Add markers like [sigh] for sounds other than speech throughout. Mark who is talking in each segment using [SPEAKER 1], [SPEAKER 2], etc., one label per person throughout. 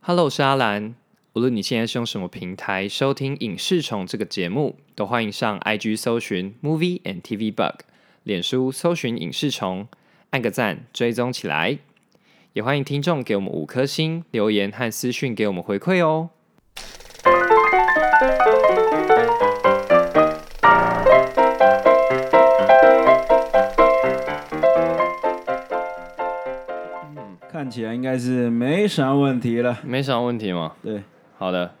[SPEAKER 1] Hello，我是阿兰。无论你现在是用什么平台收听《影视虫》这个节目，都欢迎上 IG 搜寻 Movie and TV Bug，脸书搜寻影视虫，按个赞追踪起来。也欢迎听众给我们五颗星留言和私讯给我们回馈哦。
[SPEAKER 2] 看起来应该是没啥问题了。
[SPEAKER 1] 没什么问题吗？
[SPEAKER 2] 对
[SPEAKER 1] 好的，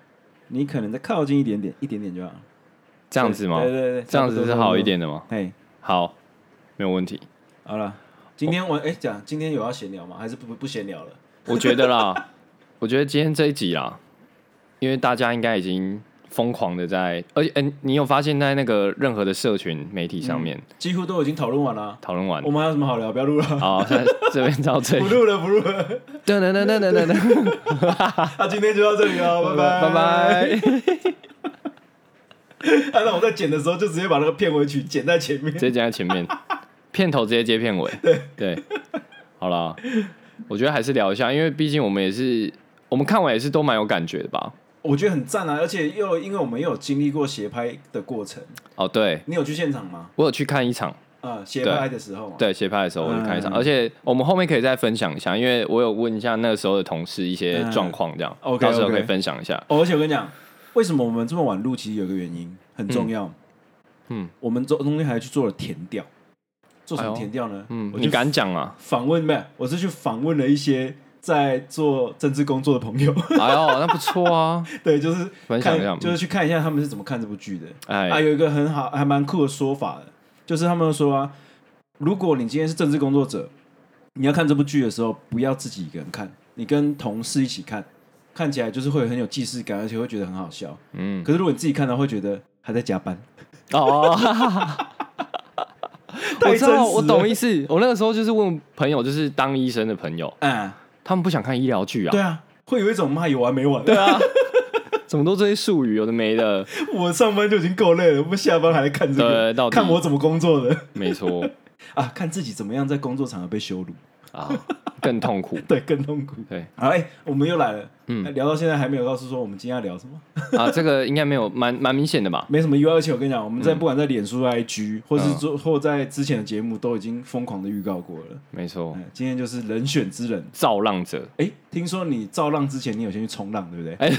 [SPEAKER 2] 你可能再靠近一点点，一点点就好了。
[SPEAKER 1] 这样子吗？
[SPEAKER 2] 对对对，
[SPEAKER 1] 这样子是好一点的吗？
[SPEAKER 2] 哎，
[SPEAKER 1] 好，没有问题。
[SPEAKER 2] 好了，今天我哎讲，今天有要闲聊吗？还是不不不闲聊了？
[SPEAKER 1] [laughs] 我觉得啦，我觉得今天这一集啦，因为大家应该已经疯狂的在，而且，嗯、你有发现，在那个任何的社群媒体上面
[SPEAKER 2] 几乎都已经讨论完了，
[SPEAKER 1] 讨论完
[SPEAKER 2] 我，们还有什么好聊？不要录了，
[SPEAKER 1] 好，在这边到这
[SPEAKER 2] 不
[SPEAKER 1] 里，
[SPEAKER 2] 录了，不录了。 [laughs]
[SPEAKER 1] 噔噔噔噔噔噔噔，
[SPEAKER 2] 那今天就到这里
[SPEAKER 1] [laughs]
[SPEAKER 2] 了， [laughs] 拜
[SPEAKER 1] 拜。
[SPEAKER 2] 拜
[SPEAKER 1] 拜。
[SPEAKER 2] [laughs] 啊，那我在剪的时候就直接把那个片尾曲剪在前面
[SPEAKER 1] 直。接讲在前面，片头直接接片尾。
[SPEAKER 2] [laughs]
[SPEAKER 1] 对，好啦，我觉得还是聊一下，因为毕竟我们也是，我们看完也是都蛮有感觉的吧。
[SPEAKER 2] 我觉得很赞啊，而且又因为我们也有经历过斜拍的过程，
[SPEAKER 1] 哦，对，
[SPEAKER 2] 你有去现场吗？
[SPEAKER 1] 我有去看一场，
[SPEAKER 2] 啊，斜拍的时候嘛，
[SPEAKER 1] 对斜拍的时候我就看一场，
[SPEAKER 2] 嗯
[SPEAKER 1] 而且我们后面可以再分享一下，因为我有问一下那个时候的同事一些状况，这样、
[SPEAKER 2] 嗯，OK，
[SPEAKER 1] 到时候可以
[SPEAKER 2] OK
[SPEAKER 1] 分享一下。
[SPEAKER 2] 哦，而且我跟你讲，为什么我们这么晚录，其实有一个原因很重要。
[SPEAKER 1] 嗯嗯
[SPEAKER 2] 我们中中间还去做了填调，做什
[SPEAKER 1] 哎
[SPEAKER 2] 么
[SPEAKER 1] 呦
[SPEAKER 2] 填调呢？
[SPEAKER 1] 嗯，
[SPEAKER 2] 我
[SPEAKER 1] 你
[SPEAKER 2] 去
[SPEAKER 1] 敢讲啊？ [laughs]
[SPEAKER 2] 访问没有？我是去访问了一些在做政治工作的朋友， [laughs]
[SPEAKER 1] 哎呦，那不错啊！
[SPEAKER 2] 对，就是
[SPEAKER 1] 分享一下
[SPEAKER 2] 看，就是去看一下他们是怎么看这部剧的。啊，
[SPEAKER 1] 哎，
[SPEAKER 2] 有一个很好还蛮酷的说法的，就是他们说啊，如果你今天是政治工作者，你要看这部剧的时候，不要自己一个人看，你跟同事一起看，看起来就是会很有既视感，而且会觉得很好笑。
[SPEAKER 1] 嗯，
[SPEAKER 2] [laughs] 可是如果你自己看到，会觉得还在加班，
[SPEAKER 1] 哦哦，哈哈哈我
[SPEAKER 2] [laughs] 太
[SPEAKER 1] 知
[SPEAKER 2] 真实
[SPEAKER 1] 道，
[SPEAKER 2] 了
[SPEAKER 1] 我懂意思。我那个时候就是问朋友，就是当医生的朋友，
[SPEAKER 2] 啊，
[SPEAKER 1] 他们不想看医疗剧啊
[SPEAKER 2] 对，啊，会有一种妈有完没完。对啊，
[SPEAKER 1] 怎么都这些术语，有的没的，
[SPEAKER 2] 我上班就已经够累了，不下班还在看这
[SPEAKER 1] 对到
[SPEAKER 2] 个，
[SPEAKER 1] 底
[SPEAKER 2] 看我怎么工作的
[SPEAKER 1] 没错
[SPEAKER 2] 啊，看自己怎么样在工作场合被羞辱，
[SPEAKER 1] 啊，更痛苦。
[SPEAKER 2] 对，更痛苦。
[SPEAKER 1] 对
[SPEAKER 2] 好，哎、我们又来了，
[SPEAKER 1] 嗯
[SPEAKER 2] 嗯，聊到现在还没有告诉说我们今天要聊什么。
[SPEAKER 1] 啊，这个应该没有，蛮蛮明显的吧？
[SPEAKER 2] 没什么 U，而且我跟你讲，我们在不管在脸书、IG，或是做或在之前的节目，都已经疯狂的预告过了。
[SPEAKER 1] 没错，
[SPEAKER 2] 嗯，今天就是人选之人。
[SPEAKER 1] 造浪者。
[SPEAKER 2] 哎，听说你造浪之前，你有先去冲浪，对不对？
[SPEAKER 1] 哎，对，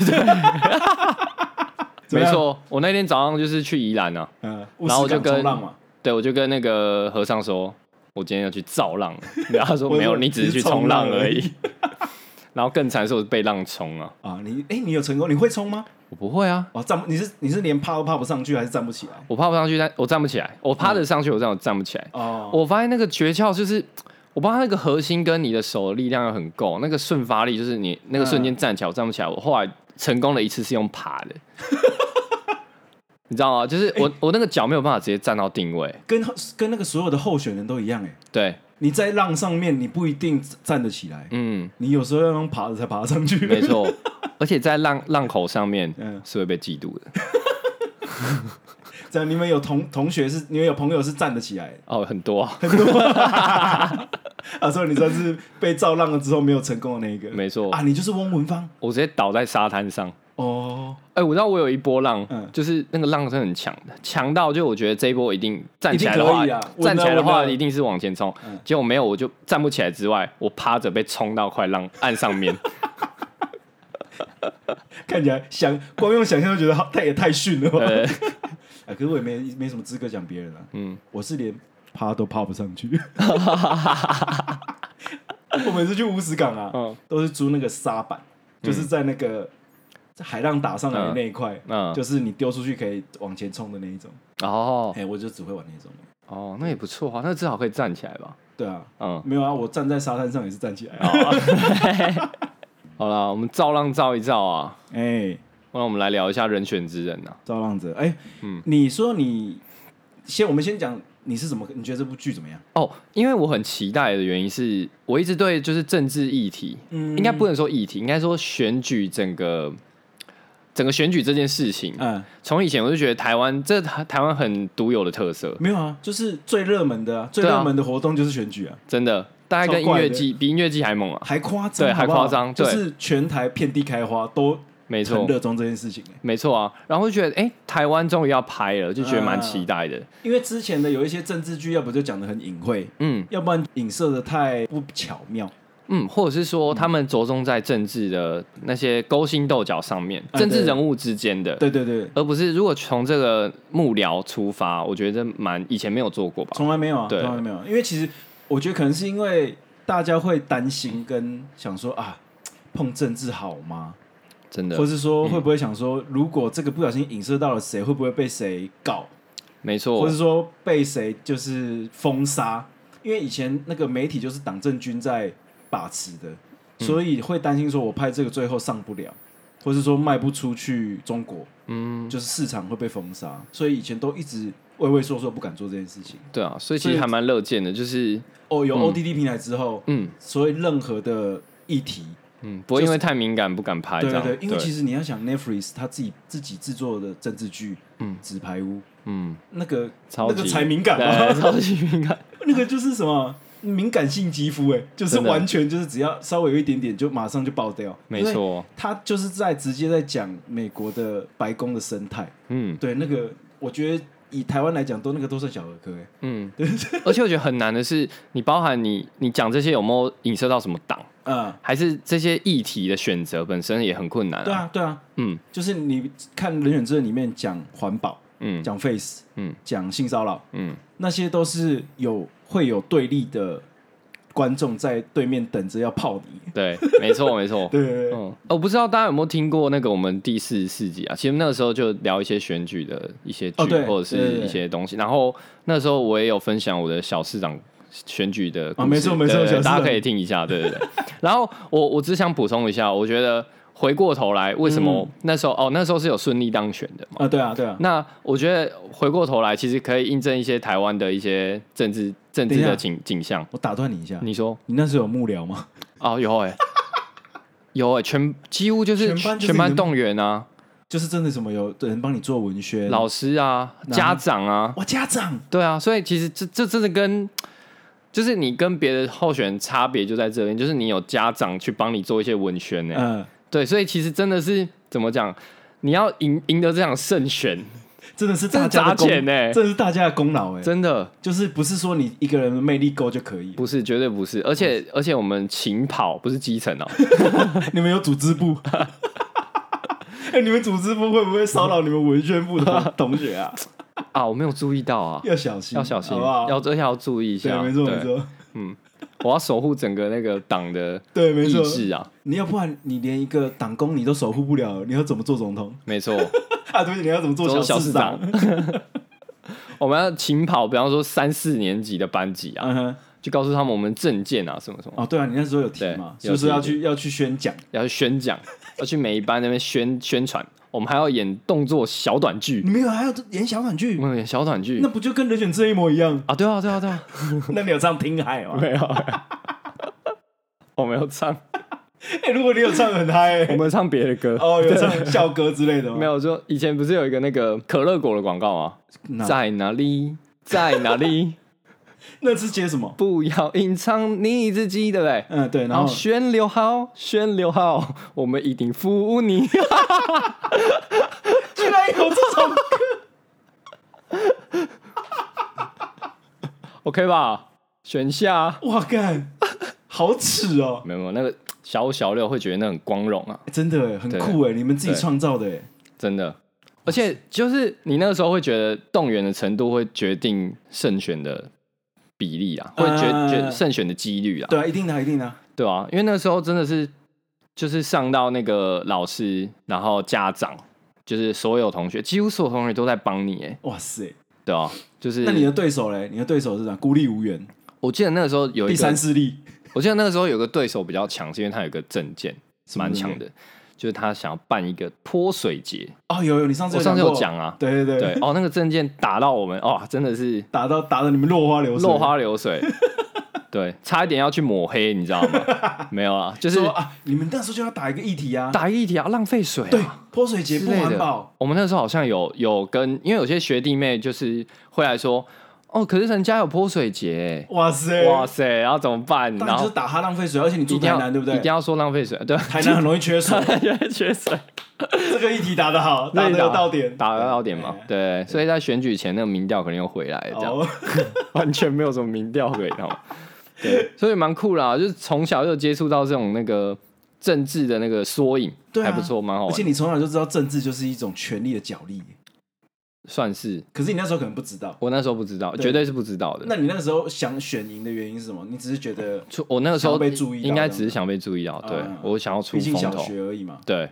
[SPEAKER 2] 怎
[SPEAKER 1] 没
[SPEAKER 2] 么样，
[SPEAKER 1] 错，我那天早上就是去宜兰啊，
[SPEAKER 2] 嗯，
[SPEAKER 1] 然后我就
[SPEAKER 2] 乌石港
[SPEAKER 1] 跟
[SPEAKER 2] 冲浪嘛，
[SPEAKER 1] 对我就跟那个和尚说，我今天要去造浪， [laughs] 然后他说
[SPEAKER 2] 我
[SPEAKER 1] 没有，
[SPEAKER 2] 说
[SPEAKER 1] 你只是去
[SPEAKER 2] 你是冲
[SPEAKER 1] 冲浪
[SPEAKER 2] 浪
[SPEAKER 1] 而
[SPEAKER 2] 而
[SPEAKER 1] 已。 [laughs] 然后更惨是我被浪冲啊，
[SPEAKER 2] 啊，你哎，你有成功？你会冲吗？
[SPEAKER 1] 我不会啊，
[SPEAKER 2] 哦，站不，你是你是连爬都爬不上去，还是站不起来？
[SPEAKER 1] 我爬不上去，但我站不起来，我趴着上去，我这样站不起来。
[SPEAKER 2] 哦，
[SPEAKER 1] 我发现那个诀窍就是，我不知道那个核心跟你的手的力量要很够，那个瞬发力就是你那个瞬间站起来，我站不起来。我后来成功了一次是用爬的， [laughs] 你知道吗？就是我、我那个脚没有办法直接站到定位，
[SPEAKER 2] 跟跟那个所有的候选人都一样，哎，
[SPEAKER 1] 对，
[SPEAKER 2] 你在浪上面，你不一定站得起来，
[SPEAKER 1] 嗯，
[SPEAKER 2] 你有时候要用爬着才爬得上去。
[SPEAKER 1] [laughs] 没错。而且在浪浪口上面
[SPEAKER 2] 嗯
[SPEAKER 1] 是会被嫉妒的
[SPEAKER 2] [laughs] 这样你们有同同学是，你们有朋友是站得起来的。
[SPEAKER 1] 哦，很多、啊， [laughs]
[SPEAKER 2] 啊，所以你算是被造浪了之后没有成功的那一个，
[SPEAKER 1] 没错
[SPEAKER 2] 啊，你就是翁文芳
[SPEAKER 1] 我直接倒在沙滩上。
[SPEAKER 2] 哦，
[SPEAKER 1] 哎、我知道我有一波浪，
[SPEAKER 2] 嗯
[SPEAKER 1] 就是那个浪是很强的，强到就我觉得这一波一定站起来的
[SPEAKER 2] 一
[SPEAKER 1] 话，
[SPEAKER 2] 定可以啊
[SPEAKER 1] 站起来的
[SPEAKER 2] 稳到
[SPEAKER 1] 话
[SPEAKER 2] 稳到
[SPEAKER 1] 一定是往前冲。
[SPEAKER 2] 嗯
[SPEAKER 1] 结果没有，我就站不起来之外，我趴着被冲到快浪岸上
[SPEAKER 2] [laughs]
[SPEAKER 1] 面。
[SPEAKER 2] 看起来想光用想象就觉得好，太也太逊了吧？ [laughs]
[SPEAKER 1] 呃，
[SPEAKER 2] 啊，可是我也没没什么资格讲别人啊，
[SPEAKER 1] 嗯，
[SPEAKER 2] 我是连爬都爬不上
[SPEAKER 1] [laughs]
[SPEAKER 2] 去。我每次去乌石港啊，
[SPEAKER 1] 嗯
[SPEAKER 2] 都是租那个沙板，就是在那个在海浪打上来的那一块，
[SPEAKER 1] 嗯
[SPEAKER 2] 就是你丢出去可以往前冲的那一种。
[SPEAKER 1] 哦
[SPEAKER 2] 哎、我就只会玩那种。
[SPEAKER 1] 哦，那也不错啊，那至少可以站起来吧。
[SPEAKER 2] 对啊，
[SPEAKER 1] 嗯，
[SPEAKER 2] 没有啊，我站在沙滩上也是站起来。哎、
[SPEAKER 1] 哦好啦，我们照浪照一照啊，那我们来聊一下人选之人啊。
[SPEAKER 2] 造哎浪者，哎、
[SPEAKER 1] 嗯
[SPEAKER 2] 你说你先，我们先讲你是怎么，你觉得这部剧怎么样？
[SPEAKER 1] 哦，因为我很期待的原因是我一直对就是政治议题，
[SPEAKER 2] 嗯
[SPEAKER 1] 应该不能说议题，应该说选举整个整个选举这件事情。
[SPEAKER 2] 嗯，
[SPEAKER 1] 从以前我就觉得台湾这台湾很独有的特色，
[SPEAKER 2] 没有啊，就是最热门的、啊，最
[SPEAKER 1] 对啊
[SPEAKER 2] 热门的活动就是选举啊，
[SPEAKER 1] 真的。大概跟
[SPEAKER 2] 超
[SPEAKER 1] 音
[SPEAKER 2] 怪
[SPEAKER 1] 乐
[SPEAKER 2] 的
[SPEAKER 1] 季比音乐季还猛啊！
[SPEAKER 2] 还夸张，
[SPEAKER 1] 对还
[SPEAKER 2] 好不好
[SPEAKER 1] 夸张
[SPEAKER 2] 就
[SPEAKER 1] 对
[SPEAKER 2] 是全台遍地开花，都
[SPEAKER 1] 没
[SPEAKER 2] 很
[SPEAKER 1] 错，
[SPEAKER 2] 热衷这件事情、欸
[SPEAKER 1] 没错啊。然后就觉得，哎、台湾终于要拍了，就觉得
[SPEAKER 2] 嗯
[SPEAKER 1] 蛮期待的。
[SPEAKER 2] 因为之前的有一些政治剧，要不就讲的很隐晦，
[SPEAKER 1] 嗯
[SPEAKER 2] 要不然影射的太不巧妙。
[SPEAKER 1] 嗯，或者是说他们着重在政治的那些勾心斗角上面，
[SPEAKER 2] 啊
[SPEAKER 1] 政治
[SPEAKER 2] 对
[SPEAKER 1] 人物之间的，
[SPEAKER 2] 对对对，
[SPEAKER 1] 而不是如果从这个幕僚出发，我觉得蛮以前没有做过吧。
[SPEAKER 2] 从来没有啊，
[SPEAKER 1] 对
[SPEAKER 2] 从来没有啊。因为其实我觉得可能是因为大家会担心跟想说啊，碰政治好吗？
[SPEAKER 1] 真的
[SPEAKER 2] 或，是
[SPEAKER 1] 嗯
[SPEAKER 2] 说会不会想说，如果这个不小心影射到了谁，会不会被谁告，
[SPEAKER 1] 没
[SPEAKER 2] 或
[SPEAKER 1] 错
[SPEAKER 2] 是，说被谁就是封杀？因为以前那个媒体就是党政军在把持的，
[SPEAKER 1] 嗯
[SPEAKER 2] 所以会担心说我拍这个最后上不了，或是说卖不出去中国，
[SPEAKER 1] 嗯，
[SPEAKER 2] 就是市场会被封杀，所以以前都一直畏畏缩缩不敢做这件事情。
[SPEAKER 1] 对啊，所以其实还蛮乐见的，就是
[SPEAKER 2] 哦，有 OTT 平台之后，
[SPEAKER 1] 嗯
[SPEAKER 2] 所以任何的议题，
[SPEAKER 1] 嗯，不会因为太敏感不敢拍这
[SPEAKER 2] 对对
[SPEAKER 1] 样，
[SPEAKER 2] 对，因为其实你要想 Netflix 他自己自己制作的政治剧，
[SPEAKER 1] 嗯
[SPEAKER 2] 嗯，《纸牌屋》
[SPEAKER 1] 嗯，
[SPEAKER 2] 那个
[SPEAKER 1] 超级
[SPEAKER 2] 那个才敏感
[SPEAKER 1] 对，
[SPEAKER 2] 吧，
[SPEAKER 1] 超级敏
[SPEAKER 2] [laughs]
[SPEAKER 1] 感，
[SPEAKER 2] 那个就是什么敏感性肌肤，哎，就是
[SPEAKER 1] 真的
[SPEAKER 2] 完全就是只要稍微有一点点就马上就爆掉，
[SPEAKER 1] 没，错，
[SPEAKER 2] 他就是在直接在讲美国的白宫的生态，
[SPEAKER 1] 嗯
[SPEAKER 2] 对那个我觉得以台湾来讲都那个都算小儿科，哎，
[SPEAKER 1] 嗯，而且我觉得很难的是，你包含你你讲这些有没有影射到什么党，
[SPEAKER 2] 嗯，
[SPEAKER 1] 还是这些议题的选择本身也很困难、
[SPEAKER 2] 对，啊对啊，
[SPEAKER 1] 嗯
[SPEAKER 2] 就是你看《人选之刃》里面讲环保，
[SPEAKER 1] 嗯
[SPEAKER 2] 讲 face，
[SPEAKER 1] 嗯
[SPEAKER 2] 讲性骚扰，
[SPEAKER 1] 嗯，
[SPEAKER 2] 那些都是有会有对立的观众在对面等着要泡你。
[SPEAKER 1] 对，没错没
[SPEAKER 2] [laughs]
[SPEAKER 1] 错，
[SPEAKER 2] 对对对，
[SPEAKER 1] 嗯，我不知道大家有没有听过那个我们第四十四集啊？其实那个时候就聊一些选举的一些剧、
[SPEAKER 2] 哦对
[SPEAKER 1] 或者
[SPEAKER 2] 对对
[SPEAKER 1] 是
[SPEAKER 2] 对
[SPEAKER 1] 一些东西。然后那时候我也有分享我的小市长选举的故事
[SPEAKER 2] 哦没错没错
[SPEAKER 1] 对对对
[SPEAKER 2] 小市长
[SPEAKER 1] 大家可以听一下，对对对。然后我我只想补充一下，我觉得回过头来，为什
[SPEAKER 2] 嗯
[SPEAKER 1] 么那时候、哦那时候是有顺利当选的嘛？
[SPEAKER 2] 啊，对啊，对啊。
[SPEAKER 1] 那我觉得回过头来，其实可以印证一些台湾的一些政治政治
[SPEAKER 2] 等一
[SPEAKER 1] 的
[SPEAKER 2] 下
[SPEAKER 1] 景景象。
[SPEAKER 2] 我打断你一下，你
[SPEAKER 1] 你说
[SPEAKER 2] 那时候有幕僚吗？
[SPEAKER 1] 哦，有
[SPEAKER 2] [laughs]
[SPEAKER 1] 哎、有哎、全几乎就是
[SPEAKER 2] 全班就是
[SPEAKER 1] 全
[SPEAKER 2] 你
[SPEAKER 1] 班
[SPEAKER 2] 的
[SPEAKER 1] 动员啊。
[SPEAKER 2] 就是真的什么有人帮你做文宣，
[SPEAKER 1] 老师啊，
[SPEAKER 2] 然后
[SPEAKER 1] 家长啊，
[SPEAKER 2] 哇家长，
[SPEAKER 1] 对啊，所以其实这这真的跟，就是你跟别的候选人差别就在这边，就是你有家长去帮你做一些文宣呢、
[SPEAKER 2] 嗯，
[SPEAKER 1] 对，所以其实真的是怎么讲，你要赢赢得这场胜选，
[SPEAKER 2] 真的是
[SPEAKER 1] 这
[SPEAKER 2] 大
[SPEAKER 1] 是
[SPEAKER 2] 家
[SPEAKER 1] 砸
[SPEAKER 2] 的功，
[SPEAKER 1] 钱呢、
[SPEAKER 2] 这是大家的功劳哎，
[SPEAKER 1] 真的
[SPEAKER 2] 就是不是说你一个人的魅力够就可以， [laughs]
[SPEAKER 1] 不是，绝对不是，而
[SPEAKER 2] 嗯
[SPEAKER 1] 且而且我们勤跑不是基层
[SPEAKER 2] [laughs]
[SPEAKER 1] 哦、
[SPEAKER 2] 你们有组织部。 [laughs] 哎，你们组织部会不会骚扰你们文宣
[SPEAKER 1] [laughs]
[SPEAKER 2] 部的同学啊？
[SPEAKER 1] 啊，我没有注意到
[SPEAKER 2] [laughs]
[SPEAKER 1] 啊，
[SPEAKER 2] 要小心，
[SPEAKER 1] 要小心，
[SPEAKER 2] 好不好？
[SPEAKER 1] 要而且要注意一
[SPEAKER 2] 对
[SPEAKER 1] 下，，
[SPEAKER 2] 没错
[SPEAKER 1] 对
[SPEAKER 2] 没，错，
[SPEAKER 1] 我要守护整个那个党的
[SPEAKER 2] 对没
[SPEAKER 1] 意
[SPEAKER 2] 错。
[SPEAKER 1] 志啊，
[SPEAKER 2] 你要不然你连一个党工你都守护不了，你要怎么做总统 [laughs]
[SPEAKER 1] 没错。
[SPEAKER 2] 啊？对不起，你要怎么做
[SPEAKER 1] 都是
[SPEAKER 2] 小
[SPEAKER 1] 市
[SPEAKER 2] 市长？。
[SPEAKER 1] [laughs] 我们要勤跑，比方说三四年级的班级啊，
[SPEAKER 2] 嗯哼，
[SPEAKER 1] 就告诉他们我们证件啊什么什么，
[SPEAKER 2] 哦，对啊，你那时候有提嘛，
[SPEAKER 1] 对
[SPEAKER 2] 就是
[SPEAKER 1] 有
[SPEAKER 2] 要
[SPEAKER 1] 提
[SPEAKER 2] 去要去宣讲，
[SPEAKER 1] 要去宣讲，要去每一班那边宣宣传。我们还要演动作小短剧
[SPEAKER 2] 你，没有还要演小短
[SPEAKER 1] 我
[SPEAKER 2] 剧，
[SPEAKER 1] 们有演小短剧？
[SPEAKER 2] 那不就跟人选之一模一样
[SPEAKER 1] 啊，对啊，对啊，对
[SPEAKER 2] [laughs]
[SPEAKER 1] 啊，
[SPEAKER 2] 嗯那你有唱《听海》吗？
[SPEAKER 1] 没有，我没有唱，
[SPEAKER 2] 哎，如果你有唱，很嗨
[SPEAKER 1] 我
[SPEAKER 2] [laughs] 欸。
[SPEAKER 1] 们唱别的歌，
[SPEAKER 2] 哦，有唱校歌之类的吗？
[SPEAKER 1] 没有。就以前不是有一个那个可乐果的广告吗？
[SPEAKER 2] 那，
[SPEAKER 1] 在哪里，在哪里， [laughs]
[SPEAKER 2] 那是接什么？
[SPEAKER 1] 不要隐藏你自己，对不对？
[SPEAKER 2] 嗯，对，
[SPEAKER 1] 然
[SPEAKER 2] 然
[SPEAKER 1] 后
[SPEAKER 2] 后
[SPEAKER 1] 宣刘浩，宣刘浩，我们一定服务 [laughs] 你。
[SPEAKER 2] 居然有这 [laughs] 种，
[SPEAKER 1] OK 吧？选下，
[SPEAKER 2] 哇干，好耻哦！
[SPEAKER 1] 没有没有，那个小五小六会觉得那很光荣啊，
[SPEAKER 2] 欸真的欸很
[SPEAKER 1] 对
[SPEAKER 2] 酷哎，你们自己
[SPEAKER 1] 对
[SPEAKER 2] 创造的欸
[SPEAKER 1] 真的。而且就是你那个时候会觉得动员的程度会决定胜选的比例啊，会决
[SPEAKER 2] 嗯
[SPEAKER 1] 决胜选的几率啊，
[SPEAKER 2] 对啊，一定的啊，一定的啊。
[SPEAKER 1] 对啊，因为那个时候真的是就是上到那个老师，然后家长，就是所有同学，几乎所有同学都在帮你，哎，
[SPEAKER 2] 哇塞，
[SPEAKER 1] 对啊，就是
[SPEAKER 2] 那你的对手嘞？你的对手是啥？孤立无援，
[SPEAKER 1] 我记得那个时候有
[SPEAKER 2] 第
[SPEAKER 1] 一个
[SPEAKER 2] 三势力，
[SPEAKER 1] 我记得那个时候有个对手比较强，是因为他有个证件
[SPEAKER 2] 什么
[SPEAKER 1] 蛮
[SPEAKER 2] 证件
[SPEAKER 1] 强的，就是他想要办一个泼水节。
[SPEAKER 2] 哦，有有，你上次
[SPEAKER 1] 我上次有
[SPEAKER 2] 过
[SPEAKER 1] 讲啊，
[SPEAKER 2] 对对
[SPEAKER 1] 对，哦，那个证件打到我们，哇，真的是
[SPEAKER 2] 打到打到你们落花流水，
[SPEAKER 1] 落花流水，对，差一点要去抹黑，你知道吗？没有啊，就是
[SPEAKER 2] 说啊，你们那时候就要打一个议题啊，
[SPEAKER 1] 打一条浪费水、啊，
[SPEAKER 2] 对，泼水节
[SPEAKER 1] 之
[SPEAKER 2] 不
[SPEAKER 1] 类
[SPEAKER 2] 环
[SPEAKER 1] 的
[SPEAKER 2] 保，。
[SPEAKER 1] 我们那时候好像有有跟，因为有些学弟妹就是会来说，哦，可是人家有泼水节，
[SPEAKER 2] 哇塞
[SPEAKER 1] 哇塞，然后怎么办？
[SPEAKER 2] 但
[SPEAKER 1] 然
[SPEAKER 2] 你就
[SPEAKER 1] 后
[SPEAKER 2] 是打哈浪费水，而且你
[SPEAKER 1] 一
[SPEAKER 2] 住
[SPEAKER 1] 定
[SPEAKER 2] 台
[SPEAKER 1] 要
[SPEAKER 2] 南对不
[SPEAKER 1] 一
[SPEAKER 2] 对？
[SPEAKER 1] 定要说浪费水，对， [laughs]
[SPEAKER 2] 台南很容易缺水，
[SPEAKER 1] 缺水，
[SPEAKER 2] 这个议题打得好，打得
[SPEAKER 1] 对
[SPEAKER 2] 有到点，
[SPEAKER 1] 打得到点嘛，对，所以在选举前那个民调可能又回来了，这样
[SPEAKER 2] 哦，
[SPEAKER 1] [laughs] 完全没有什么民调可以弄，
[SPEAKER 2] [laughs]
[SPEAKER 1] 对，所以蛮酷啦，就是从小就接触到这种那个政治的那个缩影，
[SPEAKER 2] 对啊
[SPEAKER 1] 还不错，蛮好
[SPEAKER 2] 而且
[SPEAKER 1] 玩，
[SPEAKER 2] 你从小就知道政治就是一种权力的角力，
[SPEAKER 1] 算是
[SPEAKER 2] 可是你那时候可能不知道。
[SPEAKER 1] 我那时候不知道，
[SPEAKER 2] 对
[SPEAKER 1] 绝对是不知道的。
[SPEAKER 2] 那你那个时候想选赢的原因是什么？你只是觉得，
[SPEAKER 1] 出我那个时候
[SPEAKER 2] 想要被注意到
[SPEAKER 1] 应该只是想被注意到，
[SPEAKER 2] 这
[SPEAKER 1] 对
[SPEAKER 2] 样子啊
[SPEAKER 1] 我想要出
[SPEAKER 2] 毕竟
[SPEAKER 1] 风
[SPEAKER 2] 小
[SPEAKER 1] 头，
[SPEAKER 2] 学而已嘛。
[SPEAKER 1] 对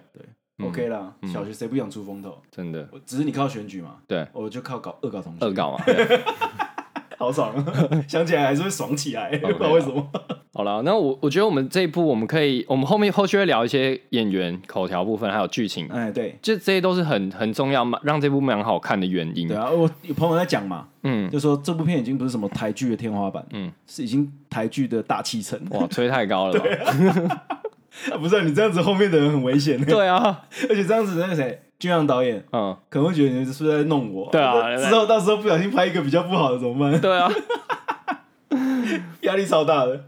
[SPEAKER 1] 嗯
[SPEAKER 2] OK 啦，小学谁不想出风头？
[SPEAKER 1] 真的
[SPEAKER 2] 我只是你靠选举嘛。
[SPEAKER 1] 对，
[SPEAKER 2] 我就靠搞恶搞同学，
[SPEAKER 1] 恶搞嘛。对 [laughs]
[SPEAKER 2] 好爽，啊想起来还是会爽
[SPEAKER 1] [laughs]
[SPEAKER 2] 起来，不知道为什么。
[SPEAKER 1] 好了，那我我觉得我们这一部我们可以，我们后面后续会聊一些演员口条部分，还有剧情，
[SPEAKER 2] 哎，对
[SPEAKER 1] 这这些都是很很重要，让这部蛮好看的原因
[SPEAKER 2] 对。啊，我有朋友在讲嘛，
[SPEAKER 1] 嗯，
[SPEAKER 2] 就说这部片已经不是什么台剧的天花板，嗯，是已经台剧的大气层。
[SPEAKER 1] 哇，吹太高了吧？
[SPEAKER 2] [laughs] 啊不是啊你这样子，后面的人很危险，
[SPEAKER 1] 对啊，
[SPEAKER 2] [laughs] 而且这样子那个谁，俊阳导演
[SPEAKER 1] 嗯，
[SPEAKER 2] 可能会觉得你是不是在弄我？
[SPEAKER 1] 对啊
[SPEAKER 2] 那之后到时候不小心拍一个比较不好的怎么办？
[SPEAKER 1] 对啊。
[SPEAKER 2] [laughs] 压力超大的。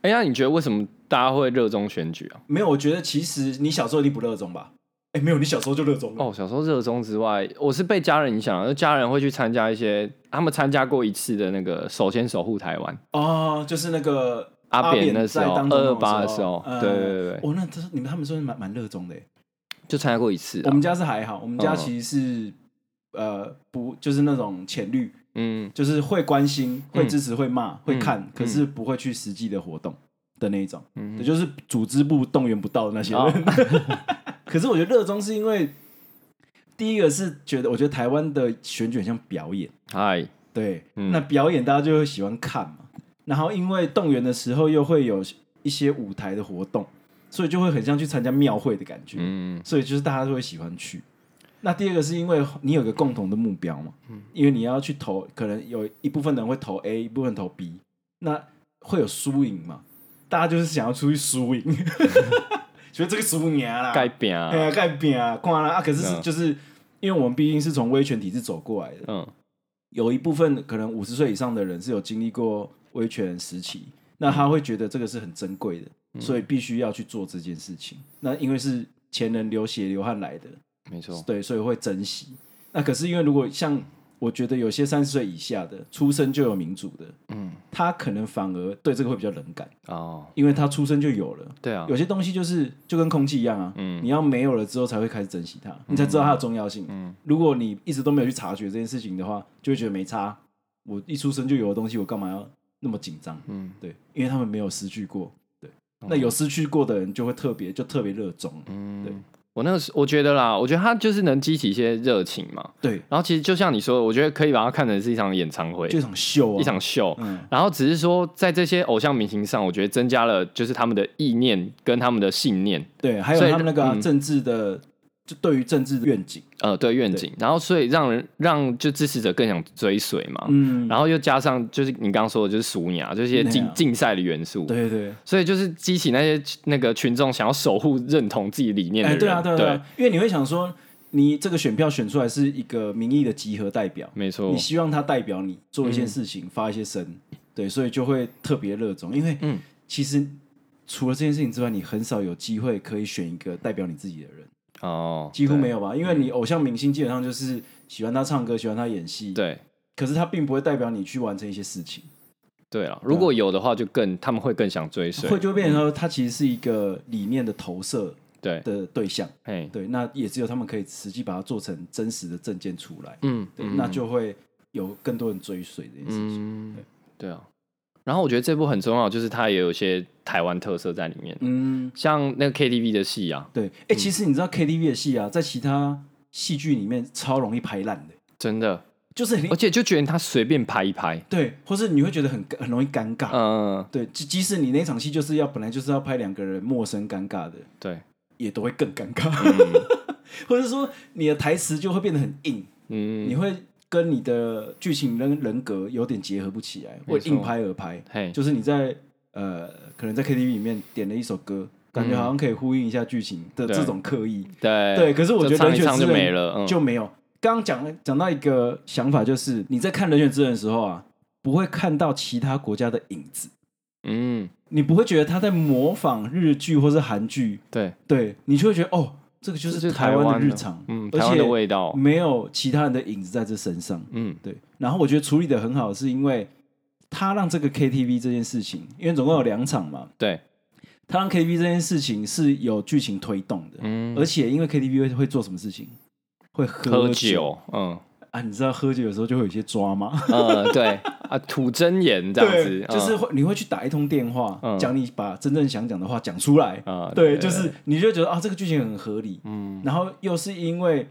[SPEAKER 1] 哎、那你觉得为什么大家会热衷选举啊？
[SPEAKER 2] 没有，我觉得其实你小时候一定不热衷吧？哎，没有，你小时候就热衷了。
[SPEAKER 1] 哦，小时候热衷之外，我是被家人影响，就家人会去参加一些，他们参加过一次的那个手牵手护台湾。
[SPEAKER 2] 哦，就是那个
[SPEAKER 1] 阿扁
[SPEAKER 2] 的
[SPEAKER 1] 那时候
[SPEAKER 2] 二
[SPEAKER 1] 228的时候对对对对
[SPEAKER 2] 哦，那这你们他们说蛮蛮热衷的耶。
[SPEAKER 1] 就参加过一次、
[SPEAKER 2] 我
[SPEAKER 1] 啊。
[SPEAKER 2] 们家是还好，我们家
[SPEAKER 1] 嗯
[SPEAKER 2] 其实是呃不就是那种浅绿，
[SPEAKER 1] 嗯，
[SPEAKER 2] 就是会关心、会支持、会骂、会看
[SPEAKER 1] 嗯，
[SPEAKER 2] 可是不会去实际的活动的那一种，
[SPEAKER 1] 嗯
[SPEAKER 2] 也就是组织部动员不到的那些
[SPEAKER 1] 哦
[SPEAKER 2] 人。 [laughs] 可是我觉得热衷是因为第一个是觉得，我觉得台湾的选举很像表演。
[SPEAKER 1] 嗨，
[SPEAKER 2] 对，
[SPEAKER 1] 嗯
[SPEAKER 2] 那表演大家就会喜欢看嘛。然后因为动员的时候又会有一些舞台的活动，所以就会很像去参加庙会的感觉。
[SPEAKER 1] 嗯，
[SPEAKER 2] 所以就是大家都会喜欢去。那第二个是因为你有个共同的目标嘛，因为你要去投，可能有一部分人会投 A，一部分投 B，那会有输赢嘛，大家就是想要出去输赢， [laughs] 觉得这个输赢啦，
[SPEAKER 1] 盖饼啊
[SPEAKER 2] 哎，呀盖饼啊，挂啦啊，可是是
[SPEAKER 1] 嗯
[SPEAKER 2] 就是因为我们毕竟是从威权体制走过来的，
[SPEAKER 1] 嗯
[SPEAKER 2] 有一部分可能五十岁以上的人是有经历过威权时期，那他会觉得这个是很珍贵
[SPEAKER 1] 嗯
[SPEAKER 2] 的，所以必须要去做这件事情。那因为是前人流血流汗来的，
[SPEAKER 1] 没错，
[SPEAKER 2] 对，所以会珍惜。那可是因为如果像我觉得有些三十岁以下的出生就有民主的，
[SPEAKER 1] 嗯，
[SPEAKER 2] 他可能反而对这个会比较冷感，
[SPEAKER 1] 哦，
[SPEAKER 2] 因为他出生就有了。
[SPEAKER 1] 对啊，
[SPEAKER 2] 有些东西就是就跟空气一样啊，
[SPEAKER 1] 嗯
[SPEAKER 2] 你要没有了之后才会开始珍惜它，你才知道它的重要性。
[SPEAKER 1] 嗯
[SPEAKER 2] 如果你一直都没有去察觉这件事情的话，就会觉得没差。我一出生就有的东西，我干嘛要那么紧张？
[SPEAKER 1] 嗯，
[SPEAKER 2] 对，因为他们没有失去过。对，那有失去过的人就会特别就特别热衷。对
[SPEAKER 1] 嗯，我那个时我觉得啦，我觉得他就是能激起一些热情嘛。
[SPEAKER 2] 对，
[SPEAKER 1] 然后其实就像你说的，我觉得可以把它看成是一场演唱会，
[SPEAKER 2] 就一场秀啊，
[SPEAKER 1] 一场秀。
[SPEAKER 2] 嗯，
[SPEAKER 1] 然后只是说，在这些偶像明星上，我觉得增加了就是他们的意念跟他们的信念，
[SPEAKER 2] 对，还有
[SPEAKER 1] 所以
[SPEAKER 2] 他们那个啊、
[SPEAKER 1] 嗯
[SPEAKER 2] 政治的，就对于政治的愿景，
[SPEAKER 1] 呃，对愿景。然后所以让人让就支持者更想追随嘛。
[SPEAKER 2] 嗯，
[SPEAKER 1] 然后又加上就是你刚刚说的，就是俗雅，就是一些
[SPEAKER 2] 对
[SPEAKER 1] 竞
[SPEAKER 2] 啊
[SPEAKER 1] 竞赛的元素。
[SPEAKER 2] 对对
[SPEAKER 1] 所以就是激起那些那个群众想要守护认同自己理
[SPEAKER 2] 对，
[SPEAKER 1] 念
[SPEAKER 2] 哎、
[SPEAKER 1] 的人，
[SPEAKER 2] 对啊，对啊，对啊，因为你会想说，你这个选票选出来是一个民意的集合代表，
[SPEAKER 1] 没错嗯
[SPEAKER 2] 你，希望他代表你做一些事情，发一些声，对，所以就会特别热衷，因为
[SPEAKER 1] 嗯
[SPEAKER 2] 其实除了这件事情之外，你很少有机会可以选一个代表你自己的人，
[SPEAKER 1] 哦，
[SPEAKER 2] 几乎
[SPEAKER 1] 对
[SPEAKER 2] 没有吧？因为你偶像明星基本上就是喜欢他唱歌，喜欢他演戏，，
[SPEAKER 1] 对
[SPEAKER 2] 可是他并不会代表你去完成一些事情，
[SPEAKER 1] 对了，如果有的话，就更他们会更想追随，
[SPEAKER 2] 啊会就变成说他其实是一个理念的投射
[SPEAKER 1] 对，
[SPEAKER 2] 的对象，
[SPEAKER 1] 哎，
[SPEAKER 2] 对，那也只有他们可以实际把它做成真实的证件出来，
[SPEAKER 1] 嗯，
[SPEAKER 2] 对，
[SPEAKER 1] 嗯
[SPEAKER 2] 那就会有更多人追随这件事情。
[SPEAKER 1] 嗯
[SPEAKER 2] 对，
[SPEAKER 1] 对啊。然后我觉得这部很重要，就是它也有一些台湾特色在里面，
[SPEAKER 2] 嗯，
[SPEAKER 1] 像那个 KTV 的戏啊，
[SPEAKER 2] 对，哎、其实你知道 KTV 的戏啊，在其他戏剧里面超容易拍烂的，
[SPEAKER 1] 真的，
[SPEAKER 2] 就是很
[SPEAKER 1] 而且就觉得他随便拍一拍，
[SPEAKER 2] 对，或是你会觉得很很容易尴尬。
[SPEAKER 1] 嗯，
[SPEAKER 2] 对，即即使你那场戏就是要本来就是要拍两个人陌生尴尬的， [laughs]
[SPEAKER 1] 对，
[SPEAKER 2] 也都会更尴尬，
[SPEAKER 1] 嗯
[SPEAKER 2] [laughs] 或者说你的台词就会变得很硬，
[SPEAKER 1] 嗯，
[SPEAKER 2] 你会跟你的剧情人人格有点结合不起来，
[SPEAKER 1] 没
[SPEAKER 2] 会
[SPEAKER 1] 错
[SPEAKER 2] 硬拍而拍。
[SPEAKER 1] 嘿，
[SPEAKER 2] 就是你在呃，可能在 KTV 里面点了一首歌，感觉好像可以呼应一下剧情的
[SPEAKER 1] 对
[SPEAKER 2] 这种刻意，
[SPEAKER 1] 对
[SPEAKER 2] 对可是我
[SPEAKER 1] 就
[SPEAKER 2] 觉得
[SPEAKER 1] 唱
[SPEAKER 2] 人
[SPEAKER 1] 一
[SPEAKER 2] 选
[SPEAKER 1] 唱
[SPEAKER 2] 之
[SPEAKER 1] 就
[SPEAKER 2] 人
[SPEAKER 1] 没了，嗯，
[SPEAKER 2] 就没有。刚刚讲讲到一个想法，就是你在看《人选之人》的时候啊，不会看到其他国家的影子，
[SPEAKER 1] 嗯，
[SPEAKER 2] 你不会觉得他在模仿日剧或是韩剧，
[SPEAKER 1] 对，
[SPEAKER 2] 对你就会觉得哦，这个就
[SPEAKER 1] 这
[SPEAKER 2] 是
[SPEAKER 1] 是
[SPEAKER 2] 台
[SPEAKER 1] 湾
[SPEAKER 2] 湾的日
[SPEAKER 1] 的
[SPEAKER 2] 常，
[SPEAKER 1] 嗯，
[SPEAKER 2] 而
[SPEAKER 1] 台湾的
[SPEAKER 2] 且
[SPEAKER 1] 味道，
[SPEAKER 2] 没有其他人的影子在这身上。
[SPEAKER 1] 嗯，
[SPEAKER 2] 对，然后我觉得处理的很好，是因为他让这个 KTV 这件事情，因为总共有两场嘛，
[SPEAKER 1] 对，
[SPEAKER 2] 他让 KTV 这件事情是有剧情推动的，
[SPEAKER 1] 嗯，
[SPEAKER 2] 而且因为 KTV 会会做什么事情，会喝
[SPEAKER 1] 喝酒，嗯，
[SPEAKER 2] 啊，你知道喝酒有时候就会有一些抓吗？
[SPEAKER 1] 呃，对，啊，吐真言 [laughs] 这样子
[SPEAKER 2] 对，，就是会你会去打一通电话，
[SPEAKER 1] 嗯
[SPEAKER 2] 讲你把真正想讲的话讲出来，
[SPEAKER 1] 啊，
[SPEAKER 2] 对，就是你就觉得啊，这个剧情很合理，
[SPEAKER 1] 嗯，
[SPEAKER 2] 然后又是因为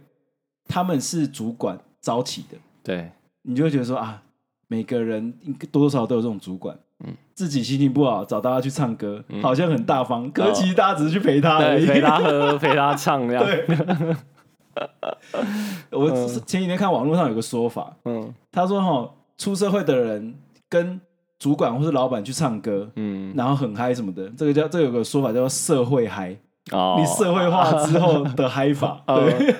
[SPEAKER 2] 他们是主管招起的，
[SPEAKER 1] 对，
[SPEAKER 2] 你就会觉得说啊，每个人应该多多少少都有这种主管，
[SPEAKER 1] 嗯
[SPEAKER 2] 自己心情不好找大家去唱歌，好像很大方，可
[SPEAKER 1] 哦
[SPEAKER 2] 是其实大家只是去陪他而已。
[SPEAKER 1] 对，陪他喝，陪他唱这样，
[SPEAKER 2] 哎 [laughs] 对 [laughs] 我是前几天看网络上有个说法，
[SPEAKER 1] 嗯
[SPEAKER 2] 他说哈，出社会的人跟主管或是老板去唱歌。
[SPEAKER 1] 嗯，
[SPEAKER 2] 然后很嗨什么的，这个叫这个有个说法叫做社会嗨，
[SPEAKER 1] 哦，
[SPEAKER 2] 你社会化之后的嗨法，
[SPEAKER 1] [laughs]
[SPEAKER 2] 对
[SPEAKER 1] 呃，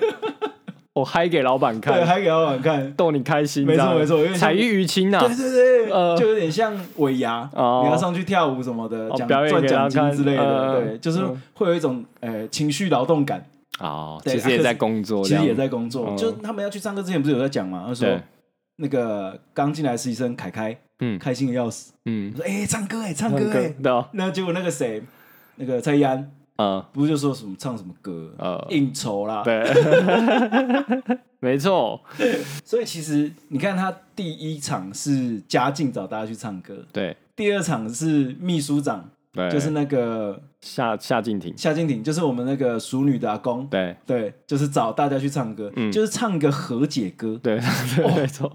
[SPEAKER 1] [laughs] 我嗨给老板
[SPEAKER 2] 对，
[SPEAKER 1] 看，
[SPEAKER 2] 嗨给老板看，
[SPEAKER 1] 逗你开心，
[SPEAKER 2] 没
[SPEAKER 1] 这
[SPEAKER 2] 错
[SPEAKER 1] 样
[SPEAKER 2] 没错，有点像
[SPEAKER 1] 彩玉于青呐，
[SPEAKER 2] 对对对，
[SPEAKER 1] 呃
[SPEAKER 2] 就有点像尾牙，
[SPEAKER 1] 哦
[SPEAKER 2] 你要上去跳舞什么的，
[SPEAKER 1] 哦
[SPEAKER 2] 奖
[SPEAKER 1] 表演
[SPEAKER 2] 赚
[SPEAKER 1] 给他
[SPEAKER 2] 奖金
[SPEAKER 1] 看
[SPEAKER 2] 之类的，
[SPEAKER 1] 呃
[SPEAKER 2] 对，就是
[SPEAKER 1] 嗯
[SPEAKER 2] 会有一种呃情绪劳动感，
[SPEAKER 1] 哦，
[SPEAKER 2] 对
[SPEAKER 1] 其实
[SPEAKER 2] 啊可
[SPEAKER 1] 也
[SPEAKER 2] 是
[SPEAKER 1] 在工作，
[SPEAKER 2] 其
[SPEAKER 1] 这
[SPEAKER 2] 实
[SPEAKER 1] 样
[SPEAKER 2] 也在工作。
[SPEAKER 1] 嗯
[SPEAKER 2] 就他们要去上课之前，不是有在讲嘛？他说
[SPEAKER 1] 对，
[SPEAKER 2] 那个刚进来实习生凯凯
[SPEAKER 1] 嗯
[SPEAKER 2] 开心的要死，
[SPEAKER 1] 嗯
[SPEAKER 2] 我，说哎，唱歌哎，唱
[SPEAKER 1] 唱
[SPEAKER 2] 歌
[SPEAKER 1] 歌
[SPEAKER 2] 哎，
[SPEAKER 1] 对啊，
[SPEAKER 2] 那结果那个谁，那个蔡依安
[SPEAKER 1] 嗯
[SPEAKER 2] 不是就说什么唱什么歌，
[SPEAKER 1] 呃，
[SPEAKER 2] 应酬啦，
[SPEAKER 1] 对， [laughs] 没错，
[SPEAKER 2] 所以其实你看他第一场是嘉靖找大家去唱歌，
[SPEAKER 1] 对
[SPEAKER 2] 第二场是秘书长，
[SPEAKER 1] 对，
[SPEAKER 2] 就是那个
[SPEAKER 1] 夏夏静婷，
[SPEAKER 2] 夏静婷，就是我们那个熟女的阿公，
[SPEAKER 1] 对
[SPEAKER 2] 对，就是找大家去唱歌，
[SPEAKER 1] 嗯
[SPEAKER 2] 就是唱个和解歌。
[SPEAKER 1] 对
[SPEAKER 2] 哦
[SPEAKER 1] 对， [laughs] 没错，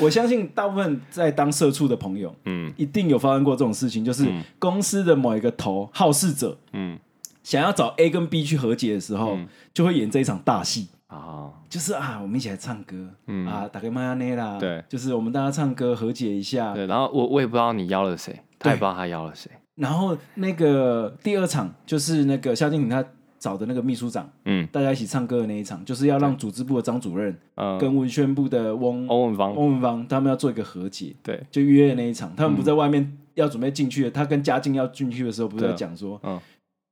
[SPEAKER 2] 我相信大部分在当社畜的朋友，
[SPEAKER 1] 嗯
[SPEAKER 2] 一定有发生过这种事情，就是
[SPEAKER 1] 嗯
[SPEAKER 2] 公司的某一个头好事者
[SPEAKER 1] 嗯
[SPEAKER 2] 想要找 A 跟 B 去和解的时候，
[SPEAKER 1] 嗯
[SPEAKER 2] 就会演这一场大戏。
[SPEAKER 1] 啊，
[SPEAKER 2] 就是啊，我们一起来唱歌，
[SPEAKER 1] 嗯
[SPEAKER 2] 啊，打给玛亚内啦，
[SPEAKER 1] 对
[SPEAKER 2] 就是我们大家唱歌和解一下，
[SPEAKER 1] 对，然后我我也不知道你邀了谁，他也
[SPEAKER 2] 啊对
[SPEAKER 1] 不知道他邀了谁，
[SPEAKER 2] 然后那个第二场就是那个夏静婷她找的那个秘书长，
[SPEAKER 1] 嗯
[SPEAKER 2] 大家一起唱歌的那一场，就是要让组织部的张主任
[SPEAKER 1] 呃，
[SPEAKER 2] 跟文宣部的翁
[SPEAKER 1] 欧文芳，
[SPEAKER 2] 翁文芳他们要做一个和解，
[SPEAKER 1] 对，
[SPEAKER 2] 就约的那一场，他
[SPEAKER 1] 嗯
[SPEAKER 2] 们不在外面要准备进去的，他跟嘉靖要进去的时候，不是
[SPEAKER 1] 对啊
[SPEAKER 2] 在讲说，
[SPEAKER 1] 嗯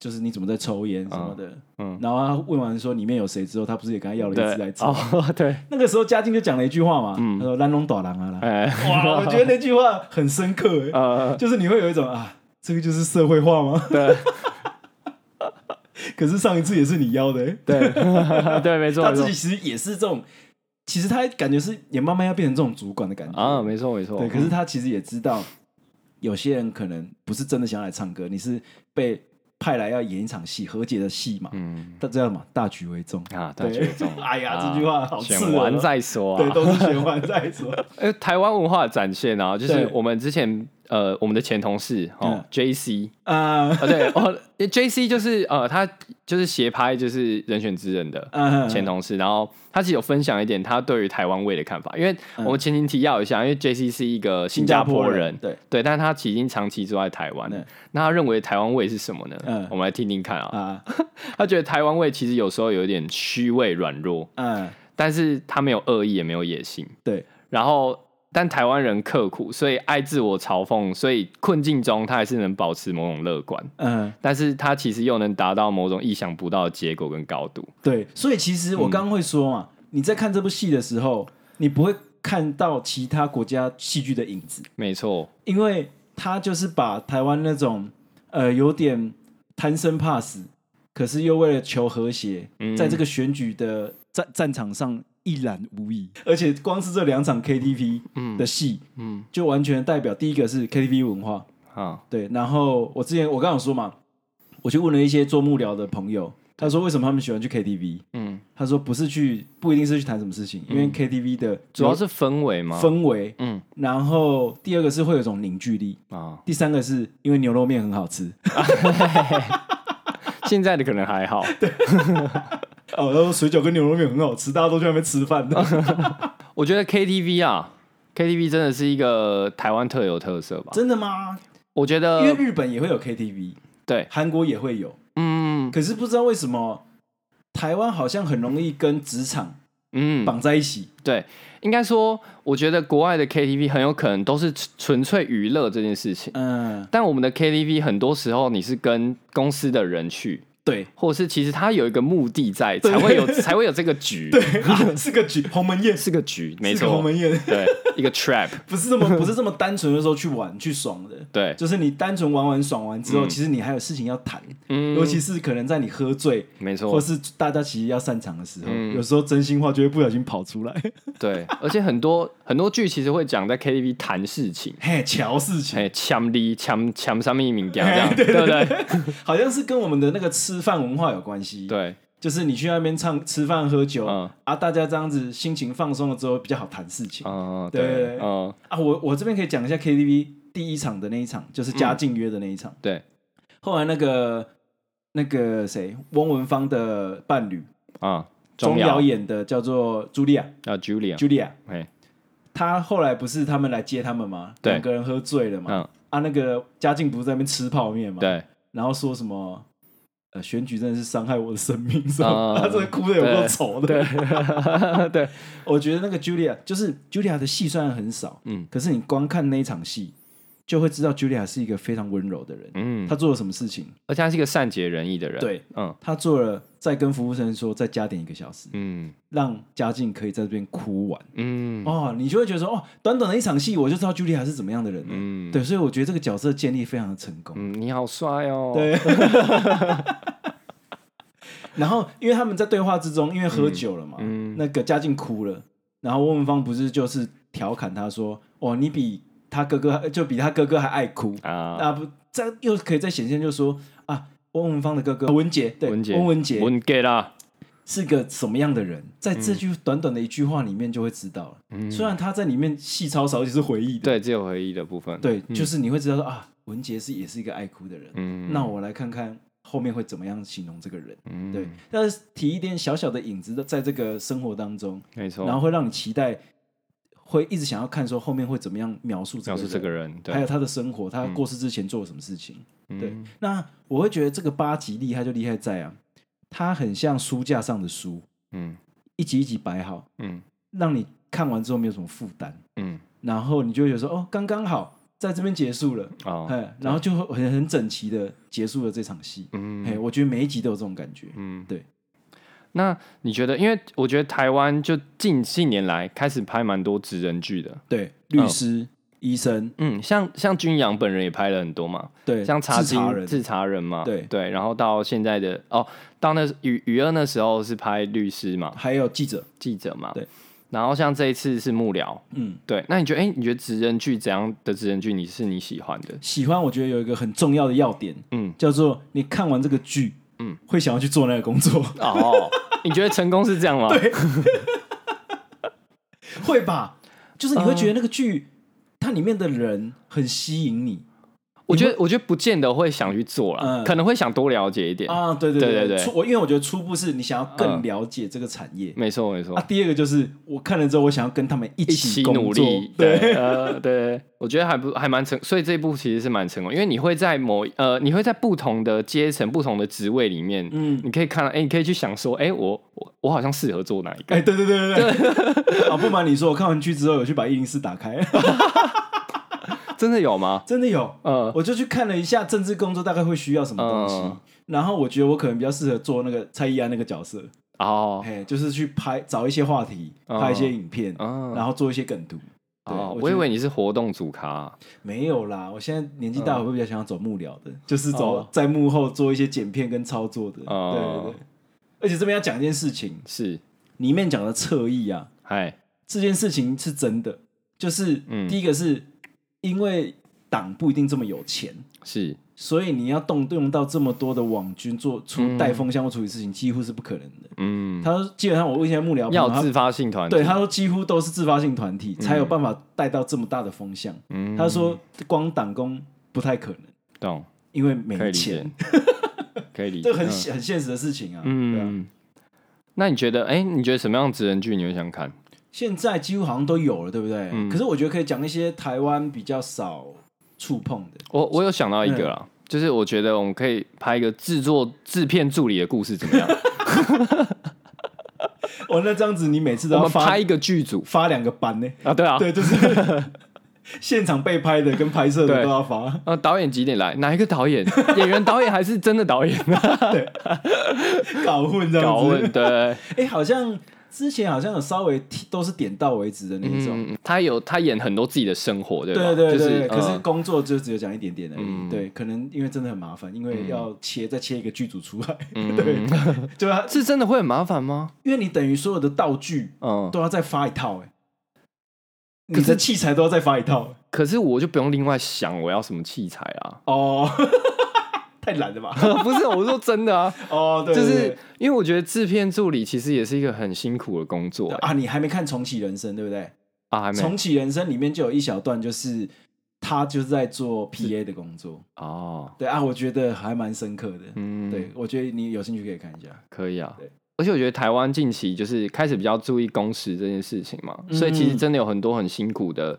[SPEAKER 2] 就是你怎么在抽烟什么的，
[SPEAKER 1] 嗯，
[SPEAKER 2] 然后他问完说里面有谁之后，他不是也跟他要了一支来
[SPEAKER 1] 对，
[SPEAKER 2] 抽？
[SPEAKER 1] 哦 [laughs] 对，
[SPEAKER 2] 那个时候嘉靖就讲了一句话嘛，
[SPEAKER 1] 嗯
[SPEAKER 2] 他说“蓝龙短狼啊啦”，
[SPEAKER 1] 哎，
[SPEAKER 2] [laughs] 哇，我觉得那句话很深刻、欸，
[SPEAKER 1] 呃，
[SPEAKER 2] 就是你会有一种啊，这个就是社会化 [laughs] 吗？
[SPEAKER 1] 对
[SPEAKER 2] 可是上一次也是你邀的、欸，
[SPEAKER 1] 对 [laughs] 对，没错
[SPEAKER 2] 他
[SPEAKER 1] 没
[SPEAKER 2] 自
[SPEAKER 1] 错
[SPEAKER 2] 己其实也是这种，其实他感觉是也慢慢要变成这种主管的感觉
[SPEAKER 1] 啊，没错没错，
[SPEAKER 2] 对，可是他其实也知道，有些人可能不是真的想要来唱歌，你是被派来要演一场戏和解的戏嘛，
[SPEAKER 1] 嗯
[SPEAKER 2] 他、这样嘛，大局为重。
[SPEAKER 1] 啊，大
[SPEAKER 2] 对，
[SPEAKER 1] 绝种
[SPEAKER 2] [laughs] 哎呀，
[SPEAKER 1] 啊
[SPEAKER 2] 这句话好刺
[SPEAKER 1] 选
[SPEAKER 2] 耳
[SPEAKER 1] 完再说
[SPEAKER 2] 对，
[SPEAKER 1] 啊，
[SPEAKER 2] 都是选完再说。
[SPEAKER 1] 哎，台湾文化的展现啊，就是
[SPEAKER 2] 对
[SPEAKER 1] 我们之前呃，我们的前同事哦
[SPEAKER 2] 嗯
[SPEAKER 1] ，J C，
[SPEAKER 2] [laughs] 啊、
[SPEAKER 1] 啊，对哦，J C 就是呃，他就是斜拍，就是人选之人的
[SPEAKER 2] 嗯，
[SPEAKER 1] 前同事，然后他其实有分享一点他对于台湾味的看法，因为
[SPEAKER 2] 嗯
[SPEAKER 1] 我们前情提要一下，因为 J C 是一个新加坡人，
[SPEAKER 2] 对，
[SPEAKER 1] 对，但他其实已经长期住在台湾
[SPEAKER 2] 嗯，
[SPEAKER 1] 那他认为台湾味是什么呢
[SPEAKER 2] 嗯？
[SPEAKER 1] 我们来听听看啊，
[SPEAKER 2] 啊，
[SPEAKER 1] 他觉得台湾味其实有时候有一点虚伪软弱，
[SPEAKER 2] 嗯，
[SPEAKER 1] 但是他没有恶意，也没有野心，
[SPEAKER 2] 对，
[SPEAKER 1] 然后。但台湾人刻苦，所以爱自我嘲讽，所以困境中他还是能保持某种乐观。
[SPEAKER 2] 嗯，
[SPEAKER 1] 但是它其实又能达到某种意想不到的结果跟高度。
[SPEAKER 2] 对，所以其实我刚刚会说嘛，你在看这部戏的时候，你不会看到其他国家戏剧的影子，
[SPEAKER 1] 没错，
[SPEAKER 2] 因为他就是把台湾那种呃有点贪生怕死，可是又为了求和谐，
[SPEAKER 1] 嗯
[SPEAKER 2] 在这个选举的战战场上一览无遗。而且光是这两场 KTV 的戏，
[SPEAKER 1] 嗯
[SPEAKER 2] 就完全代表第一个是 KTV 文化，
[SPEAKER 1] 啊，
[SPEAKER 2] 对，然后我之前我刚有说嘛，我去问了一些做幕僚的朋友，他说为什么他们喜欢去 KTV？
[SPEAKER 1] 嗯，
[SPEAKER 2] 他说不是去，不一定是去谈什么事情，因为 KTV 的
[SPEAKER 1] 主要是氛围嘛。
[SPEAKER 2] 氛围，
[SPEAKER 1] 嗯
[SPEAKER 2] 然后第二个是会有一种凝聚力，
[SPEAKER 1] 啊，
[SPEAKER 2] 第三个是因为牛肉面很好吃。
[SPEAKER 1] 现在的可能还好，
[SPEAKER 2] [laughs] 哦，然后水饺跟牛肉面很好吃，大家都去那边吃饭的，
[SPEAKER 1] 我觉得 KTV 啊，KTV 真的是一个台湾特有特色吧。
[SPEAKER 2] [laughs] 真的吗？
[SPEAKER 1] 我觉
[SPEAKER 2] 因
[SPEAKER 1] 得
[SPEAKER 2] 为日本也会有 KTV，
[SPEAKER 1] 对，
[SPEAKER 2] 韩国也会有，
[SPEAKER 1] 嗯，
[SPEAKER 2] 可是不知道为什么台湾好像很容易跟职场
[SPEAKER 1] 嗯，
[SPEAKER 2] 绑在一起。
[SPEAKER 1] 对，应该说，我觉得国外的 KTV 很有可能都是纯粹娱乐这件事情，
[SPEAKER 2] 嗯，
[SPEAKER 1] 但我们的 KTV 很多时候你是跟公司的人去，
[SPEAKER 2] [laughs] 对，
[SPEAKER 1] 或者是其实他有一个目的在，才会有才会有这个局， [laughs] 对，
[SPEAKER 2] 啊是个 [laughs] 局，鸿门宴，
[SPEAKER 1] 是个局，没
[SPEAKER 2] 是个鸿
[SPEAKER 1] 错，
[SPEAKER 2] 门宴，
[SPEAKER 1] 对，一个 trap，
[SPEAKER 2] 不是
[SPEAKER 1] [laughs]
[SPEAKER 2] 这么不是这么单纯的时候去玩去爽的。
[SPEAKER 1] 对，
[SPEAKER 2] 就是你单纯玩玩爽完之后，其实你还有事情要谈，
[SPEAKER 1] 嗯
[SPEAKER 2] 尤其是可能在你喝醉
[SPEAKER 1] 没错嗯
[SPEAKER 2] 或，是大家其实要散场的时候，有时候真心话就会不小心跑出来，
[SPEAKER 1] 对，而且很多很多剧其实会讲在 KTV 谈事情，
[SPEAKER 2] 嘿，瞧事情，
[SPEAKER 1] 哎，抢力抢抢上面名讲这样， [laughs] 对不对？
[SPEAKER 2] 好像是跟我们的那个吃饭文化有关系。，
[SPEAKER 1] 对，
[SPEAKER 2] 就是你去那边唱吃饭喝酒、
[SPEAKER 1] 嗯
[SPEAKER 2] 啊，大家这样子心情放松了之后比较好谈事情、
[SPEAKER 1] 嗯，
[SPEAKER 2] 对
[SPEAKER 1] 对，嗯，
[SPEAKER 2] 啊。我我这边可以讲一下 KTV 第一场的那一场，就是嘉靖约的那一场。
[SPEAKER 1] 嗯对，
[SPEAKER 2] 后来那个那个谁，翁文芳的伴侣
[SPEAKER 1] 啊，
[SPEAKER 2] 钟
[SPEAKER 1] 钟
[SPEAKER 2] 瑶
[SPEAKER 1] 瑶
[SPEAKER 2] 演的叫做茱莉亚
[SPEAKER 1] 啊，Julia，
[SPEAKER 2] 茱莉亚，
[SPEAKER 1] 哎，
[SPEAKER 2] 她后来不是他们来接他们吗？
[SPEAKER 1] 对
[SPEAKER 2] 两个人喝醉了嘛。
[SPEAKER 1] 嗯，
[SPEAKER 2] 啊，那个嘉靖不是在那边吃泡面吗？ [laughs]
[SPEAKER 1] 对。
[SPEAKER 2] 然后说什么呃选举真的是伤害我的生命，什么、
[SPEAKER 1] 啊
[SPEAKER 2] [laughs] 他真的哭的有够丑的。
[SPEAKER 1] 对对，
[SPEAKER 2] [laughs] 我觉得那个 Julia 就是 Julia 的戏虽然很少，
[SPEAKER 1] 嗯
[SPEAKER 2] 可是你光看那一场戏就会知道 Julia 是一个非常温柔的人。
[SPEAKER 1] 嗯，
[SPEAKER 2] 她做了什么事情？
[SPEAKER 1] 而且他是一个善解人意的人。，
[SPEAKER 2] 对
[SPEAKER 1] 嗯
[SPEAKER 2] 她做了，再跟服务生说再加点一个小时，
[SPEAKER 1] 嗯
[SPEAKER 2] 让嘉靖可以在这边哭完。
[SPEAKER 1] 嗯
[SPEAKER 2] 哦，你就会觉得说，哦，短短的一场戏，我就知道 Julia 是怎么样的人了。
[SPEAKER 1] 嗯
[SPEAKER 2] 对，所以我觉得这个角色建立非常的成功。
[SPEAKER 1] 嗯，你好帅哦。
[SPEAKER 2] 对 [laughs] 然后，因为他们在对话之中，因为喝酒了嘛，
[SPEAKER 1] 嗯
[SPEAKER 2] 那个嘉靖哭了，然后翁文芳不是就是调侃他说：“哦，你比他哥哥就比他哥哥还爱哭。
[SPEAKER 1] 啊，
[SPEAKER 2] 啊不，这样又可以再显现，就说啊，翁文芳的哥哥文杰，对，
[SPEAKER 1] 文杰，
[SPEAKER 2] 翁文杰
[SPEAKER 1] 文杰啦。
[SPEAKER 2] 是个什么样的人，在这句短短的一句话里面就会知道了。
[SPEAKER 1] 嗯
[SPEAKER 2] 虽然他在里面戏超少，而且是回忆的，
[SPEAKER 1] 对，只有回忆的部分。，
[SPEAKER 2] 对，就是你会知道说啊，文杰是也是一个爱哭的人。
[SPEAKER 1] 嗯，
[SPEAKER 2] 那我来看看后面会怎么样形容这个人。
[SPEAKER 1] 嗯
[SPEAKER 2] 对，，但是提一点小小的影子在这个生活当中，
[SPEAKER 1] 没错。
[SPEAKER 2] 然后会让你期待，会一直想要看说后面会怎么样描述这
[SPEAKER 1] 描述
[SPEAKER 2] 个人，
[SPEAKER 1] 这个人，
[SPEAKER 2] 还
[SPEAKER 1] 对
[SPEAKER 2] 有他的生活，他过世之前做了什么事情。对
[SPEAKER 1] 嗯，
[SPEAKER 2] 那我会觉得这个八集厉害就厉害在啊，它很像书架上的书，
[SPEAKER 1] 嗯
[SPEAKER 2] 一集一集摆好，
[SPEAKER 1] 嗯
[SPEAKER 2] 让你看完之后没有什么负担，
[SPEAKER 1] 嗯
[SPEAKER 2] 然后你就会觉得说哦，刚刚好，在这边结束了，
[SPEAKER 1] 哦，
[SPEAKER 2] 哎，然后就会很很整齐的结束了这场戏。哎，
[SPEAKER 1] 嗯
[SPEAKER 2] 我觉得每一集都有这种感觉。
[SPEAKER 1] 嗯，
[SPEAKER 2] 对。
[SPEAKER 1] 那你觉得？因为我觉得台湾就近近年来开始拍蛮多职人剧的，
[SPEAKER 2] 对，
[SPEAKER 1] 哦
[SPEAKER 2] 律师、医生，
[SPEAKER 1] 嗯，像像君阳本人也拍了很多嘛，
[SPEAKER 2] 对，
[SPEAKER 1] 像查
[SPEAKER 2] 制茶
[SPEAKER 1] 金
[SPEAKER 2] 人，
[SPEAKER 1] 自查人嘛，
[SPEAKER 2] 对
[SPEAKER 1] 对，然后到现在的哦，到那雨雨二那时候是拍律师嘛，
[SPEAKER 2] 还有记者，
[SPEAKER 1] 记者嘛，
[SPEAKER 2] 对，
[SPEAKER 1] 然后像这一次是幕僚，
[SPEAKER 2] 嗯，
[SPEAKER 1] 对，那你觉得哎、你觉得职人剧怎样的职人剧你是你喜欢的？
[SPEAKER 2] 喜欢，我觉得有一个很重要的要点，
[SPEAKER 1] 嗯，
[SPEAKER 2] 叫做你看完这个剧，嗯，会想要去做那个工作， [laughs]
[SPEAKER 1] 哦，你觉得成功是这样吗？对，
[SPEAKER 2] 会吧？就是你会
[SPEAKER 1] 嗯
[SPEAKER 2] 觉得那个剧，它里面的人很吸引你
[SPEAKER 1] 我觉得我觉得不见得会想去做啦，
[SPEAKER 2] 嗯
[SPEAKER 1] 可能会想多了解一点，
[SPEAKER 2] 啊！对
[SPEAKER 1] 对
[SPEAKER 2] 对
[SPEAKER 1] 对对
[SPEAKER 2] 初我因为我觉得初步是你想要更了解这个产业
[SPEAKER 1] 没错没错
[SPEAKER 2] 啊，，第二个就是我看了之后，我想要跟他们一
[SPEAKER 1] 一起
[SPEAKER 2] 工
[SPEAKER 1] 努
[SPEAKER 2] 作
[SPEAKER 1] 力，
[SPEAKER 2] 对，
[SPEAKER 1] 对，呃，对，我觉得还不还蛮成，所以这一部其实是蛮成功，因为你会在某呃，你会在不同的阶层、不同的职位里面， [laughs]
[SPEAKER 2] 嗯
[SPEAKER 1] 你可以看到，哎，你可以去想说，哎，我我我好像适合做哪一个，
[SPEAKER 2] 哎，对对对对
[SPEAKER 1] [laughs]
[SPEAKER 2] 对，啊，不瞒你说，我看完剧之后有去把一零四打开，
[SPEAKER 1] 真的有吗？
[SPEAKER 2] 真的有，
[SPEAKER 1] 呃，
[SPEAKER 2] 我就去看了一下政治工作大概会需要什么东西，
[SPEAKER 1] 嗯
[SPEAKER 2] 然后我觉得我可能比较适合做那个蔡依安那个角色，
[SPEAKER 1] 哦，
[SPEAKER 2] 哎、就是去拍找一些话题，
[SPEAKER 1] 嗯
[SPEAKER 2] 拍一些影片，
[SPEAKER 1] 嗯，
[SPEAKER 2] 然后做一些梗图。对
[SPEAKER 1] 哦，
[SPEAKER 2] 觉
[SPEAKER 1] 我以
[SPEAKER 2] 得
[SPEAKER 1] 为你是活动组咖啊，
[SPEAKER 2] 没有啦，我现在年纪大，我会比较想要走幕僚的，就是走
[SPEAKER 1] 哦
[SPEAKER 2] 在幕后做一些剪片跟操作的。
[SPEAKER 1] 哦
[SPEAKER 2] 对对对，而且这边要讲一件事情，
[SPEAKER 1] 是，
[SPEAKER 2] 里面讲的侧翼啊，
[SPEAKER 1] 嗨，
[SPEAKER 2] 这件事情是真的，就是、
[SPEAKER 1] 嗯
[SPEAKER 2] 第一个是因为党不一定这么有钱，
[SPEAKER 1] 是，
[SPEAKER 2] 所以你要动用到这么多的网军做出带风向或处理事情，几乎是不可能的。
[SPEAKER 1] 嗯，
[SPEAKER 2] 他说，基本上我问一下幕僚朋友，
[SPEAKER 1] 要
[SPEAKER 2] 他
[SPEAKER 1] 自发性团体，
[SPEAKER 2] 对他说几乎都是自发性团体才有办法带到这么大的风向。
[SPEAKER 1] 嗯
[SPEAKER 2] 他说光党工不太可能，
[SPEAKER 1] 懂，
[SPEAKER 2] 因为
[SPEAKER 1] 可以
[SPEAKER 2] 没
[SPEAKER 1] 理
[SPEAKER 2] 钱
[SPEAKER 1] 解，，可以理解，
[SPEAKER 2] [laughs] 这很
[SPEAKER 1] 嗯
[SPEAKER 2] 现很现实的事情啊。对啊，
[SPEAKER 1] 嗯，那你觉得，哎，你觉得什么样的职人剧你会想看？
[SPEAKER 2] 现在几乎好像都有了，对不对？
[SPEAKER 1] 嗯
[SPEAKER 2] 可是我觉得可以讲一些台湾比较少触碰的。
[SPEAKER 1] 我我有想到一
[SPEAKER 2] 嗯
[SPEAKER 1] 个啦，就是我觉得我们可
[SPEAKER 2] [laughs]
[SPEAKER 1] 以拍一个制作制片助理的故事，怎么样？
[SPEAKER 2] 我哦那这样子，你每次都
[SPEAKER 1] 我
[SPEAKER 2] 要
[SPEAKER 1] 们
[SPEAKER 2] 发
[SPEAKER 1] 拍一个剧组
[SPEAKER 2] 发两个版呢、
[SPEAKER 1] 啊，对啊，
[SPEAKER 2] 对，就是 [laughs] 现场被拍的跟拍摄的
[SPEAKER 1] 对
[SPEAKER 2] 都要发。
[SPEAKER 1] 啊，导演几点来？哪一个导演？演员导演还是真的导演？ [laughs]
[SPEAKER 2] [laughs] 搞混这
[SPEAKER 1] 搞
[SPEAKER 2] 样
[SPEAKER 1] 问
[SPEAKER 2] 子。 [laughs]
[SPEAKER 1] 对，
[SPEAKER 2] 哎、好像之前好像有稍微提都是点到为止的那种。
[SPEAKER 1] 嗯，他有他演很多自己的生活，对吧？
[SPEAKER 2] 对对
[SPEAKER 1] 就
[SPEAKER 2] 对，
[SPEAKER 1] 是
[SPEAKER 2] 可是
[SPEAKER 1] 嗯
[SPEAKER 2] 工作就只有讲一点点而已。
[SPEAKER 1] 嗯
[SPEAKER 2] 对，可能因为真的很麻烦，因为要切、再切一个剧组出来，
[SPEAKER 1] 嗯
[SPEAKER 2] [laughs] 对，对啊，
[SPEAKER 1] [laughs] 是真的会很麻烦吗？
[SPEAKER 2] 因为你等于所有的道具
[SPEAKER 1] 嗯，
[SPEAKER 2] 都要再发一套、哎，
[SPEAKER 1] 可
[SPEAKER 2] 你
[SPEAKER 1] 是
[SPEAKER 2] 的器材都要再发一套。
[SPEAKER 1] 可是我就不用另外想我要什么器材啊
[SPEAKER 2] [laughs] 哦，太懒了吧？
[SPEAKER 1] 不是，我说真的啊，
[SPEAKER 2] 哦，对
[SPEAKER 1] 就
[SPEAKER 2] 对
[SPEAKER 1] 是因为我觉得制片助理其实也是一个很辛苦的工作
[SPEAKER 2] 对
[SPEAKER 1] 欸
[SPEAKER 2] 啊，你还没看《重启人生》对不对？
[SPEAKER 1] 啊，还
[SPEAKER 2] 《
[SPEAKER 1] 没
[SPEAKER 2] 重启人生》里面就有一小段，就是他就是在做 PA 的工作。
[SPEAKER 1] 哦，
[SPEAKER 2] 对啊，我觉得还蛮深刻的。
[SPEAKER 1] 嗯，
[SPEAKER 2] 对，，我觉得你有兴趣可以看一下。
[SPEAKER 1] 可以啊
[SPEAKER 2] 对。
[SPEAKER 1] 而且我觉得台湾近期就是开始比较注意工时这件事情嘛，
[SPEAKER 2] 嗯
[SPEAKER 1] 所以其实真的有很多很辛苦的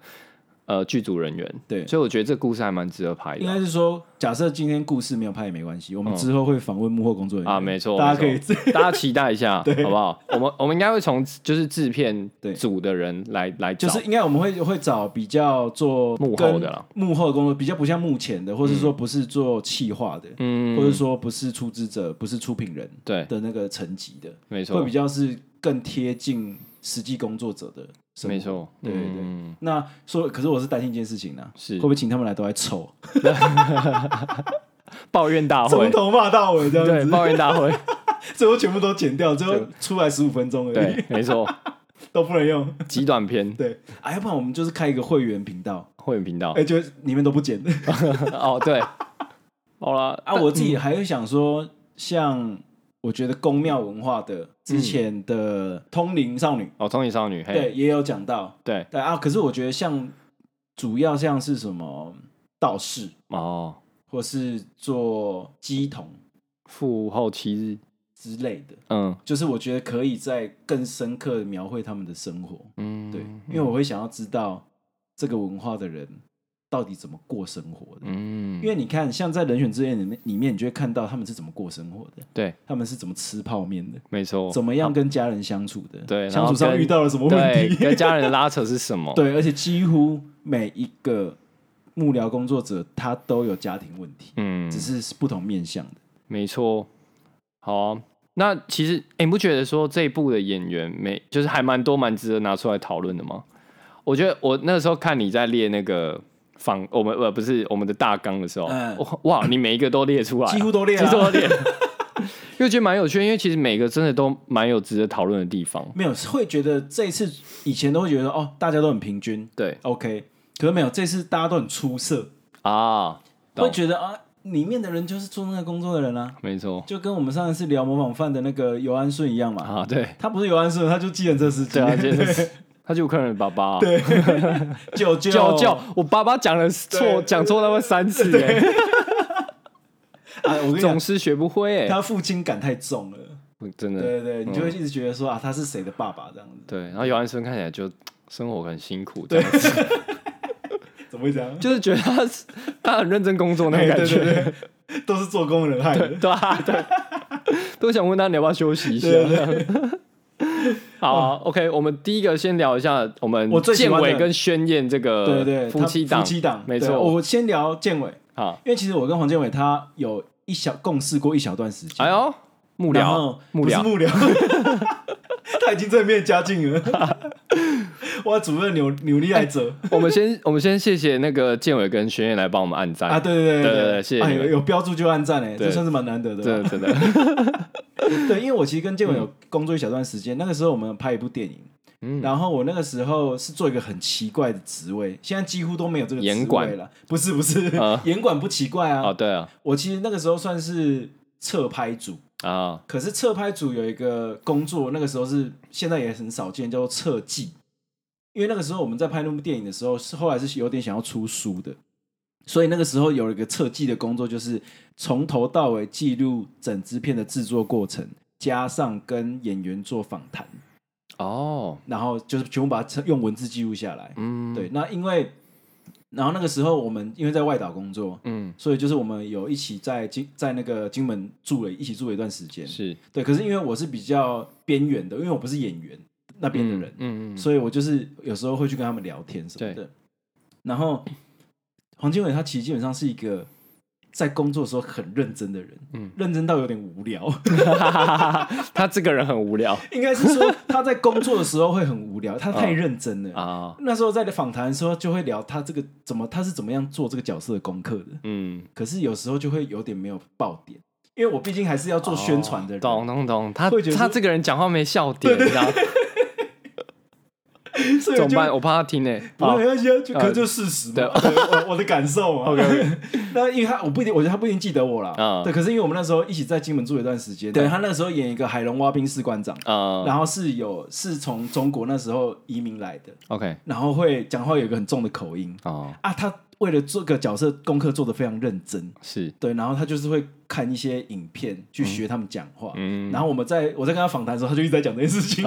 [SPEAKER 1] 呃剧组人员，
[SPEAKER 2] 对，
[SPEAKER 1] 所以我觉得这故事还蛮值得拍
[SPEAKER 2] 应
[SPEAKER 1] 的
[SPEAKER 2] 该
[SPEAKER 1] 啊。
[SPEAKER 2] 是说，假设今天故事没有拍也没关系，我们
[SPEAKER 1] 嗯
[SPEAKER 2] 之后会访问幕后工作人员
[SPEAKER 1] 啊没错
[SPEAKER 2] 大家可以
[SPEAKER 1] 没
[SPEAKER 2] 自
[SPEAKER 1] 大家期待一
[SPEAKER 2] [laughs]
[SPEAKER 1] 下，好不好？我们我们应该会从就是制片
[SPEAKER 2] 对
[SPEAKER 1] 组的人来来
[SPEAKER 2] 就
[SPEAKER 1] 找，
[SPEAKER 2] 是应该我们会会找比较做
[SPEAKER 1] 幕
[SPEAKER 2] 跟
[SPEAKER 1] 后的啦
[SPEAKER 2] 幕后的工作，比较不像幕前的，或是说不是做企划的，
[SPEAKER 1] 嗯，
[SPEAKER 2] 或者说不是出资者，不是出品人
[SPEAKER 1] 对，
[SPEAKER 2] 的那个层级的，
[SPEAKER 1] 没
[SPEAKER 2] 会
[SPEAKER 1] 错
[SPEAKER 2] 比，较是更贴近实际工作者的生活
[SPEAKER 1] 没。错，
[SPEAKER 2] 对对对
[SPEAKER 1] 嗯
[SPEAKER 2] 那说，可是我是担心一件事情呢、啊
[SPEAKER 1] 是
[SPEAKER 2] 会不会请他们来都在臭，
[SPEAKER 1] 抱怨大
[SPEAKER 2] 从
[SPEAKER 1] 会，
[SPEAKER 2] 头骂到尾这
[SPEAKER 1] 对
[SPEAKER 2] [laughs] 样，子，
[SPEAKER 1] 抱怨大会，
[SPEAKER 2] [laughs] 最后全部都剪掉，最后出来十五分钟而已，
[SPEAKER 1] 对，没错，
[SPEAKER 2] [laughs] 都不能用。 [laughs]
[SPEAKER 1] 极短篇
[SPEAKER 2] 对，啊，要不然我们就是开一个会员频道，
[SPEAKER 1] 会员频道
[SPEAKER 2] 哎、，就里面都不 [laughs] 剪
[SPEAKER 1] 哦，对，好了
[SPEAKER 2] 啊。我自己还会想说，像我觉得宫庙文化的之前的通灵少女，
[SPEAKER 1] 哦，童影少女，嘿，
[SPEAKER 2] 对，也有讲到，
[SPEAKER 1] 对，
[SPEAKER 2] 对啊。可是我觉得像主要像是什么道士，
[SPEAKER 1] 哦，
[SPEAKER 2] 或是做鸡童
[SPEAKER 1] 复后七日，
[SPEAKER 2] 之类的，
[SPEAKER 1] 嗯
[SPEAKER 2] 就是我觉得可以再更深刻的描绘他们的生活，
[SPEAKER 1] 嗯，
[SPEAKER 2] 对，因为我会想要知道这个文化的人到底怎么过生活的。
[SPEAKER 1] 嗯，
[SPEAKER 2] 因为你看，像在《人选之恋》里面，里面你就会看到他们是怎么过生活的，
[SPEAKER 1] 对，
[SPEAKER 2] 他们是怎么吃泡面的，
[SPEAKER 1] 没错，
[SPEAKER 2] 怎么样跟家人相处的，
[SPEAKER 1] 对然
[SPEAKER 2] 相
[SPEAKER 1] 后
[SPEAKER 2] 处上
[SPEAKER 1] 跟
[SPEAKER 2] 遇到了什么问
[SPEAKER 1] 对
[SPEAKER 2] 题， [laughs]
[SPEAKER 1] 跟家人的拉扯是什么？
[SPEAKER 2] 对，而且几乎每一个幕僚工作者他都有家庭问题，
[SPEAKER 1] 嗯，
[SPEAKER 2] 只是不同面向的。
[SPEAKER 1] 没错。好啊、那其实、诶你不觉得说这一部的演员没，就是还蛮多蛮值得拿出来讨论的吗？我觉得我那时候看你在列那个访，我们呃不是我们的大纲的时候，
[SPEAKER 2] 嗯
[SPEAKER 1] 哇哇，你每一个都列出来啊、
[SPEAKER 2] 几乎都
[SPEAKER 1] [laughs]
[SPEAKER 2] 列
[SPEAKER 1] 几
[SPEAKER 2] 了
[SPEAKER 1] 乎都列。因为觉得蛮有趣的，因为其实每个真的都蛮有值得讨论的地方。
[SPEAKER 2] [laughs] 没有会觉得这一次以前都会觉得哦，大家都很平均
[SPEAKER 1] 对
[SPEAKER 2] ，OK，可是没有这次大家都很出色，
[SPEAKER 1] 啊，
[SPEAKER 2] 会
[SPEAKER 1] 懂
[SPEAKER 2] 觉得啊，里面的人就是做那个工作的人啊，
[SPEAKER 1] 没错
[SPEAKER 2] 就跟我们上一次聊模仿犯的那个尤安顺一样嘛，
[SPEAKER 1] 啊，对
[SPEAKER 2] 他不是游安顺，他就计程车司机。
[SPEAKER 1] 对啊，
[SPEAKER 2] [laughs]
[SPEAKER 1] 就是他就有客人的爸爸、啊，对，
[SPEAKER 2] 舅舅
[SPEAKER 1] 叫叫我爸爸讲了错，
[SPEAKER 2] 哦对
[SPEAKER 1] 讲错他妈三次、欸，
[SPEAKER 2] [laughs] 啊！我跟你讲
[SPEAKER 1] 总，是学不会、欸，
[SPEAKER 2] 他父亲感太重了。
[SPEAKER 1] 真的
[SPEAKER 2] 对对对，你就会一直觉得说啊，他是谁的爸爸这样子？
[SPEAKER 1] 对，然后姚安生看起来就生活很辛苦，这样 [laughs] 子，
[SPEAKER 2] 怎么会这样？
[SPEAKER 1] 就是觉得他是他很认真工作那种
[SPEAKER 2] 哎
[SPEAKER 1] 感
[SPEAKER 2] 对
[SPEAKER 1] 觉，
[SPEAKER 2] 对对，都是做工人害的。
[SPEAKER 1] [laughs] 对啊，对，都想问他你要不要休息一下。 [laughs] 好啊、o k 我们第一个先聊一下我们
[SPEAKER 2] 哦我最喜
[SPEAKER 1] 建
[SPEAKER 2] 欢的
[SPEAKER 1] 伟跟宣燕这个
[SPEAKER 2] 对对，
[SPEAKER 1] 夫
[SPEAKER 2] 他
[SPEAKER 1] 妻档，
[SPEAKER 2] 夫妻档
[SPEAKER 1] 没
[SPEAKER 2] 对
[SPEAKER 1] 错，
[SPEAKER 2] 我先聊建伟，
[SPEAKER 1] 好，
[SPEAKER 2] 因为其实我跟黄建伟他有一小共事过一小段时间
[SPEAKER 1] 哎。呦，幕
[SPEAKER 2] 然
[SPEAKER 1] 僚
[SPEAKER 2] 后，
[SPEAKER 1] 幕
[SPEAKER 2] 不是
[SPEAKER 1] 僚，
[SPEAKER 2] 幕僚， [laughs] 他已经正面加进了。哇，主任扭扭力爱者
[SPEAKER 1] [laughs] 我们先我们先谢谢那个建伟跟宣燕来帮我们按赞
[SPEAKER 2] 啊！对对
[SPEAKER 1] 哎对对对
[SPEAKER 2] 对
[SPEAKER 1] 谢谢
[SPEAKER 2] 啊
[SPEAKER 1] 你们
[SPEAKER 2] 有有标注就按赞哎，
[SPEAKER 1] 对
[SPEAKER 2] 这算是蛮难得的吧。
[SPEAKER 1] 真的真的，
[SPEAKER 2] [laughs] 对，因为我其实跟建伟有工作一小段时间，那个时候我们拍一部电影，
[SPEAKER 1] 嗯
[SPEAKER 2] 然后我那个时候是做一个很奇怪的职位，现在几乎都没有这个职
[SPEAKER 1] 严
[SPEAKER 2] 位
[SPEAKER 1] 管
[SPEAKER 2] 了。不是不是，
[SPEAKER 1] 啊
[SPEAKER 2] [laughs] 严管不奇怪啊。
[SPEAKER 1] 哦对啊
[SPEAKER 2] 我其实那个时候算是侧拍组，
[SPEAKER 1] 啊
[SPEAKER 2] 可是侧拍组有一个工作，那个时候是现在也很少见，叫做侧记。因为那个时候我们在拍那部电影的时候，是后来是有点想要出书的，所以那个时候有一个侧记的工作，就是从头到尾记录整支片的制作过程，加上跟演员做访谈，
[SPEAKER 1] 哦
[SPEAKER 2] 然后就是全部把它用文字记录下来。
[SPEAKER 1] 嗯
[SPEAKER 2] 对，那因为然后那个时候我们因为在外岛工作，
[SPEAKER 1] 嗯，
[SPEAKER 2] 所以就是我们有一起在金在那个金门住了一起住了一段时间。
[SPEAKER 1] 是
[SPEAKER 2] 对，可是因为我是比较边缘的，因为我不是演员那边的人，
[SPEAKER 1] 嗯嗯嗯，
[SPEAKER 2] 所以我就是有时候会去跟他们聊天什么的。然后黄金伟他其实基本上是一个在工作的时候很认真的人，
[SPEAKER 1] 嗯
[SPEAKER 2] 认真到有点无聊。 [laughs]
[SPEAKER 1] 他这个人很无聊
[SPEAKER 2] 应该是说他在工作的时候会很无聊，他太
[SPEAKER 1] 啊
[SPEAKER 2] 认真了。
[SPEAKER 1] 啊，
[SPEAKER 2] 那时候在访谈的时候就会聊他这个怎么他是怎么样做这个角色的功课的，
[SPEAKER 1] 嗯，
[SPEAKER 2] 可是有时候就会有点没有爆点，因为我毕竟还是要做宣传的人，
[SPEAKER 1] 哦懂懂懂，他
[SPEAKER 2] 会觉得
[SPEAKER 1] 他
[SPEAKER 2] 说
[SPEAKER 1] 这个人讲话没笑点，你知道
[SPEAKER 2] 所以
[SPEAKER 1] 怎
[SPEAKER 2] 我
[SPEAKER 1] 么
[SPEAKER 2] 就
[SPEAKER 1] 办？我怕他听呢。
[SPEAKER 2] 不过没关系啊，就
[SPEAKER 1] 啊
[SPEAKER 2] 可就事实嘛，
[SPEAKER 1] 对
[SPEAKER 2] 对我我的感受嘛。
[SPEAKER 1] [laughs] OK，
[SPEAKER 2] [laughs] 那因为他我不一定，我觉得他不一定记得我啦。
[SPEAKER 1] 啊
[SPEAKER 2] 对，可是因为我们那时候一起在金门住了一段时间，对他那时候演一个海龙蛙兵士官长，
[SPEAKER 1] 啊
[SPEAKER 2] 然后是有是从中国那时候移民来的，
[SPEAKER 1] ，OK，
[SPEAKER 2] 然后会讲话有一个很重的口音
[SPEAKER 1] 哦，
[SPEAKER 2] 啊，他为了这个角色功课做的非常认真，
[SPEAKER 1] 是，
[SPEAKER 2] 对，然后他就是会看一些影片去学他们讲话，
[SPEAKER 1] 嗯，哦
[SPEAKER 2] 然后我们在我在跟他访谈的时候，他就一直在讲这件事情。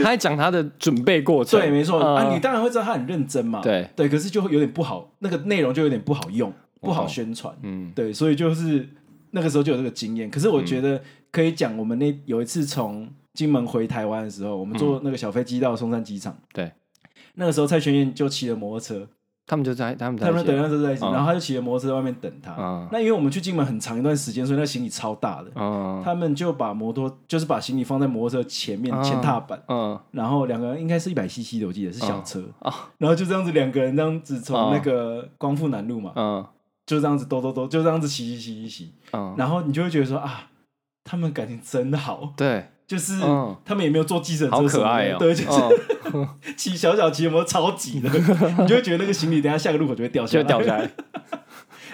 [SPEAKER 1] 他还讲他的准备过程，
[SPEAKER 2] [laughs] 对，没错、啊，
[SPEAKER 1] 嗯
[SPEAKER 2] 你当然会知道他很认真嘛。
[SPEAKER 1] 对
[SPEAKER 2] 对，可是就会有点不好，那个内容就有点不好用，不好宣传。
[SPEAKER 1] 嗯
[SPEAKER 2] 对，所以就是那个时候就有这个经验。可是我觉得可以讲，我们那有一次从金门回台湾的时候，我们坐那个小飞机到松山机场。
[SPEAKER 1] 对，
[SPEAKER 2] 那个时候蔡轩燕就骑了摩托车，
[SPEAKER 1] 他们就在他们在
[SPEAKER 2] 他
[SPEAKER 1] 一
[SPEAKER 2] 们
[SPEAKER 1] 起
[SPEAKER 2] 等那时候在一起，
[SPEAKER 1] 嗯
[SPEAKER 2] 然后他就骑着摩托车在外面等他。
[SPEAKER 1] 嗯
[SPEAKER 2] 那因为我们去金门很长一段时间，所以那个行李超大的，
[SPEAKER 1] 嗯
[SPEAKER 2] 他们就把摩托就是把行李放在摩托车前面、
[SPEAKER 1] 嗯
[SPEAKER 2] 前踏板。
[SPEAKER 1] 嗯
[SPEAKER 2] 然后两个人应该是一百 CC 的，我记得是小车，
[SPEAKER 1] 哦
[SPEAKER 2] 然后就这样子两个人这样子从
[SPEAKER 1] 哦
[SPEAKER 2] 那个光复南路嘛，
[SPEAKER 1] 嗯
[SPEAKER 2] 就这样子兜兜兜，就这样子骑骑骑骑骑，
[SPEAKER 1] 嗯，
[SPEAKER 2] 然后你就会觉得说啊，他们感情真好，
[SPEAKER 1] 对，
[SPEAKER 2] [laughs] 就是、
[SPEAKER 1] 嗯
[SPEAKER 2] 他们也没有坐计程
[SPEAKER 1] 好
[SPEAKER 2] 车什
[SPEAKER 1] 可
[SPEAKER 2] 么
[SPEAKER 1] 爱
[SPEAKER 2] 的，
[SPEAKER 1] 哦，
[SPEAKER 2] 对，就是 [laughs]
[SPEAKER 1] 嗯
[SPEAKER 2] 骑、小小骑有没有超级
[SPEAKER 1] [laughs]
[SPEAKER 2] 的，你就会觉得那个行李等一下下个路口就会掉下
[SPEAKER 1] 就
[SPEAKER 2] 来，
[SPEAKER 1] 掉
[SPEAKER 2] [laughs]
[SPEAKER 1] 下来，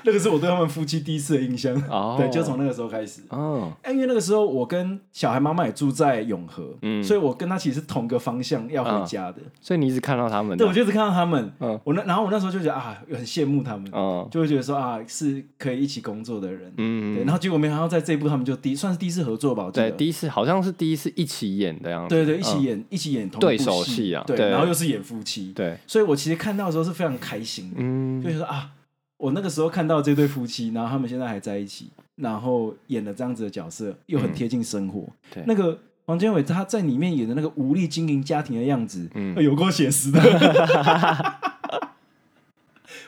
[SPEAKER 2] 那个是我对他们夫妻第一次的印象，
[SPEAKER 1] 哦，
[SPEAKER 2] 对，就从那个时候开始。
[SPEAKER 1] 哦，
[SPEAKER 2] 哎因为那个时候我跟小孩妈妈也住在永和，
[SPEAKER 1] 嗯
[SPEAKER 2] 所以我跟他其实是同个方向要回家的。
[SPEAKER 1] 所以你一直看到他们的
[SPEAKER 2] 对，我，就一直看到他们，
[SPEAKER 1] 嗯
[SPEAKER 2] 我那然后我那时候就觉得啊，很羡慕他们，
[SPEAKER 1] 嗯
[SPEAKER 2] 就会觉得说啊，是可以一起工作的人，对。
[SPEAKER 1] 嗯，
[SPEAKER 2] 然后结果没想到在这一部他们就第算是第一次合作吧，我记得
[SPEAKER 1] 对，，第一次好像是第一次一起演的样子，
[SPEAKER 2] 对对，一起演、一起演同一部
[SPEAKER 1] 对手戏啊
[SPEAKER 2] 对，
[SPEAKER 1] 对
[SPEAKER 2] 然后又是演夫妻，
[SPEAKER 1] 对，
[SPEAKER 2] 所以我其实看到的时候是非常开心的，就
[SPEAKER 1] 嗯
[SPEAKER 2] 觉得啊，我那个时候看到这对夫妻，然后他们现在还在一起，然后演了这样子的角色，又很贴近生活，
[SPEAKER 1] 嗯对
[SPEAKER 2] 那个。王建伟他在里面演的那个无力经营家庭的样子，
[SPEAKER 1] 嗯
[SPEAKER 2] 有够写实的。 [laughs]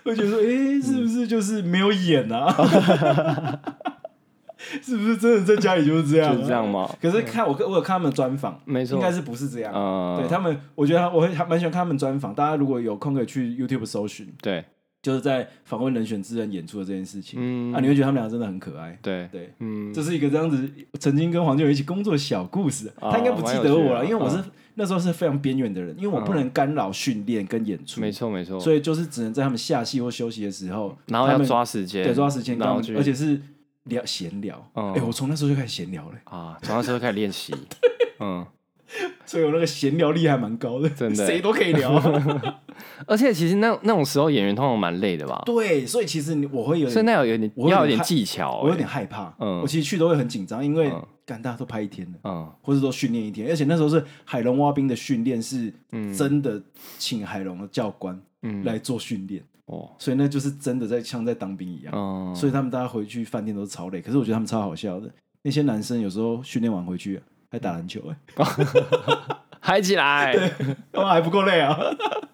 [SPEAKER 2] 会觉得说，哎、是不是就是没有演啊？ [laughs] 是不是真的在家里就是这样、啊
[SPEAKER 1] 就是这样吗
[SPEAKER 2] 可是看我我有看他们专访，
[SPEAKER 1] 没错
[SPEAKER 2] 应该是不是这样？
[SPEAKER 1] 嗯，
[SPEAKER 2] 对他们，我觉得他我会还蛮喜欢看他们专访。大家如果有空可以去 YouTube 搜寻，
[SPEAKER 1] 对，
[SPEAKER 2] 就是在访问《人选之人》演出的这件事情、
[SPEAKER 1] 嗯
[SPEAKER 2] 啊，你会觉得他们俩真的很可爱。
[SPEAKER 1] 对，
[SPEAKER 2] 对，
[SPEAKER 1] 嗯
[SPEAKER 2] 这是一个这样子曾经跟黄建伟一起工作的小故事。
[SPEAKER 1] 哦
[SPEAKER 2] 他应该不记得我
[SPEAKER 1] 蛮有趣的嗯
[SPEAKER 2] 了，因为我是、那时候是非常边缘的人，因为我不能干扰训练跟演出，
[SPEAKER 1] 没错没错，
[SPEAKER 2] 所以就是只能在他们下戏或休息的时候，
[SPEAKER 1] 然后
[SPEAKER 2] 他
[SPEAKER 1] 要
[SPEAKER 2] 们
[SPEAKER 1] 抓时间，
[SPEAKER 2] 对抓时间跟
[SPEAKER 1] 然
[SPEAKER 2] 他
[SPEAKER 1] 后
[SPEAKER 2] 们，
[SPEAKER 1] 去，
[SPEAKER 2] 而且是聊闲聊。哎、
[SPEAKER 1] 哦
[SPEAKER 2] 我从那时候就开始闲聊了，
[SPEAKER 1] 啊，抓时候开始练
[SPEAKER 2] [laughs]
[SPEAKER 1] 习，嗯，
[SPEAKER 2] 所以我那个闲聊力还蛮高的，
[SPEAKER 1] 真的欸
[SPEAKER 2] 谁都可
[SPEAKER 1] [laughs]
[SPEAKER 2] 以聊。
[SPEAKER 1] 而且其实那那种时候演员通常蛮累的吧，
[SPEAKER 2] 对，所以其实你我会有
[SPEAKER 1] 所以
[SPEAKER 2] 点，
[SPEAKER 1] 那要有点
[SPEAKER 2] 我有点
[SPEAKER 1] 要有点
[SPEAKER 2] 害
[SPEAKER 1] 技巧，
[SPEAKER 2] 我有点害怕。
[SPEAKER 1] 嗯
[SPEAKER 2] 我其实去都会很紧张，因为
[SPEAKER 1] 嗯
[SPEAKER 2] 干大家都拍一天了，
[SPEAKER 1] 嗯
[SPEAKER 2] 或者都训练一天，而且那时候是海龙蛙兵的训练，是真的请海龙的教官
[SPEAKER 1] 嗯
[SPEAKER 2] 来做训练，
[SPEAKER 1] 哦
[SPEAKER 2] 所以那就是真的在像在当兵一样。
[SPEAKER 1] 嗯，
[SPEAKER 2] 所以他们大家回去饭店都超累，可是我觉得他们超好笑的。那些男生有时候训练完回去还打篮球、欸，
[SPEAKER 1] 嗨起来，
[SPEAKER 2] [laughs] 他们还不够累啊。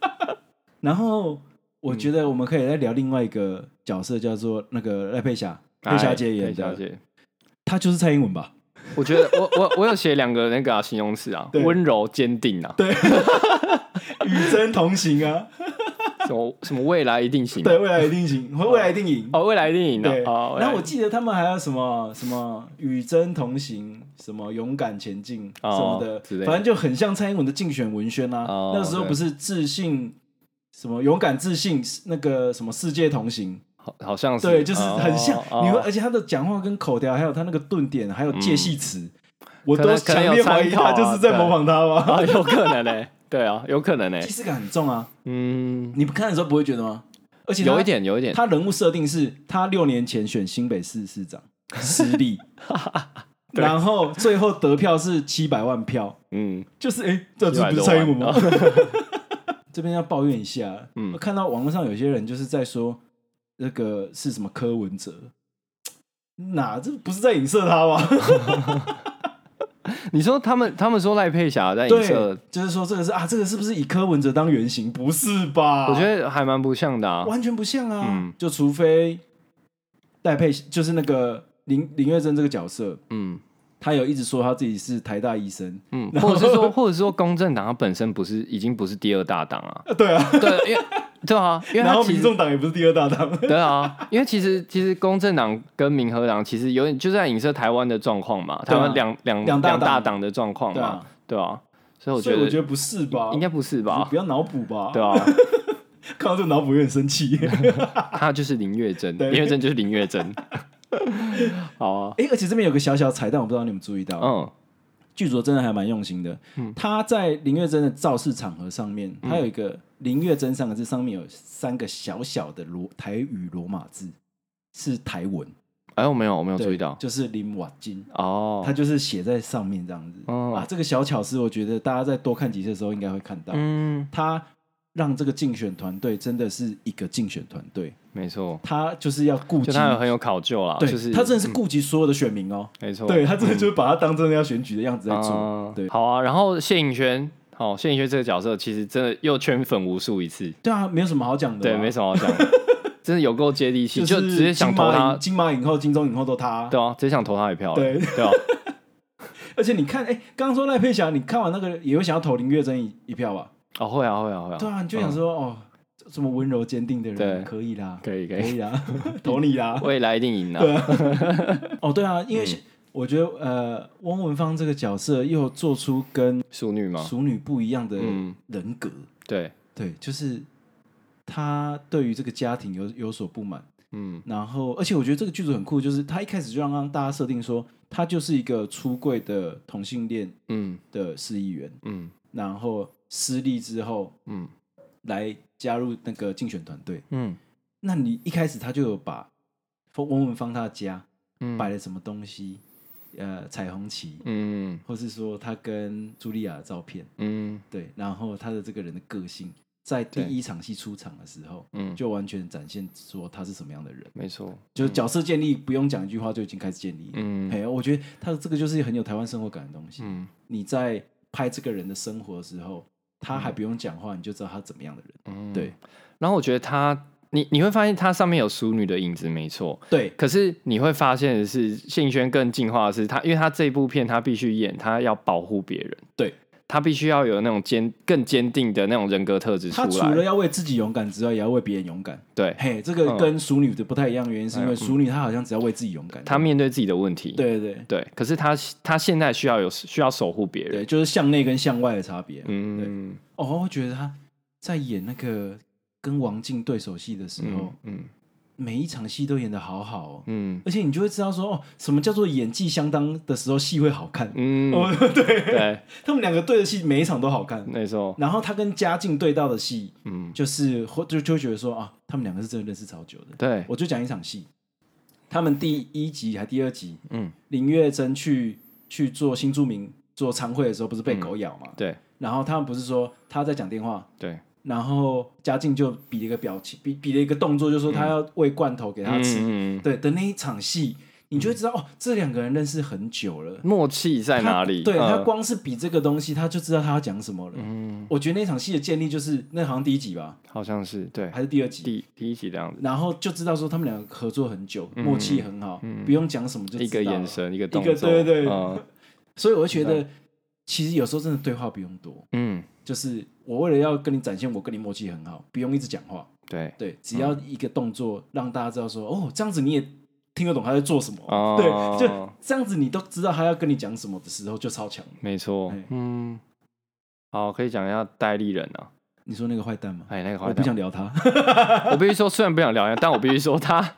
[SPEAKER 2] [laughs] 然后我觉得我们可以再聊另外一个角色，叫做那个赖佩霞，
[SPEAKER 1] 哎
[SPEAKER 2] 佩霞姐演
[SPEAKER 1] 佩霞
[SPEAKER 2] 的，
[SPEAKER 1] 姐，
[SPEAKER 2] 她就是蔡英文吧？
[SPEAKER 1] 我觉得我 [laughs] 我我有写两个那个啊形容词啊，
[SPEAKER 2] 对
[SPEAKER 1] 温柔坚定
[SPEAKER 2] [laughs]
[SPEAKER 1] 啊，
[SPEAKER 2] 与真同行啊，
[SPEAKER 1] 什么什么未来一定行啊，
[SPEAKER 2] 对，未来一定行，未来一定赢。
[SPEAKER 1] 哦，未来一定赢的
[SPEAKER 2] 对，
[SPEAKER 1] 哦，未
[SPEAKER 2] 然
[SPEAKER 1] 来
[SPEAKER 2] 后我记得他们还有什么什么与真同行，什么勇敢前进什
[SPEAKER 1] 哦
[SPEAKER 2] 么的，
[SPEAKER 1] 之类的
[SPEAKER 2] 反正就很像蔡英文的竞选文宣啊。
[SPEAKER 1] 哦
[SPEAKER 2] 那时候
[SPEAKER 1] 对
[SPEAKER 2] 不是自信什么勇敢自信那个什么世界同行，
[SPEAKER 1] 好好像是
[SPEAKER 2] 对，就是很像。
[SPEAKER 1] 哦
[SPEAKER 2] 你会，
[SPEAKER 1] 哦
[SPEAKER 2] 而且他的讲话跟口条，还有他那个顿点，还有介系词，我
[SPEAKER 1] 嗯可
[SPEAKER 2] 都
[SPEAKER 1] 能可能
[SPEAKER 2] 强
[SPEAKER 1] 有
[SPEAKER 2] 烈怀疑
[SPEAKER 1] 参考
[SPEAKER 2] 他
[SPEAKER 1] 啊
[SPEAKER 2] 就是在模仿他吧。
[SPEAKER 1] 啊，有可能嘞，对啊，有可能嘞
[SPEAKER 2] 既，视感很重啊，
[SPEAKER 1] 嗯，
[SPEAKER 2] 你不看的时候不会觉得吗？而且他
[SPEAKER 1] 有一，点，有一点，
[SPEAKER 2] 他人物设定是他六年前选新北市市
[SPEAKER 1] [laughs]
[SPEAKER 2] 长失利，
[SPEAKER 1] 对
[SPEAKER 2] 然后最后得票是七百万票，
[SPEAKER 1] 嗯，
[SPEAKER 2] 就是哎，这
[SPEAKER 1] 七
[SPEAKER 2] 这
[SPEAKER 1] 百
[SPEAKER 2] 不是
[SPEAKER 1] 多
[SPEAKER 2] 蔡英文吗？
[SPEAKER 1] 万，啊
[SPEAKER 2] [laughs] 这边要抱怨一下，
[SPEAKER 1] 嗯
[SPEAKER 2] 嗯，看到网络上有些人就是在说那个是什么柯文哲，哪这不是在影射他吗？
[SPEAKER 1] 你说他们他们说赖佩霞在影射
[SPEAKER 2] 对，，就是说这个是啊，这个是不是以柯文哲当原型？不是吧？
[SPEAKER 1] 我觉得还蛮不像的啊。
[SPEAKER 2] 完全不像啊，
[SPEAKER 1] 嗯
[SPEAKER 2] 就除非戴佩就是那个林林月珍这个角色，
[SPEAKER 1] 嗯
[SPEAKER 2] 他有一直说他自己是台大医生，
[SPEAKER 1] 嗯，或者是说，或者是说，公正党它本身不是已经不是第二大党
[SPEAKER 2] [laughs]
[SPEAKER 1] 啊？
[SPEAKER 2] 啊对啊，
[SPEAKER 1] 对，因为对啊，因为
[SPEAKER 2] 然
[SPEAKER 1] 它
[SPEAKER 2] 后
[SPEAKER 1] 其
[SPEAKER 2] 民
[SPEAKER 1] 实
[SPEAKER 2] 众党也不是第二大党，
[SPEAKER 1] [laughs] 对啊，因为其实其实公正党跟民和党其实有点就在影射台湾的状况嘛，台
[SPEAKER 2] 对啊
[SPEAKER 1] 湾两两
[SPEAKER 2] 两大党
[SPEAKER 1] 大党的状况
[SPEAKER 2] 对
[SPEAKER 1] 嘛
[SPEAKER 2] 啊，
[SPEAKER 1] 对啊，所以我
[SPEAKER 2] 所
[SPEAKER 1] 觉
[SPEAKER 2] 以我
[SPEAKER 1] 得
[SPEAKER 2] 觉得不是吧？
[SPEAKER 1] 应该不是
[SPEAKER 2] 你
[SPEAKER 1] 吧
[SPEAKER 2] 不？要脑补吧？
[SPEAKER 1] 对啊， [laughs]
[SPEAKER 2] 看到这个脑补有点生气。
[SPEAKER 1] 他就是林月珍，
[SPEAKER 2] 对
[SPEAKER 1] 林月珍就是林月
[SPEAKER 2] [laughs]
[SPEAKER 1] 珍。好啊，
[SPEAKER 2] 哎、而且这边有个小小彩蛋，我不知道你们注意到，
[SPEAKER 1] 嗯
[SPEAKER 2] 剧组真的还蛮用心的。他在林月珍的造势场合上面，
[SPEAKER 1] 嗯
[SPEAKER 2] 他有一个“林月珍”三个字，上面有三个小小的罗台语罗马字，是台文。
[SPEAKER 1] 哎，我没有，我没有
[SPEAKER 2] 对
[SPEAKER 1] 注意到
[SPEAKER 2] 就是林瓦金，
[SPEAKER 1] 哦
[SPEAKER 2] 他。就是写在上面这样子、
[SPEAKER 1] 哦
[SPEAKER 2] 啊。这个小巧思，我觉得大家在多看几次的时候应该会看到，
[SPEAKER 1] 嗯，
[SPEAKER 2] 他让这个竞选团队真的是一个竞选团队，
[SPEAKER 1] 没错，
[SPEAKER 2] 他就是要顾及
[SPEAKER 1] 就，他有很有考究啦，
[SPEAKER 2] 对、
[SPEAKER 1] 就是嗯
[SPEAKER 2] 他真的是顾及所有的选民哦，
[SPEAKER 1] 没错，
[SPEAKER 2] 对他真的就是把他当真的要选举的样子在做，
[SPEAKER 1] 啊
[SPEAKER 2] 对
[SPEAKER 1] 好啊。然后谢颖轩，哦，谢颖轩这个角色其实真的又圈粉无数一次，
[SPEAKER 2] 对啊，没有什么好讲的，
[SPEAKER 1] 对，没，什么好
[SPEAKER 2] [laughs]
[SPEAKER 1] 讲的，真的有够接地气，
[SPEAKER 2] 就
[SPEAKER 1] 就是直接想
[SPEAKER 2] 金
[SPEAKER 1] 投
[SPEAKER 2] 马
[SPEAKER 1] 他
[SPEAKER 2] 影，金马影后、金钟影后都他，
[SPEAKER 1] 对啊，直接想投他一票了，
[SPEAKER 2] 对
[SPEAKER 1] 对啊，
[SPEAKER 2] 而且你看，哎、刚刚说赖佩霞，你看完那个也会想要投林月珍一一票吧？
[SPEAKER 1] 哦，会啊，会啊，会啊，
[SPEAKER 2] [laughs] 对啊，你就想
[SPEAKER 1] 嗯
[SPEAKER 2] 说、哦，这么温柔坚定的
[SPEAKER 1] 对
[SPEAKER 2] 人，可以啦，
[SPEAKER 1] 嗯可以可
[SPEAKER 2] [laughs] 可
[SPEAKER 1] 以，[laughs]
[SPEAKER 2] 以啦，投你啦。
[SPEAKER 1] 未来一定赢啊，
[SPEAKER 2] 哦，对啊，因为
[SPEAKER 1] 嗯
[SPEAKER 2] 我觉得呃，翁文芳这个角色又做出跟
[SPEAKER 1] 淑女嘛，
[SPEAKER 2] 熟女不一样的
[SPEAKER 1] 啊嗯
[SPEAKER 2] 人格，
[SPEAKER 1] 对，
[SPEAKER 2] 对，就是她对于这个家庭有有所不满，
[SPEAKER 1] 嗯
[SPEAKER 2] 然后而且我觉得这个剧组很酷，就是他一开始就让让大家设定说，他就是一个出柜的同性恋
[SPEAKER 1] 嗯
[SPEAKER 2] 的市议员，
[SPEAKER 1] 嗯
[SPEAKER 2] 然后失利之后
[SPEAKER 1] 嗯
[SPEAKER 2] 来加入那个竞选团队。
[SPEAKER 1] 嗯
[SPEAKER 2] 那你一开始他就有把翁文芳他的家
[SPEAKER 1] 嗯，
[SPEAKER 2] 摆了什么东西，呃，彩虹旗，
[SPEAKER 1] 嗯
[SPEAKER 2] 或是说他跟茱莉亚的照片，
[SPEAKER 1] 嗯
[SPEAKER 2] 对，然后他的这个人的个性，在第
[SPEAKER 1] 对
[SPEAKER 2] 一场戏出场的时候，
[SPEAKER 1] 嗯，
[SPEAKER 2] 就完全展现说他是什么样的人，
[SPEAKER 1] 没错，
[SPEAKER 2] 就是角色建立不用讲一句话就已经开始建立了。
[SPEAKER 1] 嗯
[SPEAKER 2] 哎、我觉得他的这个就是很有台湾生活感的东西。
[SPEAKER 1] 嗯
[SPEAKER 2] 你在拍这个人的生活的时候，他还不用讲话，你就知道他怎么样的人。
[SPEAKER 1] 嗯，
[SPEAKER 2] 对。
[SPEAKER 1] 然后我觉得他，你你会发现他上面有淑女的影子，没错，
[SPEAKER 2] 对，
[SPEAKER 1] 可是你会发现的是，谢颖轩更进化的是他，因为他这一部片他必须演，他要保护别人，
[SPEAKER 2] 对
[SPEAKER 1] 他必须要有那种坚更坚定的那种人格特质出
[SPEAKER 2] 他除了
[SPEAKER 1] 来。
[SPEAKER 2] 要为自己勇敢之外，也要为别人勇敢。
[SPEAKER 1] 对，
[SPEAKER 2] 嘿，这个
[SPEAKER 1] 嗯
[SPEAKER 2] 跟淑女的不太一样，原因是因
[SPEAKER 1] 哎
[SPEAKER 2] 为
[SPEAKER 1] 呀嗯
[SPEAKER 2] 淑女她好像只要为自己勇敢。
[SPEAKER 1] 他面对自己的问题。
[SPEAKER 2] 对对对
[SPEAKER 1] 对，可是他他现在需要有需要守护别人。
[SPEAKER 2] 对，就是向内跟向外的差别。
[SPEAKER 1] 嗯
[SPEAKER 2] 哦，我觉得他在演那个跟王静对手戏的时候，
[SPEAKER 1] 嗯嗯
[SPEAKER 2] 每一场戏都演的好好哦，
[SPEAKER 1] 嗯
[SPEAKER 2] 而且你就会知道说，哦，什么叫做演技相当的时候戏会好看。
[SPEAKER 1] 嗯，
[SPEAKER 2] 哦， [laughs] 对，
[SPEAKER 1] 对，
[SPEAKER 2] 他们两个对的戏每一场都好看。
[SPEAKER 1] 那时候
[SPEAKER 2] 然后他跟嘉靖对到的戏，
[SPEAKER 1] 嗯
[SPEAKER 2] 就是或就就会觉得说啊，他们两个是真的认识超久的。
[SPEAKER 1] 对，
[SPEAKER 2] 我就讲一场戏，他们第一集还第二集，
[SPEAKER 1] 嗯
[SPEAKER 2] 林月珍去去做新著名做参会的时候，不是被
[SPEAKER 1] 嗯
[SPEAKER 2] 狗咬嘛？
[SPEAKER 1] 对
[SPEAKER 2] 然后他们不是说他在讲电话，
[SPEAKER 1] 对，
[SPEAKER 2] 然后嘉靖就比了一个表情，比比了一个动作，就说他要喂罐头给他吃。
[SPEAKER 1] 嗯
[SPEAKER 2] 对的那一场戏，你就会知道、哦，这两个人认识很久了。
[SPEAKER 1] 默契在哪里？
[SPEAKER 2] 他对他光是比这个东西，他就知道他要讲什么了。
[SPEAKER 1] 嗯
[SPEAKER 2] 我觉得那场戏的建立就是那好像第一集吧，
[SPEAKER 1] 好像是对
[SPEAKER 2] 还是第二集，
[SPEAKER 1] 第第一集的样子，
[SPEAKER 2] 然后就知道说他们两个合作很久，默契很好，不用讲什么就
[SPEAKER 1] 嗯一个
[SPEAKER 2] 知道了
[SPEAKER 1] 眼。神一个
[SPEAKER 2] 一个
[SPEAKER 1] 动作，
[SPEAKER 2] 对对对
[SPEAKER 1] 嗯
[SPEAKER 2] 所以我会觉得，其实有时候真的对话不用多，
[SPEAKER 1] 嗯
[SPEAKER 2] 就是我为了要跟你展现我跟你默契很好，不用一直讲话，
[SPEAKER 1] 对。
[SPEAKER 2] 对，只要一个动作让大家知道说，哦，这样子你也听得懂他在做什么，
[SPEAKER 1] 哦
[SPEAKER 2] 对，就这样子你都知道他要跟你讲什么的时候就超强了。
[SPEAKER 1] 没错
[SPEAKER 2] 哎，
[SPEAKER 1] 嗯，好，可以讲一下戴立人啊，
[SPEAKER 2] 你说那个坏蛋吗？
[SPEAKER 1] 哎，那个
[SPEAKER 2] 我
[SPEAKER 1] 坏
[SPEAKER 2] 不
[SPEAKER 1] 蛋，
[SPEAKER 2] 想
[SPEAKER 1] [laughs]
[SPEAKER 2] 聊他，
[SPEAKER 1] 我必须说，虽然不想聊，但我必须说他，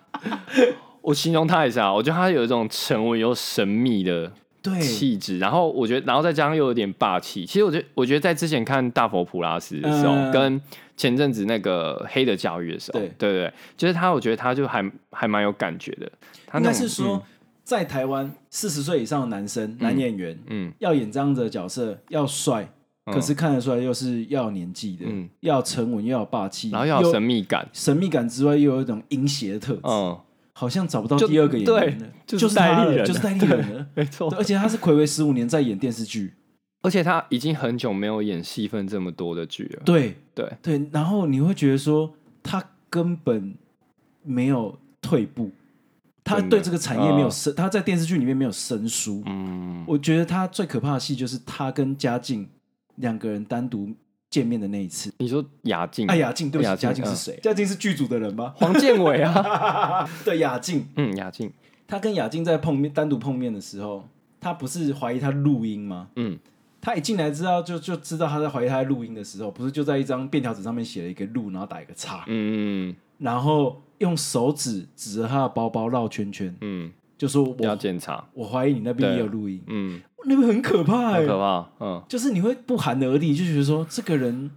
[SPEAKER 1] 我形容他一下，我觉得他有一种沉稳又神秘的
[SPEAKER 2] 对，
[SPEAKER 1] 气质，然后我觉得，然后再加上又有点霸气。其实我觉得，我觉得在之前看《大佛普拉斯》的时候，
[SPEAKER 2] 嗯
[SPEAKER 1] 跟前阵子那个《黑的教育》的时候，
[SPEAKER 2] 对
[SPEAKER 1] 对对对，就是他，我觉得他就还还蛮有感觉的。他
[SPEAKER 2] 应
[SPEAKER 1] 那
[SPEAKER 2] 该
[SPEAKER 1] 种嗯
[SPEAKER 2] 是说，在台湾四十岁以上的男生男演员
[SPEAKER 1] 嗯，
[SPEAKER 2] 要演这样子的角色，要帅，
[SPEAKER 1] 嗯
[SPEAKER 2] 可是看得出来又是要有年纪的，
[SPEAKER 1] 嗯
[SPEAKER 2] 要沉稳，又要有霸气，
[SPEAKER 1] 然后要有
[SPEAKER 2] 又
[SPEAKER 1] 神秘感，
[SPEAKER 2] 神秘感之外，又有一种阴邪的特质，
[SPEAKER 1] 嗯，
[SPEAKER 2] 好像找不到
[SPEAKER 1] 就
[SPEAKER 2] 第二个演员了，
[SPEAKER 1] 对
[SPEAKER 2] 就
[SPEAKER 1] 就是是
[SPEAKER 2] 他
[SPEAKER 1] 代
[SPEAKER 2] 了
[SPEAKER 1] 理人
[SPEAKER 2] 就是代理人了。
[SPEAKER 1] 没错
[SPEAKER 2] 对而且他是暌违十五年在演电视剧，
[SPEAKER 1] 而且他已经很久没有演戏份这么多的剧了，
[SPEAKER 2] 对
[SPEAKER 1] 对，
[SPEAKER 2] 对，然后你会觉得说他根本没有退步，他
[SPEAKER 1] 真的
[SPEAKER 2] 对这个产业没有
[SPEAKER 1] 嗯
[SPEAKER 2] 生，他在电视剧里面没有生疏，
[SPEAKER 1] 嗯，
[SPEAKER 2] 我觉得他最可怕的戏就是他跟嘉靖两个人单独见面的那一次。
[SPEAKER 1] 你说雅静，
[SPEAKER 2] 哎，雅静，对不
[SPEAKER 1] 嗯雅
[SPEAKER 2] 起，
[SPEAKER 1] 静嗯
[SPEAKER 2] 嘉靖是谁？嘉靖是剧组的人吗？
[SPEAKER 1] 黄建伟啊， [laughs]
[SPEAKER 2] 对，雅静，
[SPEAKER 1] 嗯，雅静，
[SPEAKER 2] 他跟雅静在碰面单独碰面的时候，他不是怀疑他录音吗？
[SPEAKER 1] 嗯，
[SPEAKER 2] 他一进来知道就就知道他在怀疑他在录音的时候，不是就在一张便条纸上面写了一个录，然后打一个叉，
[SPEAKER 1] 嗯
[SPEAKER 2] 然后用手指指着他的包包绕圈圈，
[SPEAKER 1] 嗯，
[SPEAKER 2] 就说
[SPEAKER 1] 要
[SPEAKER 2] 我
[SPEAKER 1] 检查，
[SPEAKER 2] 我怀疑你那边也有
[SPEAKER 1] 对
[SPEAKER 2] 录音，
[SPEAKER 1] 嗯，
[SPEAKER 2] 那边很可怕、
[SPEAKER 1] 很
[SPEAKER 2] 欸，
[SPEAKER 1] 可怕，嗯
[SPEAKER 2] 就是你会不寒而栗，就觉得说这个人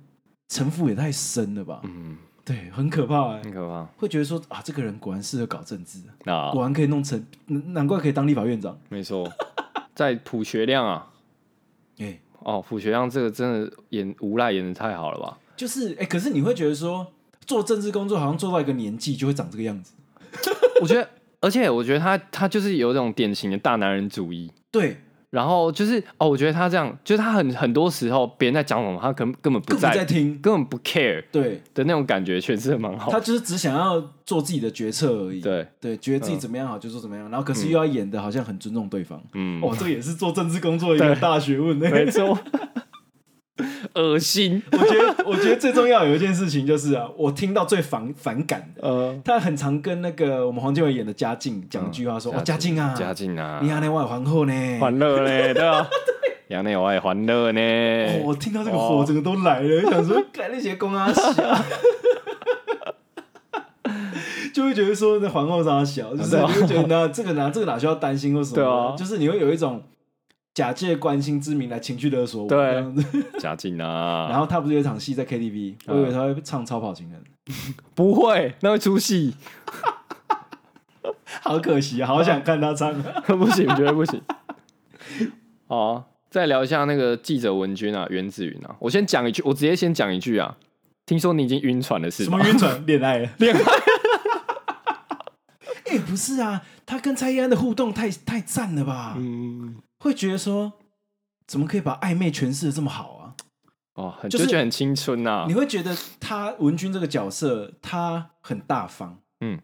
[SPEAKER 2] 城府也太深了吧？
[SPEAKER 1] 嗯，
[SPEAKER 2] 对，很可怕哎、
[SPEAKER 1] 很可怕，
[SPEAKER 2] 会觉得说啊，这个人果然适合搞政治，
[SPEAKER 1] 那
[SPEAKER 2] 果然可以弄成，难难怪可以当立法院长。
[SPEAKER 1] 没错，在朴学亮啊，
[SPEAKER 2] 哎、
[SPEAKER 1] 哦，朴学亮这个真的演无赖演的太好了吧？
[SPEAKER 2] 就是哎、可是你会觉得说做政治工作好像做到一个年纪就会长这个样子。
[SPEAKER 1] 我觉得，而且我觉得他他就是有一种典型的大男人主义。
[SPEAKER 2] 对，
[SPEAKER 1] 然后就是哦，我觉得他这样，就是他很很多时候别人在讲什么，他根根本不
[SPEAKER 2] 更不
[SPEAKER 1] 在，
[SPEAKER 2] 在听。
[SPEAKER 1] 根本不 care
[SPEAKER 2] 对
[SPEAKER 1] 的那种感觉，确实蛮好
[SPEAKER 2] 他。就是只想要做自己的决策而已。
[SPEAKER 1] 哦对，
[SPEAKER 2] 对，觉得自己怎么样好就做怎么样，然后可是又要演的好像很尊重对方。哦
[SPEAKER 1] 嗯，
[SPEAKER 2] 哇，这个也是做政治工作的一个大学问呢、
[SPEAKER 1] [laughs] 没错， [laughs] 恶心，
[SPEAKER 2] 我觉得，我觉得最重要有一件事情就是啊，我听到最反反感的，
[SPEAKER 1] 呃，
[SPEAKER 2] 他很常跟那个我们黄建伟演的嘉靖讲一句话说：“哦，嘉靖啊，
[SPEAKER 1] 嗯嘉靖啊，
[SPEAKER 2] 你阿内外皇后呢？”
[SPEAKER 1] 欢乐 [laughs] 嘞，对吧？杨内我也欢乐呢
[SPEAKER 2] 哦，，我听到这个
[SPEAKER 1] 哦
[SPEAKER 2] 火整个都来 [laughs] 了，想说干那些公阿小，就会觉得说那皇后是阿小，就是
[SPEAKER 1] 对
[SPEAKER 2] 你
[SPEAKER 1] 啊
[SPEAKER 2] 会觉得呢，这个哪这个哪需要担心或什么的，
[SPEAKER 1] 对啊
[SPEAKER 2] 就是你会有一种假借关心之名来情绪勒索我，
[SPEAKER 1] 对
[SPEAKER 2] 这样子。
[SPEAKER 1] 嘉靖
[SPEAKER 2] 然
[SPEAKER 1] 啊，
[SPEAKER 2] 后他不是有一场戏在 KTV，我以为他会唱《超跑情人》。
[SPEAKER 1] 不会，那会出戏， [laughs]
[SPEAKER 2] 好可惜啊，好想看他 [laughs] 唱。
[SPEAKER 1] 不行，绝对不行。 [laughs] 好啊、再聊一下那个记者文君啊，袁子云啊，我先讲一句，我直接先讲一句啊，听说你已经晕船了是
[SPEAKER 2] 什
[SPEAKER 1] 吗
[SPEAKER 2] 么？晕船恋爱了？
[SPEAKER 1] 恋爱？
[SPEAKER 2] [laughs] 哎、不是啊，他跟蔡依安的互动太太赞了吧？
[SPEAKER 1] [laughs] 嗯，
[SPEAKER 2] 会觉得说，怎么可以把暧昧诠释的这么好啊？
[SPEAKER 1] 哦，很
[SPEAKER 2] 就
[SPEAKER 1] 就是觉得很青春呐、啊
[SPEAKER 2] 你，会觉得他文君这个角色，他很大方，
[SPEAKER 1] 嗯，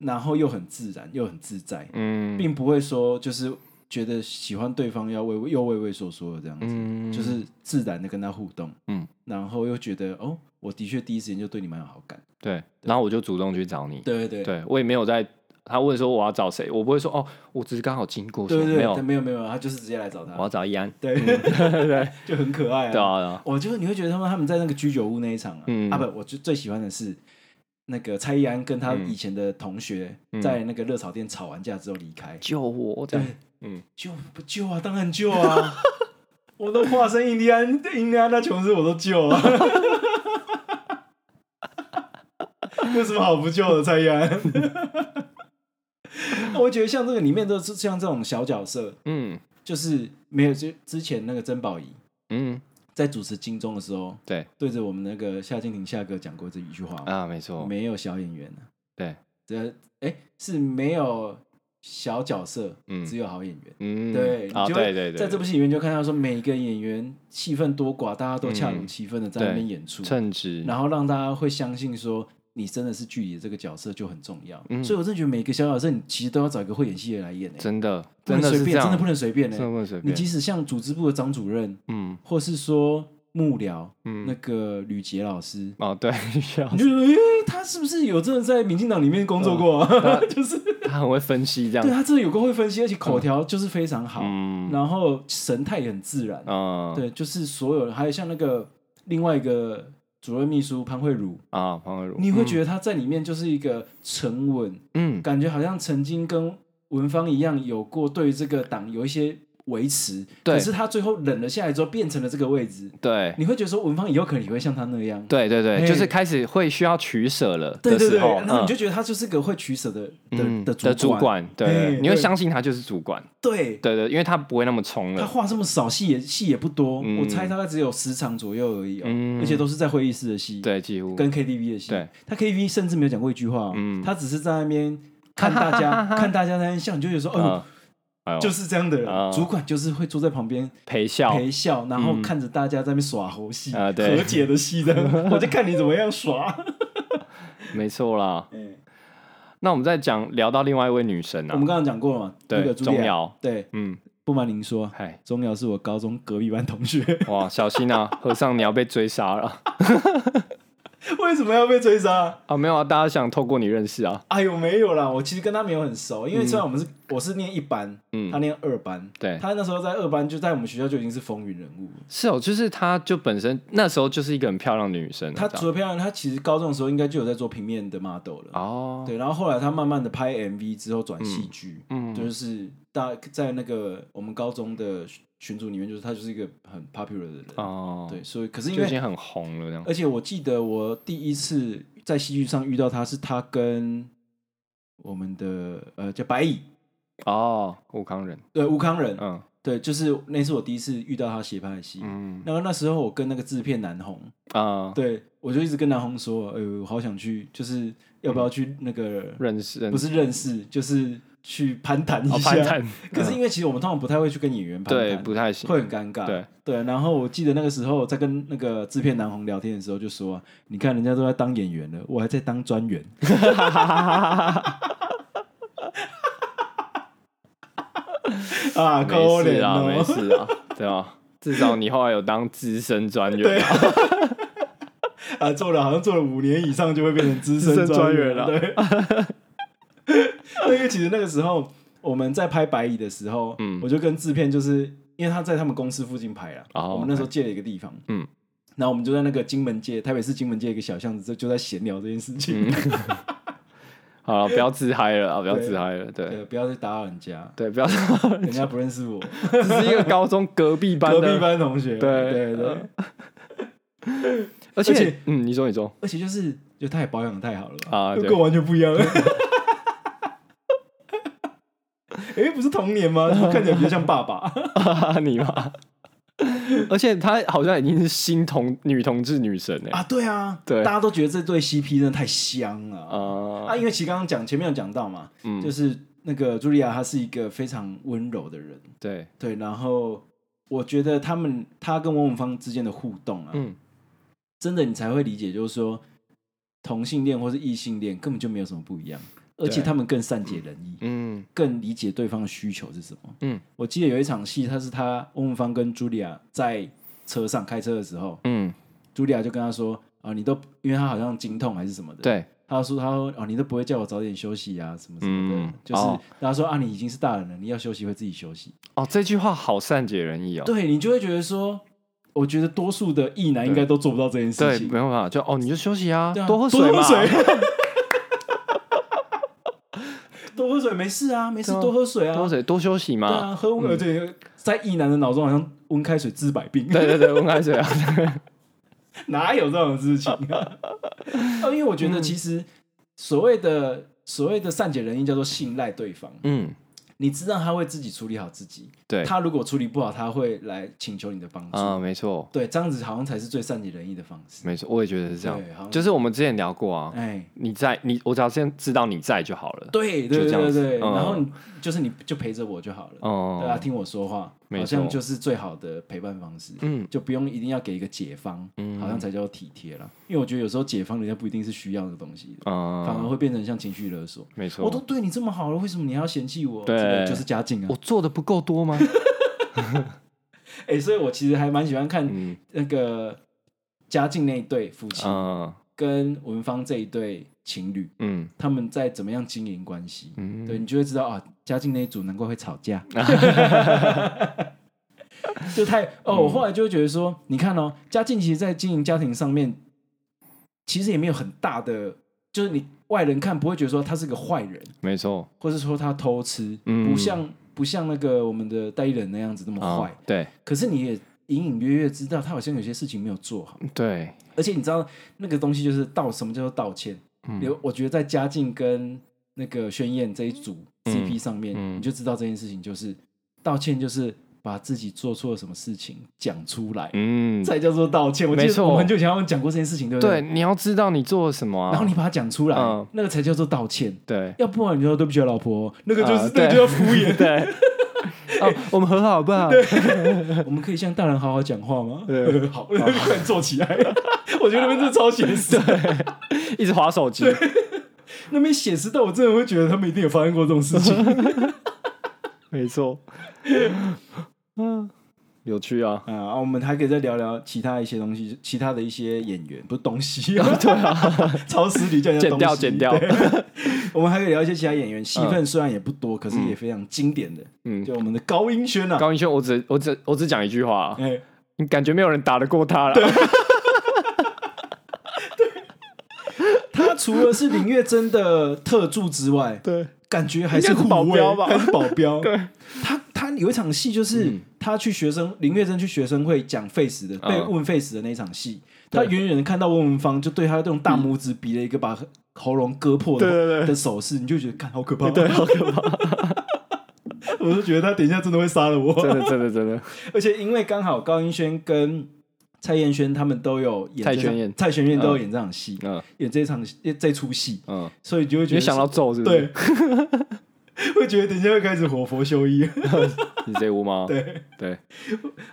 [SPEAKER 2] 然后又很自然，又很自在，
[SPEAKER 1] 嗯
[SPEAKER 2] 并不会说就是觉得喜欢对方要畏又畏畏缩缩的这样子，
[SPEAKER 1] 嗯，
[SPEAKER 2] 就是自然的跟他互动，
[SPEAKER 1] 嗯，
[SPEAKER 2] 然后又觉得哦，我的确第一时间就对你蛮有好感，
[SPEAKER 1] 对，然后我就主动去找你，
[SPEAKER 2] 对对对。
[SPEAKER 1] 对我也没有在。他问说我要找谁，我不会说哦，我只是刚好经过，
[SPEAKER 2] 对对
[SPEAKER 1] 没
[SPEAKER 2] 对，
[SPEAKER 1] 有
[SPEAKER 2] 但，没有没有，他就是直接来找
[SPEAKER 1] 我要
[SPEAKER 2] 他，
[SPEAKER 1] 找易安，
[SPEAKER 2] 对
[SPEAKER 1] 对
[SPEAKER 2] [laughs] 就很可爱啊。
[SPEAKER 1] 对啊，对啊
[SPEAKER 2] 我就是你会觉得他们他们在那个居酒屋那一场啊，
[SPEAKER 1] 嗯
[SPEAKER 2] 啊不，我就最喜欢的是那个蔡依安跟她以前的同学
[SPEAKER 1] 嗯
[SPEAKER 2] 在那个热炒店吵完架之后离开，
[SPEAKER 1] 救我这样，嗯，
[SPEAKER 2] 救不救啊？当然救啊！ [laughs] 我都化身印第安印第安那琼斯，我都救啊！ [laughs] 有什么好不救的？蔡依安， [laughs] 我觉得像这个里面都是像这种小角色，
[SPEAKER 1] 嗯
[SPEAKER 2] 就是没有之之前那个曾宝仪
[SPEAKER 1] 嗯，
[SPEAKER 2] 在主持金钟的时候，
[SPEAKER 1] 对
[SPEAKER 2] 对着我们那个夏静婷夏哥讲过这一句话嘛，
[SPEAKER 1] 啊，没错，
[SPEAKER 2] 没有小演员啊
[SPEAKER 1] 对，
[SPEAKER 2] 这哎是没有小角色，
[SPEAKER 1] 嗯
[SPEAKER 2] 只有好演员。
[SPEAKER 1] 嗯，
[SPEAKER 2] 对，你
[SPEAKER 1] 啊，
[SPEAKER 2] 就
[SPEAKER 1] 对对
[SPEAKER 2] 会
[SPEAKER 1] 对，
[SPEAKER 2] 在这部戏里面就看到说每一个演员戏份多寡，大家都恰
[SPEAKER 1] 嗯
[SPEAKER 2] 如其分的在那边演出，
[SPEAKER 1] 称职，
[SPEAKER 2] 然后让大家会相信说你真的是剧里的这个角色就很重要。
[SPEAKER 1] 嗯
[SPEAKER 2] 所以我真的觉得每个小角色你其实都要找一个会演戏的来演、欸，
[SPEAKER 1] 真的
[SPEAKER 2] 不
[SPEAKER 1] 真的
[SPEAKER 2] 能随
[SPEAKER 1] 是这
[SPEAKER 2] 便，
[SPEAKER 1] 样，
[SPEAKER 2] 真的不能随便、
[SPEAKER 1] 真的
[SPEAKER 2] 欸。
[SPEAKER 1] 不能随
[SPEAKER 2] 你即
[SPEAKER 1] 便，
[SPEAKER 2] 使像组织部的张主任，
[SPEAKER 1] 嗯
[SPEAKER 2] 或是说幕僚那
[SPEAKER 1] 嗯，
[SPEAKER 2] 个吕杰老师，
[SPEAKER 1] 哦，对， [laughs] 需要
[SPEAKER 2] 你就觉得，哎、他是不是有真的在民进党里面工作过、啊？ [laughs] 就是
[SPEAKER 1] 嗯他很会分析这
[SPEAKER 2] 对
[SPEAKER 1] 样，
[SPEAKER 2] 他真的有够会分析，而且口条就是非常好，
[SPEAKER 1] 嗯
[SPEAKER 2] 然后神态也很自然。
[SPEAKER 1] 嗯，
[SPEAKER 2] 对，就是所有人，还有像那个另外一个主任秘书潘慧茹，
[SPEAKER 1] 啊，黄伟儒，
[SPEAKER 2] 你会觉得他在里面就是一个沉稳，
[SPEAKER 1] 嗯
[SPEAKER 2] 感觉好像曾经跟文芳一样有过对于这个党有一些维持，
[SPEAKER 1] 对
[SPEAKER 2] 可是他最后冷了下来之后变成了这个位置，
[SPEAKER 1] 对
[SPEAKER 2] 你会觉得说文芳以后可能也会像他那样，
[SPEAKER 1] 对对对，
[SPEAKER 2] 嘿
[SPEAKER 1] 就是开始会需要取舍了
[SPEAKER 2] 对
[SPEAKER 1] 的
[SPEAKER 2] 对
[SPEAKER 1] 时
[SPEAKER 2] 对，
[SPEAKER 1] 候，
[SPEAKER 2] 然后你
[SPEAKER 1] 嗯
[SPEAKER 2] 就觉得他就是个会取舍的
[SPEAKER 1] 嗯
[SPEAKER 2] 的
[SPEAKER 1] 的主
[SPEAKER 2] 主，
[SPEAKER 1] 管，对对，
[SPEAKER 2] 嘿
[SPEAKER 1] 你会
[SPEAKER 2] 对
[SPEAKER 1] 相信他就是主管，
[SPEAKER 2] 对
[SPEAKER 1] 对对，因为他不会那么冲
[SPEAKER 2] 他
[SPEAKER 1] 了，
[SPEAKER 2] 话这么少，戏也戏也不多，
[SPEAKER 1] 嗯
[SPEAKER 2] 我猜大概只有十场左右而已哦，
[SPEAKER 1] 嗯
[SPEAKER 2] 而且都是在会议室的戏，
[SPEAKER 1] 对，几乎
[SPEAKER 2] 跟 KTV 的戏
[SPEAKER 1] 对，
[SPEAKER 2] 他 KTV 甚至没有讲过一句话哦，
[SPEAKER 1] 嗯
[SPEAKER 2] 他只是在那边看大
[SPEAKER 1] [laughs]
[SPEAKER 2] 家看大家在那边笑，你就觉得说，哦，
[SPEAKER 1] 嗯，哎呦
[SPEAKER 2] 就是这样的
[SPEAKER 1] 哦
[SPEAKER 2] 人，主管就是会坐在旁边
[SPEAKER 1] 陪笑，
[SPEAKER 2] 陪笑，然后
[SPEAKER 1] 嗯
[SPEAKER 2] 看着大家在那边耍猴戏、
[SPEAKER 1] 啊对
[SPEAKER 2] 和解的戏的，
[SPEAKER 1] [laughs]
[SPEAKER 2] 我就看你怎么样耍。
[SPEAKER 1] 没错啦。
[SPEAKER 2] 嗯
[SPEAKER 1] 那我们再讲聊到另外一位女神
[SPEAKER 2] 我
[SPEAKER 1] 啊
[SPEAKER 2] 们，刚刚讲过了嘛，那
[SPEAKER 1] 对，
[SPEAKER 2] 个
[SPEAKER 1] 钟，瑶，
[SPEAKER 2] 对，
[SPEAKER 1] 嗯，
[SPEAKER 2] 不瞒您说，
[SPEAKER 1] 嗨，
[SPEAKER 2] 钟瑶是我高中隔壁班同学， [laughs]
[SPEAKER 1] 哇，小心啊，和尚你要被追杀了 [laughs]
[SPEAKER 2] 为什么要被追杀？
[SPEAKER 1] 啊！没有啊，大家想透过你认识啊，
[SPEAKER 2] 哎呦，没有啦，我其实跟他没有很熟，因为虽然我们是、我是念一班，
[SPEAKER 1] 嗯
[SPEAKER 2] 他念二班，
[SPEAKER 1] 对，
[SPEAKER 2] 他那时候在二班就在我们学校就已经是风云人物了。
[SPEAKER 1] 是哦，就是她就本身那时候就是一个很漂亮的女生，啊
[SPEAKER 2] 他
[SPEAKER 1] 这样
[SPEAKER 2] 除了漂亮，他其实高中的时候应该就有在做平面的 model 了。
[SPEAKER 1] 哦，
[SPEAKER 2] 对，然后后来他慢慢的拍 MV 之后转戏剧，
[SPEAKER 1] 嗯
[SPEAKER 2] 就是大在那个我们高中的群组里面，就是他就是一个很 popular 的人，
[SPEAKER 1] 哦，
[SPEAKER 2] 对，所以可是因
[SPEAKER 1] 就已
[SPEAKER 2] 为，
[SPEAKER 1] 经很红了那样，
[SPEAKER 2] 而且我记得我第一次在戏剧上遇到他是他跟我们的呃叫白蚁，
[SPEAKER 1] 哦，武康人，
[SPEAKER 2] 对，吴康仁，
[SPEAKER 1] 嗯
[SPEAKER 2] 对，就是那是我第一次遇到他写拍的戏，
[SPEAKER 1] 嗯
[SPEAKER 2] 然后那时候我跟那个制片南红，
[SPEAKER 1] 啊，
[SPEAKER 2] 对我就一直跟南红说，呃，我好想去，就是要不要去那个
[SPEAKER 1] 认识认
[SPEAKER 2] 不
[SPEAKER 1] 识，
[SPEAKER 2] 是认识，就是去攀谈一
[SPEAKER 1] 哦，
[SPEAKER 2] 下。
[SPEAKER 1] 攀谈，
[SPEAKER 2] [laughs] 可是因为其实我们通常不太会去跟演员攀
[SPEAKER 1] 对，
[SPEAKER 2] 谈，
[SPEAKER 1] 不太行，
[SPEAKER 2] 会很尴尬。
[SPEAKER 1] 对
[SPEAKER 2] 然后我记得那个时候在跟那个制片南红聊天的时候，就说、啊：“你看人家都在当演员了，我还在当
[SPEAKER 1] [laughs]
[SPEAKER 2] 专员。啊，可
[SPEAKER 1] 没事
[SPEAKER 2] 怜
[SPEAKER 1] 啊，没
[SPEAKER 2] 哦！
[SPEAKER 1] 事啊，对吧？至少你后来有当资深专员
[SPEAKER 2] 对，啊，做了好像做了五年以上就会变成资
[SPEAKER 1] 资深
[SPEAKER 2] 深
[SPEAKER 1] 专
[SPEAKER 2] 专
[SPEAKER 1] 员
[SPEAKER 2] 员
[SPEAKER 1] 了
[SPEAKER 2] 对， [laughs] 因为其实那个时候我们在拍《白蚁》的时候，
[SPEAKER 1] 嗯
[SPEAKER 2] 我就跟制片就是因为他在他们公司附近拍了，啊
[SPEAKER 1] 哦
[SPEAKER 2] 我们那时候借了一个地方，
[SPEAKER 1] 嗯。
[SPEAKER 2] 然后我们就在那个金门街，台北市金门街一个小巷子，就就在闲聊这件事情。
[SPEAKER 1] 嗯，好了，不要自嗨了啊，不要
[SPEAKER 2] 对
[SPEAKER 1] 自嗨了，对
[SPEAKER 2] [laughs] 对，不要去打扰人家，
[SPEAKER 1] 对，不要，
[SPEAKER 2] 人家不认识我，
[SPEAKER 1] 只是一个高中隔壁班
[SPEAKER 2] [laughs] 隔
[SPEAKER 1] 的，
[SPEAKER 2] 壁班同学。
[SPEAKER 1] 对嗯
[SPEAKER 2] 对对，
[SPEAKER 1] 而且
[SPEAKER 2] 而且
[SPEAKER 1] 嗯，你说你说，
[SPEAKER 2] 而且就是，就他也保养的太好了吧
[SPEAKER 1] 啊对
[SPEAKER 2] 跟我完全不
[SPEAKER 1] [laughs]
[SPEAKER 2] 一样。哎，不是童年吗？怎么看起来比较像
[SPEAKER 1] [laughs]
[SPEAKER 2] 爸爸？
[SPEAKER 1] 你
[SPEAKER 2] [laughs]
[SPEAKER 1] 吗？而且她好像已经是新同女同志女神哎、
[SPEAKER 2] 啊，对啊，
[SPEAKER 1] 对
[SPEAKER 2] 大家都觉得这对 CP 真的太香了啊！
[SPEAKER 1] 啊、
[SPEAKER 2] 啊，因为其实刚刚讲前面有讲到嘛，
[SPEAKER 1] 嗯
[SPEAKER 2] 就是那个茱莉亚，她是一个非常温柔的人，
[SPEAKER 1] 对，
[SPEAKER 2] 对，然后我觉得他们她跟王永芳之间的互动啊，
[SPEAKER 1] 嗯，
[SPEAKER 2] 真的你才会理解，就是说同性恋或是异性恋根本就没有什么不一样，而且
[SPEAKER 1] 对
[SPEAKER 2] 他们更善解人意，
[SPEAKER 1] 嗯
[SPEAKER 2] 更理解对方的需求是什么。
[SPEAKER 1] 嗯，
[SPEAKER 2] 我记得有一场戏，他是他翁文芳跟茱莉亚在车上开车的时候，
[SPEAKER 1] 嗯，
[SPEAKER 2] 茱莉亚就跟他说：“啊，你都因为他好像经痛还是什么的，，
[SPEAKER 1] 对，
[SPEAKER 2] 他说他说哦，你都不会叫我早点休息啊，什么什么的，
[SPEAKER 1] 嗯
[SPEAKER 2] 就是、
[SPEAKER 1] 哦
[SPEAKER 2] 他说啊，你已经是大人了，你要休息会自己休息。
[SPEAKER 1] 哦，这句话好善解人意哦，
[SPEAKER 2] 对你就会觉得说，我觉得多数的异男应该都做不到这件事
[SPEAKER 1] 对，
[SPEAKER 2] 情，
[SPEAKER 1] 没办法，就哦，你就休息啊，
[SPEAKER 2] 对啊
[SPEAKER 1] 多喝水
[SPEAKER 2] 多
[SPEAKER 1] 嘛，
[SPEAKER 2] 喝水
[SPEAKER 1] [laughs]
[SPEAKER 2] 多喝水没事啊，没事
[SPEAKER 1] 对啊
[SPEAKER 2] 多喝水啊，
[SPEAKER 1] 多喝水，多休息
[SPEAKER 2] 对
[SPEAKER 1] 嘛，
[SPEAKER 2] 啊，喝温、
[SPEAKER 1] 嗯
[SPEAKER 2] 对，在异男的脑中好像温开水治百病，
[SPEAKER 1] 对对对，温开水啊，
[SPEAKER 2] [laughs] 哪有这种事情啊？ [laughs] 哦，因为我觉
[SPEAKER 1] 嗯
[SPEAKER 2] 得其实所谓的所谓的善解人意叫做信赖对方，
[SPEAKER 1] [laughs] 嗯，
[SPEAKER 2] 你知道他会自己处理好自己，
[SPEAKER 1] 对，
[SPEAKER 2] 他如果处理不好，他会来请求你的帮助。
[SPEAKER 1] 啊、没错，
[SPEAKER 2] 对，这样子好像才是最善解人意的方式。
[SPEAKER 1] 没错，我也觉得是这
[SPEAKER 2] 对好
[SPEAKER 1] 样，
[SPEAKER 2] 像
[SPEAKER 1] 就是我们之前聊过啊，
[SPEAKER 2] 哎，
[SPEAKER 1] 你在你，我只要先知道你在就好了，
[SPEAKER 2] 对
[SPEAKER 1] 就
[SPEAKER 2] 对
[SPEAKER 1] 这样
[SPEAKER 2] 对
[SPEAKER 1] 子
[SPEAKER 2] 对，
[SPEAKER 1] 嗯
[SPEAKER 2] 然后你就是你就陪着我就好了，
[SPEAKER 1] 哦、
[SPEAKER 2] 对啊，听我说话，
[SPEAKER 1] 没
[SPEAKER 2] 好
[SPEAKER 1] 错
[SPEAKER 2] 像就是最好的陪伴方式。
[SPEAKER 1] 嗯，
[SPEAKER 2] 就不用一定要给一个解方，
[SPEAKER 1] 嗯
[SPEAKER 2] 好像才叫体贴了。因为我觉得有时候解方人家不一定是需要的东西的，
[SPEAKER 1] 嗯，
[SPEAKER 2] 反而会变成像情绪勒索。
[SPEAKER 1] 没错，
[SPEAKER 2] 我都对你这么好了，为什么你还要嫌弃我？
[SPEAKER 1] 对
[SPEAKER 2] 这个就是家境啊
[SPEAKER 1] 我。做的不够多吗？
[SPEAKER 2] 哎、所以我其实还蛮喜欢看
[SPEAKER 1] 嗯
[SPEAKER 2] 那个家境那一对夫妻
[SPEAKER 1] 嗯
[SPEAKER 2] 跟文芳这一对情侣，
[SPEAKER 1] 嗯
[SPEAKER 2] 他们在怎么样经营关系。
[SPEAKER 1] 嗯，
[SPEAKER 2] 对你就会知道啊，家境那一组难怪会吵架， [laughs] 就太哦。
[SPEAKER 1] 嗯
[SPEAKER 2] 我后来就会觉得说，你看哦，家境其实，在经营家庭上面，其实也没有很大的，就是你外人看不会觉得说他是个坏人，
[SPEAKER 1] [laughs] 没错，
[SPEAKER 2] 或是说他偷吃，
[SPEAKER 1] 嗯
[SPEAKER 2] 不像不像那个我们的代理人那样子那么坏，
[SPEAKER 1] 哦对
[SPEAKER 2] 可是你也隐隐约约知道他好像有些事情没有做好，
[SPEAKER 1] 对，
[SPEAKER 2] 而且你知道那个东西就是道什么叫做道歉，
[SPEAKER 1] 嗯
[SPEAKER 2] 有、我觉得在嘉靖跟那个宣燕这一组
[SPEAKER 1] 嗯
[SPEAKER 2] CP 上面，
[SPEAKER 1] 嗯
[SPEAKER 2] 你就知道这件事情就是道歉就是把自己做错了什么事情讲出来，
[SPEAKER 1] 嗯，
[SPEAKER 2] 才叫做道歉。我记
[SPEAKER 1] 没
[SPEAKER 2] 得
[SPEAKER 1] 错
[SPEAKER 2] 我们很久以前他们讲过这件事情，对不
[SPEAKER 1] 对，你要知道你做了什么啊，
[SPEAKER 2] 然后你把它讲出来，
[SPEAKER 1] 嗯
[SPEAKER 2] 那个才叫做道歉。 [laughs]
[SPEAKER 1] 对
[SPEAKER 2] 要不然你就说对不起啊，老婆，那个就是、
[SPEAKER 1] 啊对
[SPEAKER 2] 那个就要敷衍。
[SPEAKER 1] [laughs] 对，哦，我们和好吧，
[SPEAKER 2] [laughs] 我们可以向大人好好讲话吗？
[SPEAKER 1] 对
[SPEAKER 2] [laughs] 好，快点坐起来。 [laughs] 我觉得那边真的超显
[SPEAKER 1] [laughs]
[SPEAKER 2] 示，
[SPEAKER 1] 一直划手机，
[SPEAKER 2] 那边显示到我真的会觉得他们一定有发生过这种事情。
[SPEAKER 1] 没
[SPEAKER 2] [laughs]
[SPEAKER 1] 错，嗯，有趣啊，
[SPEAKER 2] 啊、啊我们还可以再聊聊其他一些东西，其他的一些演员，不是
[SPEAKER 1] [laughs]
[SPEAKER 2] 东西啊，
[SPEAKER 1] 对啊，
[SPEAKER 2] 超市里叫人家
[SPEAKER 1] 剪
[SPEAKER 2] 东西
[SPEAKER 1] 掉剪掉
[SPEAKER 2] 对 [laughs] 我们还可以聊一些其他演员，戏份虽然也不多，可是也非常经典的，
[SPEAKER 1] 嗯
[SPEAKER 2] 就我们的高音轩啊，
[SPEAKER 1] 高英轩，我只我只我只讲一句
[SPEAKER 2] [laughs]
[SPEAKER 1] 话啊，
[SPEAKER 2] 哎、
[SPEAKER 1] 你感觉没有人打得过他了，
[SPEAKER 2] 他除了是林月珍的特助之外，
[SPEAKER 1] [laughs] 对，
[SPEAKER 2] 感觉还是
[SPEAKER 1] 应该是
[SPEAKER 2] 护卫
[SPEAKER 1] 保镖吧
[SPEAKER 2] 还是保
[SPEAKER 1] [laughs]
[SPEAKER 2] 镖？对，他他有一场戏就是、他去学生林月珍去学生会讲 face 的，
[SPEAKER 1] 嗯
[SPEAKER 2] 被问 face 的那场戏，
[SPEAKER 1] 对
[SPEAKER 2] 他远远的看到温文芳就对他用大拇指比了一个把喉咙割破的
[SPEAKER 1] 对对对
[SPEAKER 2] 的手势，你就觉得看好可怕，
[SPEAKER 1] 对，好可怕，
[SPEAKER 2] [laughs] 我就觉得他等一下真的会杀了我，
[SPEAKER 1] 真的真的真 [laughs] 的，
[SPEAKER 2] 而且因为刚好高英轩跟蔡燕轩他们都有演
[SPEAKER 1] 蔡
[SPEAKER 2] 这场
[SPEAKER 1] 宣燕
[SPEAKER 2] 蔡轩燕都有演这场戏，
[SPEAKER 1] 嗯
[SPEAKER 2] 演这场这出戏，
[SPEAKER 1] 嗯，
[SPEAKER 2] 所以你就会觉
[SPEAKER 1] 你
[SPEAKER 2] 得
[SPEAKER 1] 想到咒是不是
[SPEAKER 2] 对？， [laughs] 会觉得等一下会开始活佛修 [laughs] 一。
[SPEAKER 1] 你这屋吗？
[SPEAKER 2] 对
[SPEAKER 1] 对，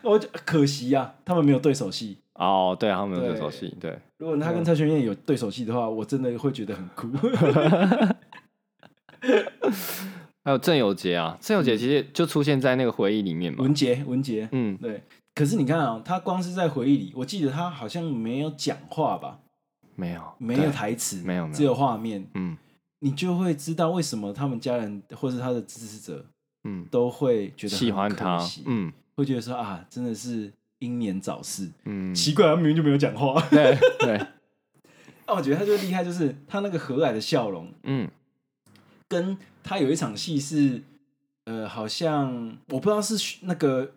[SPEAKER 2] 我就可惜呀、啊，他们没有对手戏。
[SPEAKER 1] 哦，对啊，他们有
[SPEAKER 2] 对
[SPEAKER 1] 这首戏，对，
[SPEAKER 2] 如果他跟蔡学燕有对手戏的话，我真的会觉得很酷。 [laughs]
[SPEAKER 1] 还有郑有杰啊，郑有杰其实就出现在那个回忆里面嘛，
[SPEAKER 2] 文杰，文杰，
[SPEAKER 1] 嗯，
[SPEAKER 2] 对。可是你看啊、他光是在回忆里，我记得他好像没有讲话吧，
[SPEAKER 1] 没有
[SPEAKER 2] 没有
[SPEAKER 1] 对
[SPEAKER 2] 台词，
[SPEAKER 1] 没有没有
[SPEAKER 2] 只有画面，
[SPEAKER 1] 嗯
[SPEAKER 2] 你就会知道为什么他们家人或是他的支持者
[SPEAKER 1] 嗯，
[SPEAKER 2] 都会觉得
[SPEAKER 1] 喜欢
[SPEAKER 2] 很可
[SPEAKER 1] 他
[SPEAKER 2] 惜，
[SPEAKER 1] 嗯
[SPEAKER 2] 会觉得说啊，真的是英年早逝。
[SPEAKER 1] 嗯，
[SPEAKER 2] 奇怪，他明明就没有讲话。 [laughs]
[SPEAKER 1] 对对，
[SPEAKER 2] 啊，我觉得他最厉害就是他那个和蔼的笑容，
[SPEAKER 1] 嗯
[SPEAKER 2] 跟他有一场戏是，呃，好像我不知道是虚那个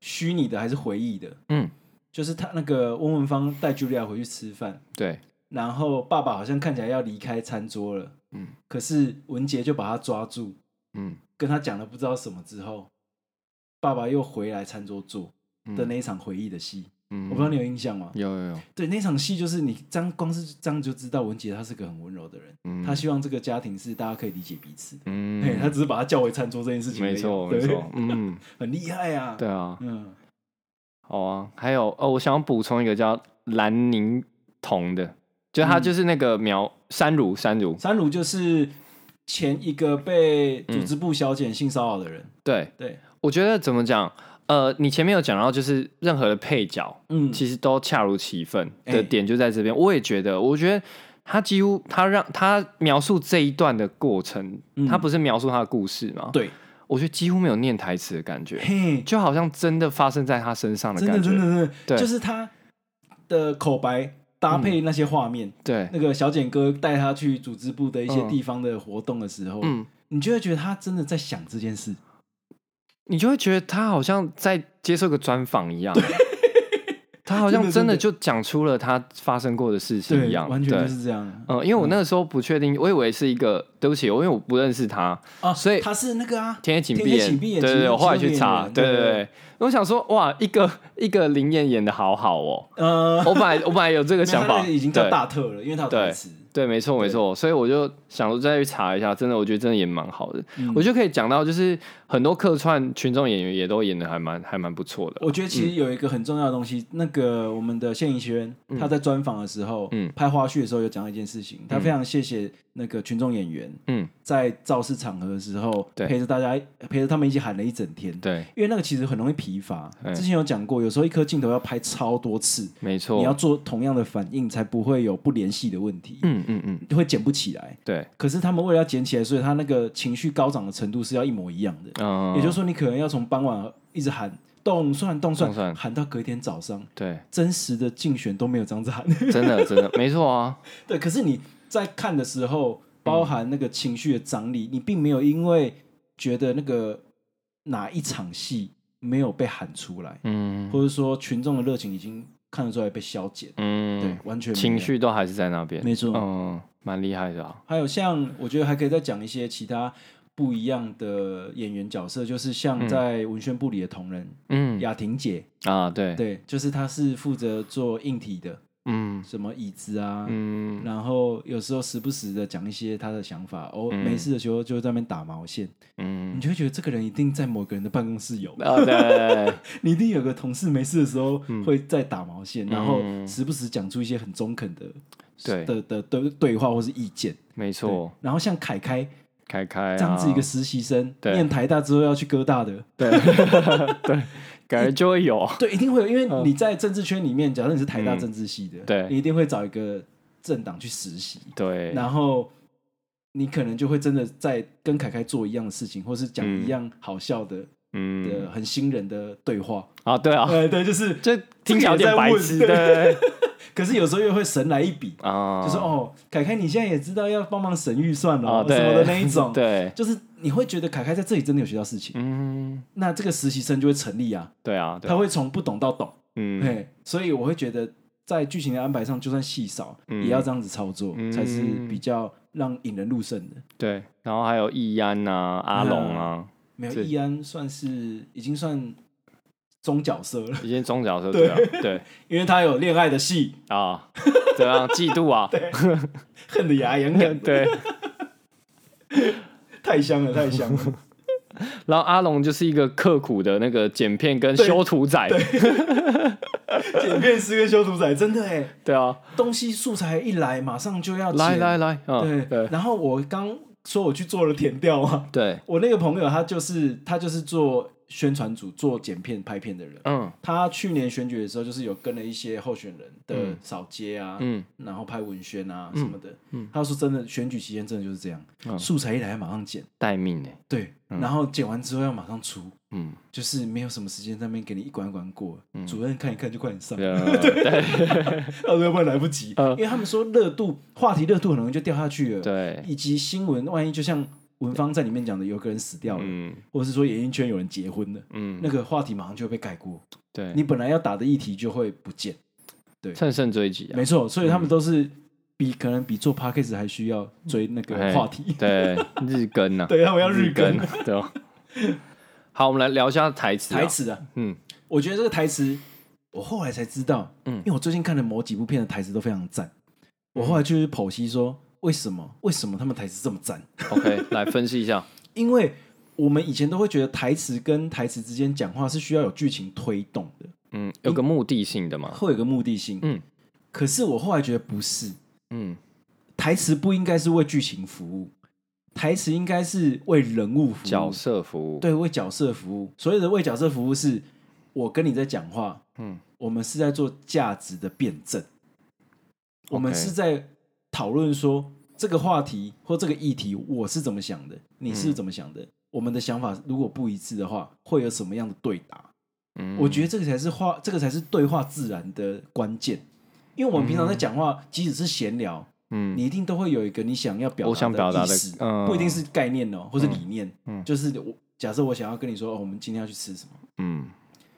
[SPEAKER 2] 虚拟的还是回忆的，
[SPEAKER 1] 嗯，
[SPEAKER 2] 就是他那个翁文芳带 Julia 回去吃饭，
[SPEAKER 1] 对，
[SPEAKER 2] 然后爸爸好像看起来要离开餐桌了，
[SPEAKER 1] 嗯
[SPEAKER 2] 可是文杰就把他抓住，
[SPEAKER 1] 嗯
[SPEAKER 2] 跟他讲了不知道什么之后，爸爸又回来餐桌坐
[SPEAKER 1] 嗯
[SPEAKER 2] 的那一场回忆的戏，
[SPEAKER 1] 嗯，
[SPEAKER 2] 我不知道你有印象吗？
[SPEAKER 1] 有有有，
[SPEAKER 2] 对，那场戏就是你张光是这样就知道文杰他是个很温柔的人，
[SPEAKER 1] 嗯
[SPEAKER 2] 他希望这个家庭是大家可以理解彼此的。哎，他
[SPEAKER 1] 嗯，
[SPEAKER 2] 只是把他叫回餐桌这件事情而已，啊
[SPEAKER 1] 没错
[SPEAKER 2] 对
[SPEAKER 1] 没错，，嗯，
[SPEAKER 2] [laughs] 很厉害啊。
[SPEAKER 1] 对，啊，
[SPEAKER 2] 嗯，
[SPEAKER 1] 好啊，还有哦，我想要补充一个叫兰宁童的，就
[SPEAKER 2] 嗯
[SPEAKER 1] 他就是那个苗山如山如，
[SPEAKER 2] 三鲁就是前一个被
[SPEAKER 1] 嗯
[SPEAKER 2] 组织部小姐性骚扰的人，
[SPEAKER 1] 对
[SPEAKER 2] 对，
[SPEAKER 1] 我觉得怎么讲，呃，你前面有讲到就是任何的配角。
[SPEAKER 2] 嗯，
[SPEAKER 1] 其实都恰如其分
[SPEAKER 2] 哎
[SPEAKER 1] 的点就在这边。我也觉得，我觉得他几乎他让他描述这一段的过程，
[SPEAKER 2] 嗯
[SPEAKER 1] 他不是描述他的故事吗？，
[SPEAKER 2] 对，
[SPEAKER 1] 我觉得几乎没有念台词的感觉，
[SPEAKER 2] 嘿，
[SPEAKER 1] 就好像真的发生在他身上的
[SPEAKER 2] 真
[SPEAKER 1] 感
[SPEAKER 2] 的
[SPEAKER 1] 觉。
[SPEAKER 2] 真的真的，
[SPEAKER 1] 对嗯
[SPEAKER 2] 就是他的口白搭配那些画面，
[SPEAKER 1] 对，
[SPEAKER 2] 那个小简哥带他去组织部的一些
[SPEAKER 1] 嗯
[SPEAKER 2] 地方的活动的时候，
[SPEAKER 1] 嗯，
[SPEAKER 2] 你就会觉得他真的在想这件事。
[SPEAKER 1] 你就会觉得他好像在接受一个专访一样。他好像
[SPEAKER 2] 真
[SPEAKER 1] 真
[SPEAKER 2] 的
[SPEAKER 1] 的就讲出了他发生过的事情
[SPEAKER 2] 对
[SPEAKER 1] 一，样，
[SPEAKER 2] 完全
[SPEAKER 1] 对
[SPEAKER 2] 就是这样
[SPEAKER 1] 嗯，因为我那个时候不确定，我以为是一个，对不起，我因为我不认识他，
[SPEAKER 2] 啊！
[SPEAKER 1] 所以
[SPEAKER 2] 他是那个啊，
[SPEAKER 1] 天天请闭
[SPEAKER 2] 天
[SPEAKER 1] 眼，
[SPEAKER 2] 闭眼，
[SPEAKER 1] 对
[SPEAKER 2] 其
[SPEAKER 1] 对，
[SPEAKER 2] 实
[SPEAKER 1] 我后来
[SPEAKER 2] 就是
[SPEAKER 1] 去
[SPEAKER 2] 那个
[SPEAKER 1] 查，
[SPEAKER 2] 演员
[SPEAKER 1] 对对对，我想说哇，一个一个林燕演的好好哦，
[SPEAKER 2] 呃，
[SPEAKER 1] 我本来我本来有这个
[SPEAKER 2] 没有
[SPEAKER 1] 想
[SPEAKER 2] 他那
[SPEAKER 1] 法，
[SPEAKER 2] 个已经叫
[SPEAKER 1] 对
[SPEAKER 2] 大特了，因为他有台词。
[SPEAKER 1] 对，没错没错，所以我就想说再去查一下，真的我觉得真的也蛮好的，
[SPEAKER 2] 嗯
[SPEAKER 1] 我就可以讲到就是很多客串群众演员也都演的还蛮还蛮不错的，
[SPEAKER 2] 我觉得其实有一个很重要的东西，那个我们的谢颖轩他在专访的时候，
[SPEAKER 1] 嗯
[SPEAKER 2] 拍花絮的时候有讲到一件事情，他非常谢谢那个群众演员
[SPEAKER 1] 嗯，
[SPEAKER 2] 在造势场合的时候，
[SPEAKER 1] 对
[SPEAKER 2] 陪着大家陪着他们一起喊了一整天。
[SPEAKER 1] 对，
[SPEAKER 2] 因为那个其实很容易疲乏，
[SPEAKER 1] 嗯
[SPEAKER 2] 之前有讲过，有时候一颗镜头要拍超多次，
[SPEAKER 1] 没错，
[SPEAKER 2] 你要做同样的反应，才不会有不联系的问题，
[SPEAKER 1] 嗯嗯嗯，
[SPEAKER 2] 会捡不起来。
[SPEAKER 1] 对，
[SPEAKER 2] 可是他们为了要捡起来，所以他那个情绪高涨的程度是要一模一样的。
[SPEAKER 1] 嗯，
[SPEAKER 2] 也就是说，你可能要从傍晚一直喊动算动算，
[SPEAKER 1] 动算
[SPEAKER 2] 喊到隔天早上，
[SPEAKER 1] 对，
[SPEAKER 2] 真实的竞选都没有这样子喊。 [laughs]
[SPEAKER 1] 真的真的没错啊，
[SPEAKER 2] 对，可是你在看的时候，包含那个情绪的张力，你并没有因为觉得那个哪一场戏没有被喊出来，
[SPEAKER 1] 嗯
[SPEAKER 2] 或者说群众的热情已经看得出来被消减，对
[SPEAKER 1] 嗯，，
[SPEAKER 2] 完全没有
[SPEAKER 1] 情绪都还是在那边，
[SPEAKER 2] 没错。
[SPEAKER 1] 嗯，蛮厉害的啊，
[SPEAKER 2] 还有像我觉得还可以再讲一些其他不一样的演员角色，就是像在文宣部里的同仁
[SPEAKER 1] 嗯
[SPEAKER 2] 雅婷姐，
[SPEAKER 1] 啊，对，
[SPEAKER 2] 对，就是她是负责做硬体的，
[SPEAKER 1] 嗯
[SPEAKER 2] 什么椅子啊，
[SPEAKER 1] 嗯
[SPEAKER 2] 然后有时候时不时的讲一些她的想法，哦，
[SPEAKER 1] 嗯
[SPEAKER 2] 没事的时候就在那边打毛线，
[SPEAKER 1] 嗯
[SPEAKER 2] 你，就会觉得这个人一定在某个人的办公室有，
[SPEAKER 1] 啊，对对，对
[SPEAKER 2] 你一定有个同事没事的时候会在打毛线，然后
[SPEAKER 1] 嗯
[SPEAKER 2] 时不时讲出一些很中肯的
[SPEAKER 1] 对
[SPEAKER 2] 的的的对话或是意见，
[SPEAKER 1] 没
[SPEAKER 2] [laughs] 对
[SPEAKER 1] 错，，
[SPEAKER 2] 然后像凯凯。
[SPEAKER 1] 开开啊
[SPEAKER 2] 这样子一个实习生，
[SPEAKER 1] 对
[SPEAKER 2] 念台大之后要去哥大的，
[SPEAKER 1] 对
[SPEAKER 2] [laughs]
[SPEAKER 1] 对，感觉就会有，
[SPEAKER 2] 对，一定会有，因为你在政治圈里面，假设你是台大
[SPEAKER 1] 嗯
[SPEAKER 2] 政治系的，
[SPEAKER 1] 对
[SPEAKER 2] 你一定会找一个政党去实习，
[SPEAKER 1] 对，
[SPEAKER 2] 然后你可能就会真的在跟凯凯做一样的事情，或是讲
[SPEAKER 1] 嗯
[SPEAKER 2] 一样好笑的
[SPEAKER 1] 嗯
[SPEAKER 2] 的很新人的对话，
[SPEAKER 1] 啊，对啊，
[SPEAKER 2] 呃，对，就是，
[SPEAKER 1] 这听起来有点白痴，
[SPEAKER 2] 这个也
[SPEAKER 1] 对
[SPEAKER 2] [laughs] 可是有时候又会神来一笔，
[SPEAKER 1] 啊，
[SPEAKER 2] 就是哦，凯凯你现在也知道要帮忙省预算
[SPEAKER 1] 啊，
[SPEAKER 2] 了，
[SPEAKER 1] 对
[SPEAKER 2] 什么的那一种，
[SPEAKER 1] [laughs] 对，
[SPEAKER 2] 就是你会觉得凯凯在这里真的有学到事情，
[SPEAKER 1] 嗯，
[SPEAKER 2] 那这个实习生就会成立啊，
[SPEAKER 1] 对啊，对
[SPEAKER 2] 他，会从不懂到懂。
[SPEAKER 1] 嗯
[SPEAKER 2] 嘿，所以我会觉得在剧情的安排上，就算戏少，
[SPEAKER 1] 嗯
[SPEAKER 2] 也要这样子操作，
[SPEAKER 1] 嗯
[SPEAKER 2] 才是比较让引人入胜的。
[SPEAKER 1] 对，然后还有易安呐、阿龙啊，
[SPEAKER 2] 没有
[SPEAKER 1] 这
[SPEAKER 2] 易安算是已经算中角色了， [laughs]
[SPEAKER 1] 一些中角色对啊，对
[SPEAKER 2] 因为他有恋爱的戏，
[SPEAKER 1] 啊，怎样嫉妒
[SPEAKER 2] [laughs]
[SPEAKER 1] 啊？，
[SPEAKER 2] 恨得牙痒痒
[SPEAKER 1] [laughs] 对，
[SPEAKER 2] 太香了，太香了。
[SPEAKER 1] [laughs] 然后阿龙就是一个刻苦的那个剪片跟修图仔，
[SPEAKER 2] 剪片师跟修图仔真的哎，
[SPEAKER 1] 对啊，
[SPEAKER 2] 东西素材一来，马上就要剪
[SPEAKER 1] 来来，来，啊，
[SPEAKER 2] 对。
[SPEAKER 1] 对
[SPEAKER 2] 然后我刚说我去做了填调啊，
[SPEAKER 1] 对，
[SPEAKER 2] 我那个朋友他就是他就是做宣传组、做剪片、拍片的人。
[SPEAKER 1] 嗯
[SPEAKER 2] 他去年选举的时候，就是有跟了一些候选人的
[SPEAKER 1] 嗯
[SPEAKER 2] 扫街啊，
[SPEAKER 1] 嗯
[SPEAKER 2] 然后拍文宣啊什么的。他说真的，选举期间真的就是这样，
[SPEAKER 1] 嗯
[SPEAKER 2] 素材一来马上剪，
[SPEAKER 1] 待命哎，
[SPEAKER 2] 对，然后剪完之后要马上出，
[SPEAKER 1] 嗯，
[SPEAKER 2] 就是没有什么时间在那边给你一关一关过。主任看一看就快点上， [laughs]
[SPEAKER 1] 对
[SPEAKER 2] 要不然来不及。
[SPEAKER 1] 嗯
[SPEAKER 2] 因为他们说热度话题热度很容易就掉下去了，
[SPEAKER 1] 对，
[SPEAKER 2] 以及新闻万一就像文芳在里面讲的，有个人死掉了，
[SPEAKER 1] 嗯
[SPEAKER 2] 或者是说演艺圈有人结婚了，
[SPEAKER 1] 嗯，
[SPEAKER 2] 那个话题马上就会被盖过，
[SPEAKER 1] 对，
[SPEAKER 2] 你本来要打的议题就会不见。
[SPEAKER 1] 乘胜追击啊，
[SPEAKER 2] 没错，所以他们都是比可能比做 podcast 还需要追那个
[SPEAKER 1] 哎
[SPEAKER 2] 话题，
[SPEAKER 1] 对，日更呐、
[SPEAKER 2] [laughs] 对，他们要日更
[SPEAKER 1] 更，对吧？好，我们来聊一下台词、啊。
[SPEAKER 2] 台，词啊。
[SPEAKER 1] 嗯
[SPEAKER 2] 我觉得这个台词，我后来才知道，
[SPEAKER 1] 嗯
[SPEAKER 2] 因为我最近看了某几部片的台词都非常赞，我后来就是剖析说，为什么为什么他们台词这么赞？
[SPEAKER 1] ，OK，来 [laughs] 分析一下。
[SPEAKER 2] 因为我们以前都会觉得台词跟台词之间讲话是需要有剧情推动的，
[SPEAKER 1] 嗯，有个目的性的嘛。
[SPEAKER 2] 会有个目的性。
[SPEAKER 1] 嗯，
[SPEAKER 2] 可是我后来觉得不是，
[SPEAKER 1] 嗯
[SPEAKER 2] 台词不应该是为剧情服务，台词应该是为人物服务。
[SPEAKER 1] 角色服务。，
[SPEAKER 2] 对，为角色服务。所谓的为角色服务是，我跟你在讲话，
[SPEAKER 1] 嗯
[SPEAKER 2] 我们是在做价值的辩证，我们
[SPEAKER 1] OK
[SPEAKER 2] 是在讨论说这个话题或这个议题我是怎么想的，你
[SPEAKER 1] 嗯
[SPEAKER 2] 是怎么想的，我们的想法如果不一致的话，会有什么样的对答？
[SPEAKER 1] 嗯
[SPEAKER 2] 我觉得这个才是话，这个才是对话自然的关键。因为我们平常在讲话，即使是闲聊，
[SPEAKER 1] 嗯
[SPEAKER 2] 你一定都会有一个你想要表
[SPEAKER 1] 我想表达
[SPEAKER 2] 的
[SPEAKER 1] 的
[SPEAKER 2] 意思，啊
[SPEAKER 1] 嗯
[SPEAKER 2] 不一定是概念哦，或是理念，
[SPEAKER 1] 嗯
[SPEAKER 2] 就是我假设我想要跟你说，哦，我们今天要去吃什么，
[SPEAKER 1] 嗯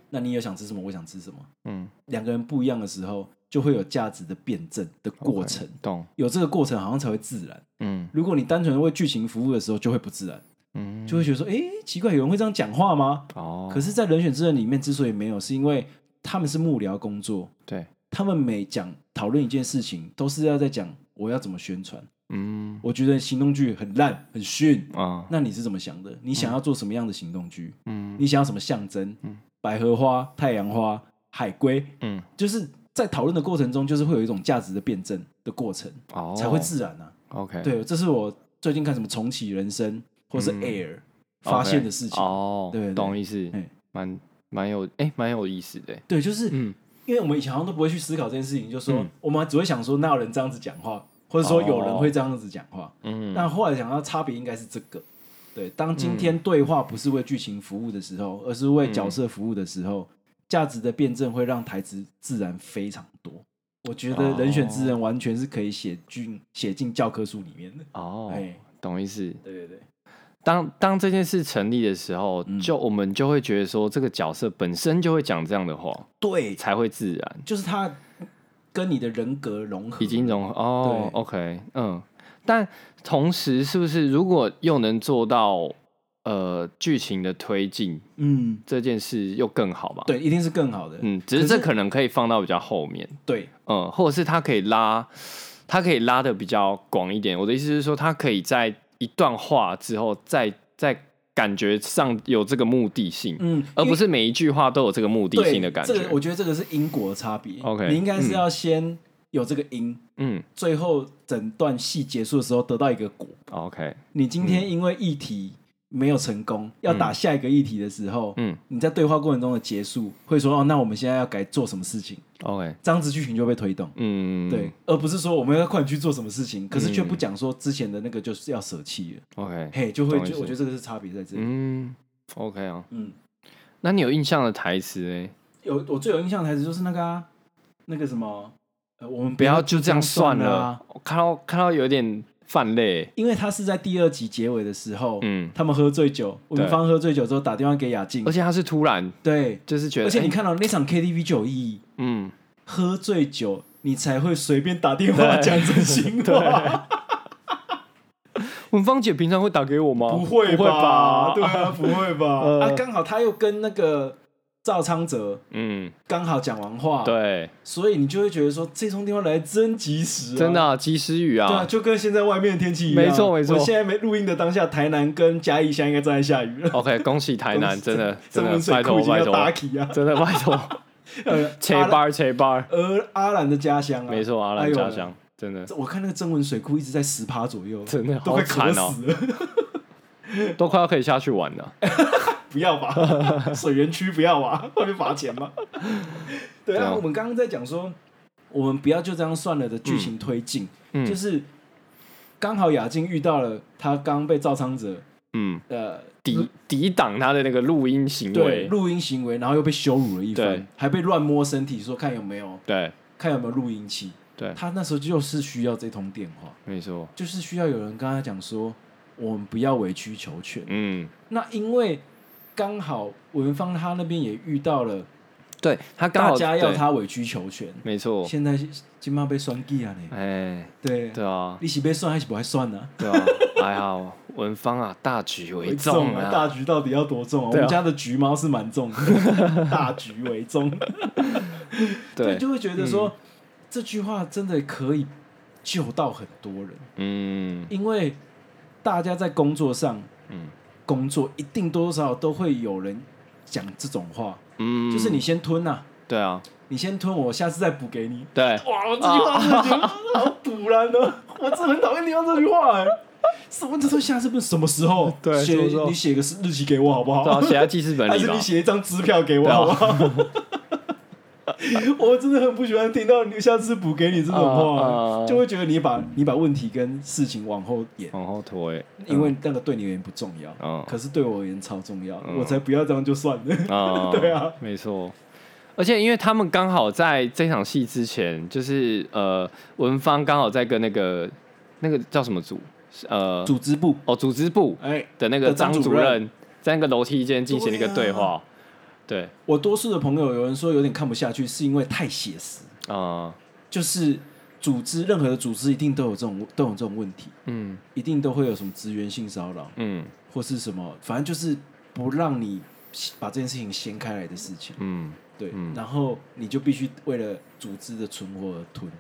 [SPEAKER 2] 那你也想吃什么，我想吃什么，
[SPEAKER 1] 嗯
[SPEAKER 2] 两个人不一样的时候，就会有价值的辩证的过程，
[SPEAKER 1] 懂。
[SPEAKER 2] 有这个过程好像才会自然。
[SPEAKER 1] 嗯
[SPEAKER 2] 如果你单纯为剧情服务的时候，就会不自然，
[SPEAKER 1] 嗯，
[SPEAKER 2] 就会觉得说，诶，奇怪，有人会这样讲话吗？
[SPEAKER 1] 哦，
[SPEAKER 2] 可是，在《人选之人》里面之所以没有，是因为他们是幕僚工作，
[SPEAKER 1] 对，
[SPEAKER 2] 他们每讲讨论一件事情，都是要在讲我要怎么宣传。
[SPEAKER 1] 嗯
[SPEAKER 2] 我觉得行动剧很烂，很逊。
[SPEAKER 1] 啊
[SPEAKER 2] 那你是怎么想的？你想要做什么样的行动剧？
[SPEAKER 1] 嗯
[SPEAKER 2] 你想要什么象征
[SPEAKER 1] 嗯？
[SPEAKER 2] 百合花、太阳花、海龟，
[SPEAKER 1] 嗯
[SPEAKER 2] 就是在讨论的过程中，就是会有一种价值的辩证的过程，
[SPEAKER 1] 哦
[SPEAKER 2] 才会自然啊。
[SPEAKER 1] OK
[SPEAKER 2] 对，这是我最近看什么重启人生或是
[SPEAKER 1] 嗯
[SPEAKER 2] Air 发现的事情。
[SPEAKER 1] 哦，
[SPEAKER 2] 对对
[SPEAKER 1] 懂意思
[SPEAKER 2] 嘿，
[SPEAKER 1] 蛮蛮有哎蛮有意思的。
[SPEAKER 2] 对，就是
[SPEAKER 1] 嗯
[SPEAKER 2] 因为我们以前好像都不会去思考这件事情，就说
[SPEAKER 1] 嗯哦
[SPEAKER 2] 我们只会想说，那有人这样子讲话，或者说有人会这样子讲话。
[SPEAKER 1] 嗯
[SPEAKER 2] 那后来想到差别应该是这个。对，当今天对话不是为剧情服务的时候，而是为角色服务的时
[SPEAKER 1] 嗯
[SPEAKER 2] 候，价值的辩证会让台词自然非常多。我觉得
[SPEAKER 1] 哦
[SPEAKER 2] 《人选之人》完全是可以写进写进教科书里面的。
[SPEAKER 1] 哦
[SPEAKER 2] 哎，
[SPEAKER 1] 懂意思。
[SPEAKER 2] 对对对，
[SPEAKER 1] 当当这件事成立的时候，
[SPEAKER 2] 嗯
[SPEAKER 1] 就我们就会觉得说，这个角色本身就会讲这样的话，
[SPEAKER 2] 对，
[SPEAKER 1] 才会自然，
[SPEAKER 2] 就是他跟你的人格融合，
[SPEAKER 1] 已经融合。哦
[SPEAKER 2] 对
[SPEAKER 1] ，OK，嗯。但同时，是不是如果又能做到呃剧情的推进，
[SPEAKER 2] 嗯，
[SPEAKER 1] 这件事又更好吧？
[SPEAKER 2] 对，一定是更好的，
[SPEAKER 1] 哦嗯，只是这
[SPEAKER 2] 可是
[SPEAKER 1] 可能可以放到比较后面，
[SPEAKER 2] 对，
[SPEAKER 1] 嗯，或者是它可以拉，它可以拉的比较广一点。我的意思是说，它可以在一段话之后再，再感觉上有这个目的性，
[SPEAKER 2] 嗯，
[SPEAKER 1] 而
[SPEAKER 2] 因为
[SPEAKER 1] 不是每一句话都有这个目的
[SPEAKER 2] 对
[SPEAKER 1] 性的感
[SPEAKER 2] 这
[SPEAKER 1] 觉。
[SPEAKER 2] 个我觉得这个是因果的差别。
[SPEAKER 1] OK，
[SPEAKER 2] 你应该
[SPEAKER 1] 嗯
[SPEAKER 2] 是要先有这个因，
[SPEAKER 1] 嗯
[SPEAKER 2] 最后整段戏结束的时候得到一个果。
[SPEAKER 1] ，OK，
[SPEAKER 2] 你今天因为议题没有成功，要打下一个议题的时候，
[SPEAKER 1] 嗯
[SPEAKER 2] 你在对话过程中的结束会说哦，那我们现在要该做什么事情？
[SPEAKER 1] ，OK，
[SPEAKER 2] 这样子剧情就被推动。
[SPEAKER 1] 嗯，
[SPEAKER 2] 哦对，而不是说我们要快点去做什么事情，可是却不讲说之前的那个就是要舍弃了，
[SPEAKER 1] ，OK，
[SPEAKER 2] 嘿，就会
[SPEAKER 1] 懂意
[SPEAKER 2] 就
[SPEAKER 1] 思
[SPEAKER 2] 我觉得这个是差别在这里。
[SPEAKER 1] 嗯，OK 啊，
[SPEAKER 2] 嗯，
[SPEAKER 1] 那你有印象的台词哎，
[SPEAKER 2] 有我最有印象的台词就是那个啊，那个什么，呃，我们
[SPEAKER 1] 不要就这样算
[SPEAKER 2] 算
[SPEAKER 1] 了，
[SPEAKER 2] 啊，
[SPEAKER 1] 我看到看到有点泛泪，欸
[SPEAKER 2] 因为他是在第二集结尾的时候，
[SPEAKER 1] 嗯，
[SPEAKER 2] 他们喝醉酒，我们
[SPEAKER 1] 对
[SPEAKER 2] 方喝醉酒之后打电话给雅静
[SPEAKER 1] 而，且他是突然
[SPEAKER 2] 对，
[SPEAKER 1] 就是觉得，
[SPEAKER 2] 嗯而且
[SPEAKER 1] 哎
[SPEAKER 2] 你看到那场 KTV 就有意义，
[SPEAKER 1] 嗯，
[SPEAKER 2] 喝醉酒你才会随便打电话讲真心话，
[SPEAKER 1] 文芳姐平常会打给我吗？
[SPEAKER 2] 不会
[SPEAKER 1] 不会吧？
[SPEAKER 2] 对啊，不
[SPEAKER 1] [laughs]
[SPEAKER 2] 会
[SPEAKER 1] 呃
[SPEAKER 2] 吧？啊，刚好他又跟那个赵昌泽
[SPEAKER 1] 嗯，
[SPEAKER 2] 刚好讲完话，，
[SPEAKER 1] 对，
[SPEAKER 2] 所以你就会觉得说这通电话来真及时，
[SPEAKER 1] 真的。啊及时雨
[SPEAKER 2] 对啊，
[SPEAKER 1] 啊。
[SPEAKER 2] 就跟现在外面的天气一样，
[SPEAKER 1] 没错没错
[SPEAKER 2] 我现在没录音的当下，台南跟嘉义现在应该正在下雨了。
[SPEAKER 1] OK，恭喜台南，真的真
[SPEAKER 2] [laughs]
[SPEAKER 1] 的拜
[SPEAKER 2] 三温水库
[SPEAKER 1] 托
[SPEAKER 2] 已经
[SPEAKER 1] 拜
[SPEAKER 2] 要
[SPEAKER 1] 托
[SPEAKER 2] 打，起啊！
[SPEAKER 1] 真的拜托，
[SPEAKER 2] [laughs] 呃
[SPEAKER 1] 切
[SPEAKER 2] 阿兰
[SPEAKER 1] 班切班，
[SPEAKER 2] 而阿兰的家乡啊，
[SPEAKER 1] 没错，阿
[SPEAKER 2] 哎
[SPEAKER 1] 兰
[SPEAKER 2] 呦
[SPEAKER 1] 家乡，真的
[SPEAKER 2] 这我看那个增文水库一直在十趴左
[SPEAKER 1] [laughs]
[SPEAKER 2] 右，
[SPEAKER 1] 真的
[SPEAKER 2] 都
[SPEAKER 1] 好
[SPEAKER 2] 快渴
[SPEAKER 1] 惨哦，
[SPEAKER 2] 死了，
[SPEAKER 1] 都快要可以下去玩了。
[SPEAKER 2] [laughs] 不要吧， [laughs] 水源区不要吧，会被罚钱吗？ [laughs] 对
[SPEAKER 1] 对啊
[SPEAKER 2] 啊，我们刚刚在讲说，我们不要就这样算了的剧情推进，
[SPEAKER 1] 嗯
[SPEAKER 2] 就是刚好雅静遇到了他刚被赵昌泽
[SPEAKER 1] 嗯，
[SPEAKER 2] 呃
[SPEAKER 1] 抵抵挡他的那个录音行
[SPEAKER 2] 对
[SPEAKER 1] 为，
[SPEAKER 2] 录音行为，然后又被羞辱了一
[SPEAKER 1] 对
[SPEAKER 2] 番，还被乱摸身体，说看有没有
[SPEAKER 1] 对
[SPEAKER 2] 看有没有录音器。
[SPEAKER 1] 对，
[SPEAKER 2] 他那时候就是需要这通电话，
[SPEAKER 1] 没错，
[SPEAKER 2] 就是需要有人跟他讲说，我们不要委曲求全。
[SPEAKER 1] 嗯，
[SPEAKER 2] 那因为刚好文芳他那边也遇到了，
[SPEAKER 1] 对他刚
[SPEAKER 2] 大
[SPEAKER 1] 好
[SPEAKER 2] 家要
[SPEAKER 1] 对，
[SPEAKER 2] 他委曲求全。
[SPEAKER 1] 没错，
[SPEAKER 2] 现在金妈被算计啊呢，
[SPEAKER 1] 哎，
[SPEAKER 2] 对，
[SPEAKER 1] 对啊，
[SPEAKER 2] 一起被算还是不还算呢？
[SPEAKER 1] 对
[SPEAKER 2] [laughs]
[SPEAKER 1] 啊，哎呀，文芳啊，大局为重
[SPEAKER 2] 啊！
[SPEAKER 1] 啊
[SPEAKER 2] 大，局到底要多重啊？我
[SPEAKER 1] 对啊
[SPEAKER 2] 们家的橘猫是蛮
[SPEAKER 1] [laughs]
[SPEAKER 2] 重的，大局为重。
[SPEAKER 1] 对，嗯
[SPEAKER 2] 就会觉得说、这句话真的可以救到很多人，
[SPEAKER 1] 嗯
[SPEAKER 2] 因为大家在工作上
[SPEAKER 1] 嗯
[SPEAKER 2] 工作，一定多多少少都会有人讲这种话，
[SPEAKER 1] 嗯，
[SPEAKER 2] 就是你先吞呐、
[SPEAKER 1] 对啊，
[SPEAKER 2] 你先吞，我下次再补给你。
[SPEAKER 1] 对，啊
[SPEAKER 2] 哇，我这句话真的觉得 [laughs] 好堵然哦，我真的很讨厌听到这句话哎、什么？他说下次不是什么时候？
[SPEAKER 1] [laughs] 对什
[SPEAKER 2] 写
[SPEAKER 1] 么时候
[SPEAKER 2] 你写个日期给我好不
[SPEAKER 1] 对啊，
[SPEAKER 2] 好？
[SPEAKER 1] 写在记事本
[SPEAKER 2] 还
[SPEAKER 1] 里
[SPEAKER 2] 是
[SPEAKER 1] 吧
[SPEAKER 2] 你。写一张支票给我好不好？ [laughs] 我真的很不喜欢听到你下次补给你这种
[SPEAKER 1] 啊啊
[SPEAKER 2] 话
[SPEAKER 1] 啊，
[SPEAKER 2] 就会觉得你把你把问题跟事情往后延，
[SPEAKER 1] 往后欸推，
[SPEAKER 2] [laughs] 因为那个对你而言不重要，
[SPEAKER 1] 嗯
[SPEAKER 2] 可是对我而言超重要，
[SPEAKER 1] 嗯
[SPEAKER 2] 我才不要这样就算了。
[SPEAKER 1] 啊，
[SPEAKER 2] 对啊，
[SPEAKER 1] 没错。而且因为他们刚好在这场戏之前，就是呃，文芳刚好在跟那个那个叫什么组，是呃，
[SPEAKER 2] [laughs] 组织部，
[SPEAKER 1] 哦，组织部
[SPEAKER 2] 哎，
[SPEAKER 1] 的那个
[SPEAKER 2] 的张
[SPEAKER 1] 张
[SPEAKER 2] 主
[SPEAKER 1] 主
[SPEAKER 2] 任啊
[SPEAKER 1] 任在那个楼梯间进行了一个对话，对，
[SPEAKER 2] 我多数的朋友有人说有点看不下去，是因为太写实，
[SPEAKER 1] 啊，
[SPEAKER 2] 就是组织任何的组织一定都有这种都有这种问题，
[SPEAKER 1] 嗯
[SPEAKER 2] 一定都会有什么职员性骚扰，
[SPEAKER 1] 嗯
[SPEAKER 2] 或是什么，反正就是不让你把这件事情掀开来的事情，
[SPEAKER 1] 嗯，
[SPEAKER 2] 对，
[SPEAKER 1] 嗯
[SPEAKER 2] 然后你就必须为了组织的存活而吞。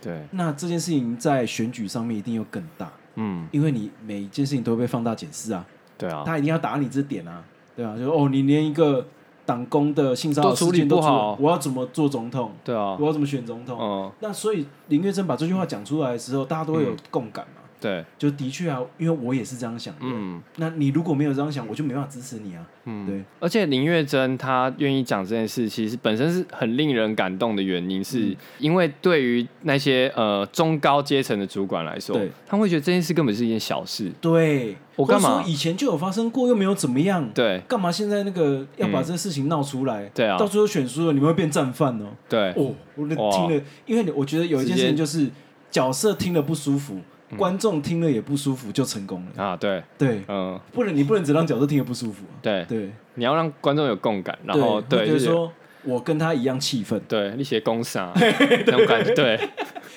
[SPEAKER 1] 对，
[SPEAKER 2] 那这件事情在选举上面一定又更大，
[SPEAKER 1] 嗯
[SPEAKER 2] 因为你每一件事情都会被放大检视啊，
[SPEAKER 1] 对啊，
[SPEAKER 2] 他一定要打你这点啊，对啊，就哦，你连一个党工的性骚扰
[SPEAKER 1] 都处
[SPEAKER 2] 事
[SPEAKER 1] 理
[SPEAKER 2] 件都
[SPEAKER 1] 不好
[SPEAKER 2] 我要怎么做总统？
[SPEAKER 1] 对啊
[SPEAKER 2] 我，要怎么选总统？
[SPEAKER 1] 嗯
[SPEAKER 2] 那所以林月珍把这句话讲出来的时候，大家都会有共感嘛。
[SPEAKER 1] 对，
[SPEAKER 2] 就的确啊，因为我也是这样想的。
[SPEAKER 1] 嗯
[SPEAKER 2] 那你如果没有这样想，我就没办法支持你啊。
[SPEAKER 1] 嗯，
[SPEAKER 2] 对，
[SPEAKER 1] 而且林月珍她愿意讲这件事，其实本身是很令人感动的原因，是
[SPEAKER 2] 嗯
[SPEAKER 1] 因为对于那些呃中高阶层的主管来说
[SPEAKER 2] 对，
[SPEAKER 1] 他们会觉得这件事根本是一件小事。
[SPEAKER 2] 对，
[SPEAKER 1] 我干嘛
[SPEAKER 2] 或者说以前就有发生过，又没有怎么样，
[SPEAKER 1] 对
[SPEAKER 2] 干嘛现在那个要把这事情闹出来？
[SPEAKER 1] 对啊
[SPEAKER 2] 到最后选输了，你们会变战犯哦。
[SPEAKER 1] 对
[SPEAKER 2] 哦，我
[SPEAKER 1] 哇
[SPEAKER 2] 听了，因为我觉得有一件事
[SPEAKER 1] 直接
[SPEAKER 2] 情就是角色听了不舒服，观众听了也不舒服就成功了。
[SPEAKER 1] 啊，对，
[SPEAKER 2] 对，
[SPEAKER 1] 嗯，
[SPEAKER 2] 不能你不能只让角色听得不舒服啊。
[SPEAKER 1] 对，
[SPEAKER 2] 对，
[SPEAKER 1] 你要让观众有共感，然后
[SPEAKER 2] 对，
[SPEAKER 1] 对，就
[SPEAKER 2] 会觉得
[SPEAKER 1] 是
[SPEAKER 2] 说我跟他一样气愤，
[SPEAKER 1] 对你写攻
[SPEAKER 2] [laughs]
[SPEAKER 1] 杀啊那种感觉，对，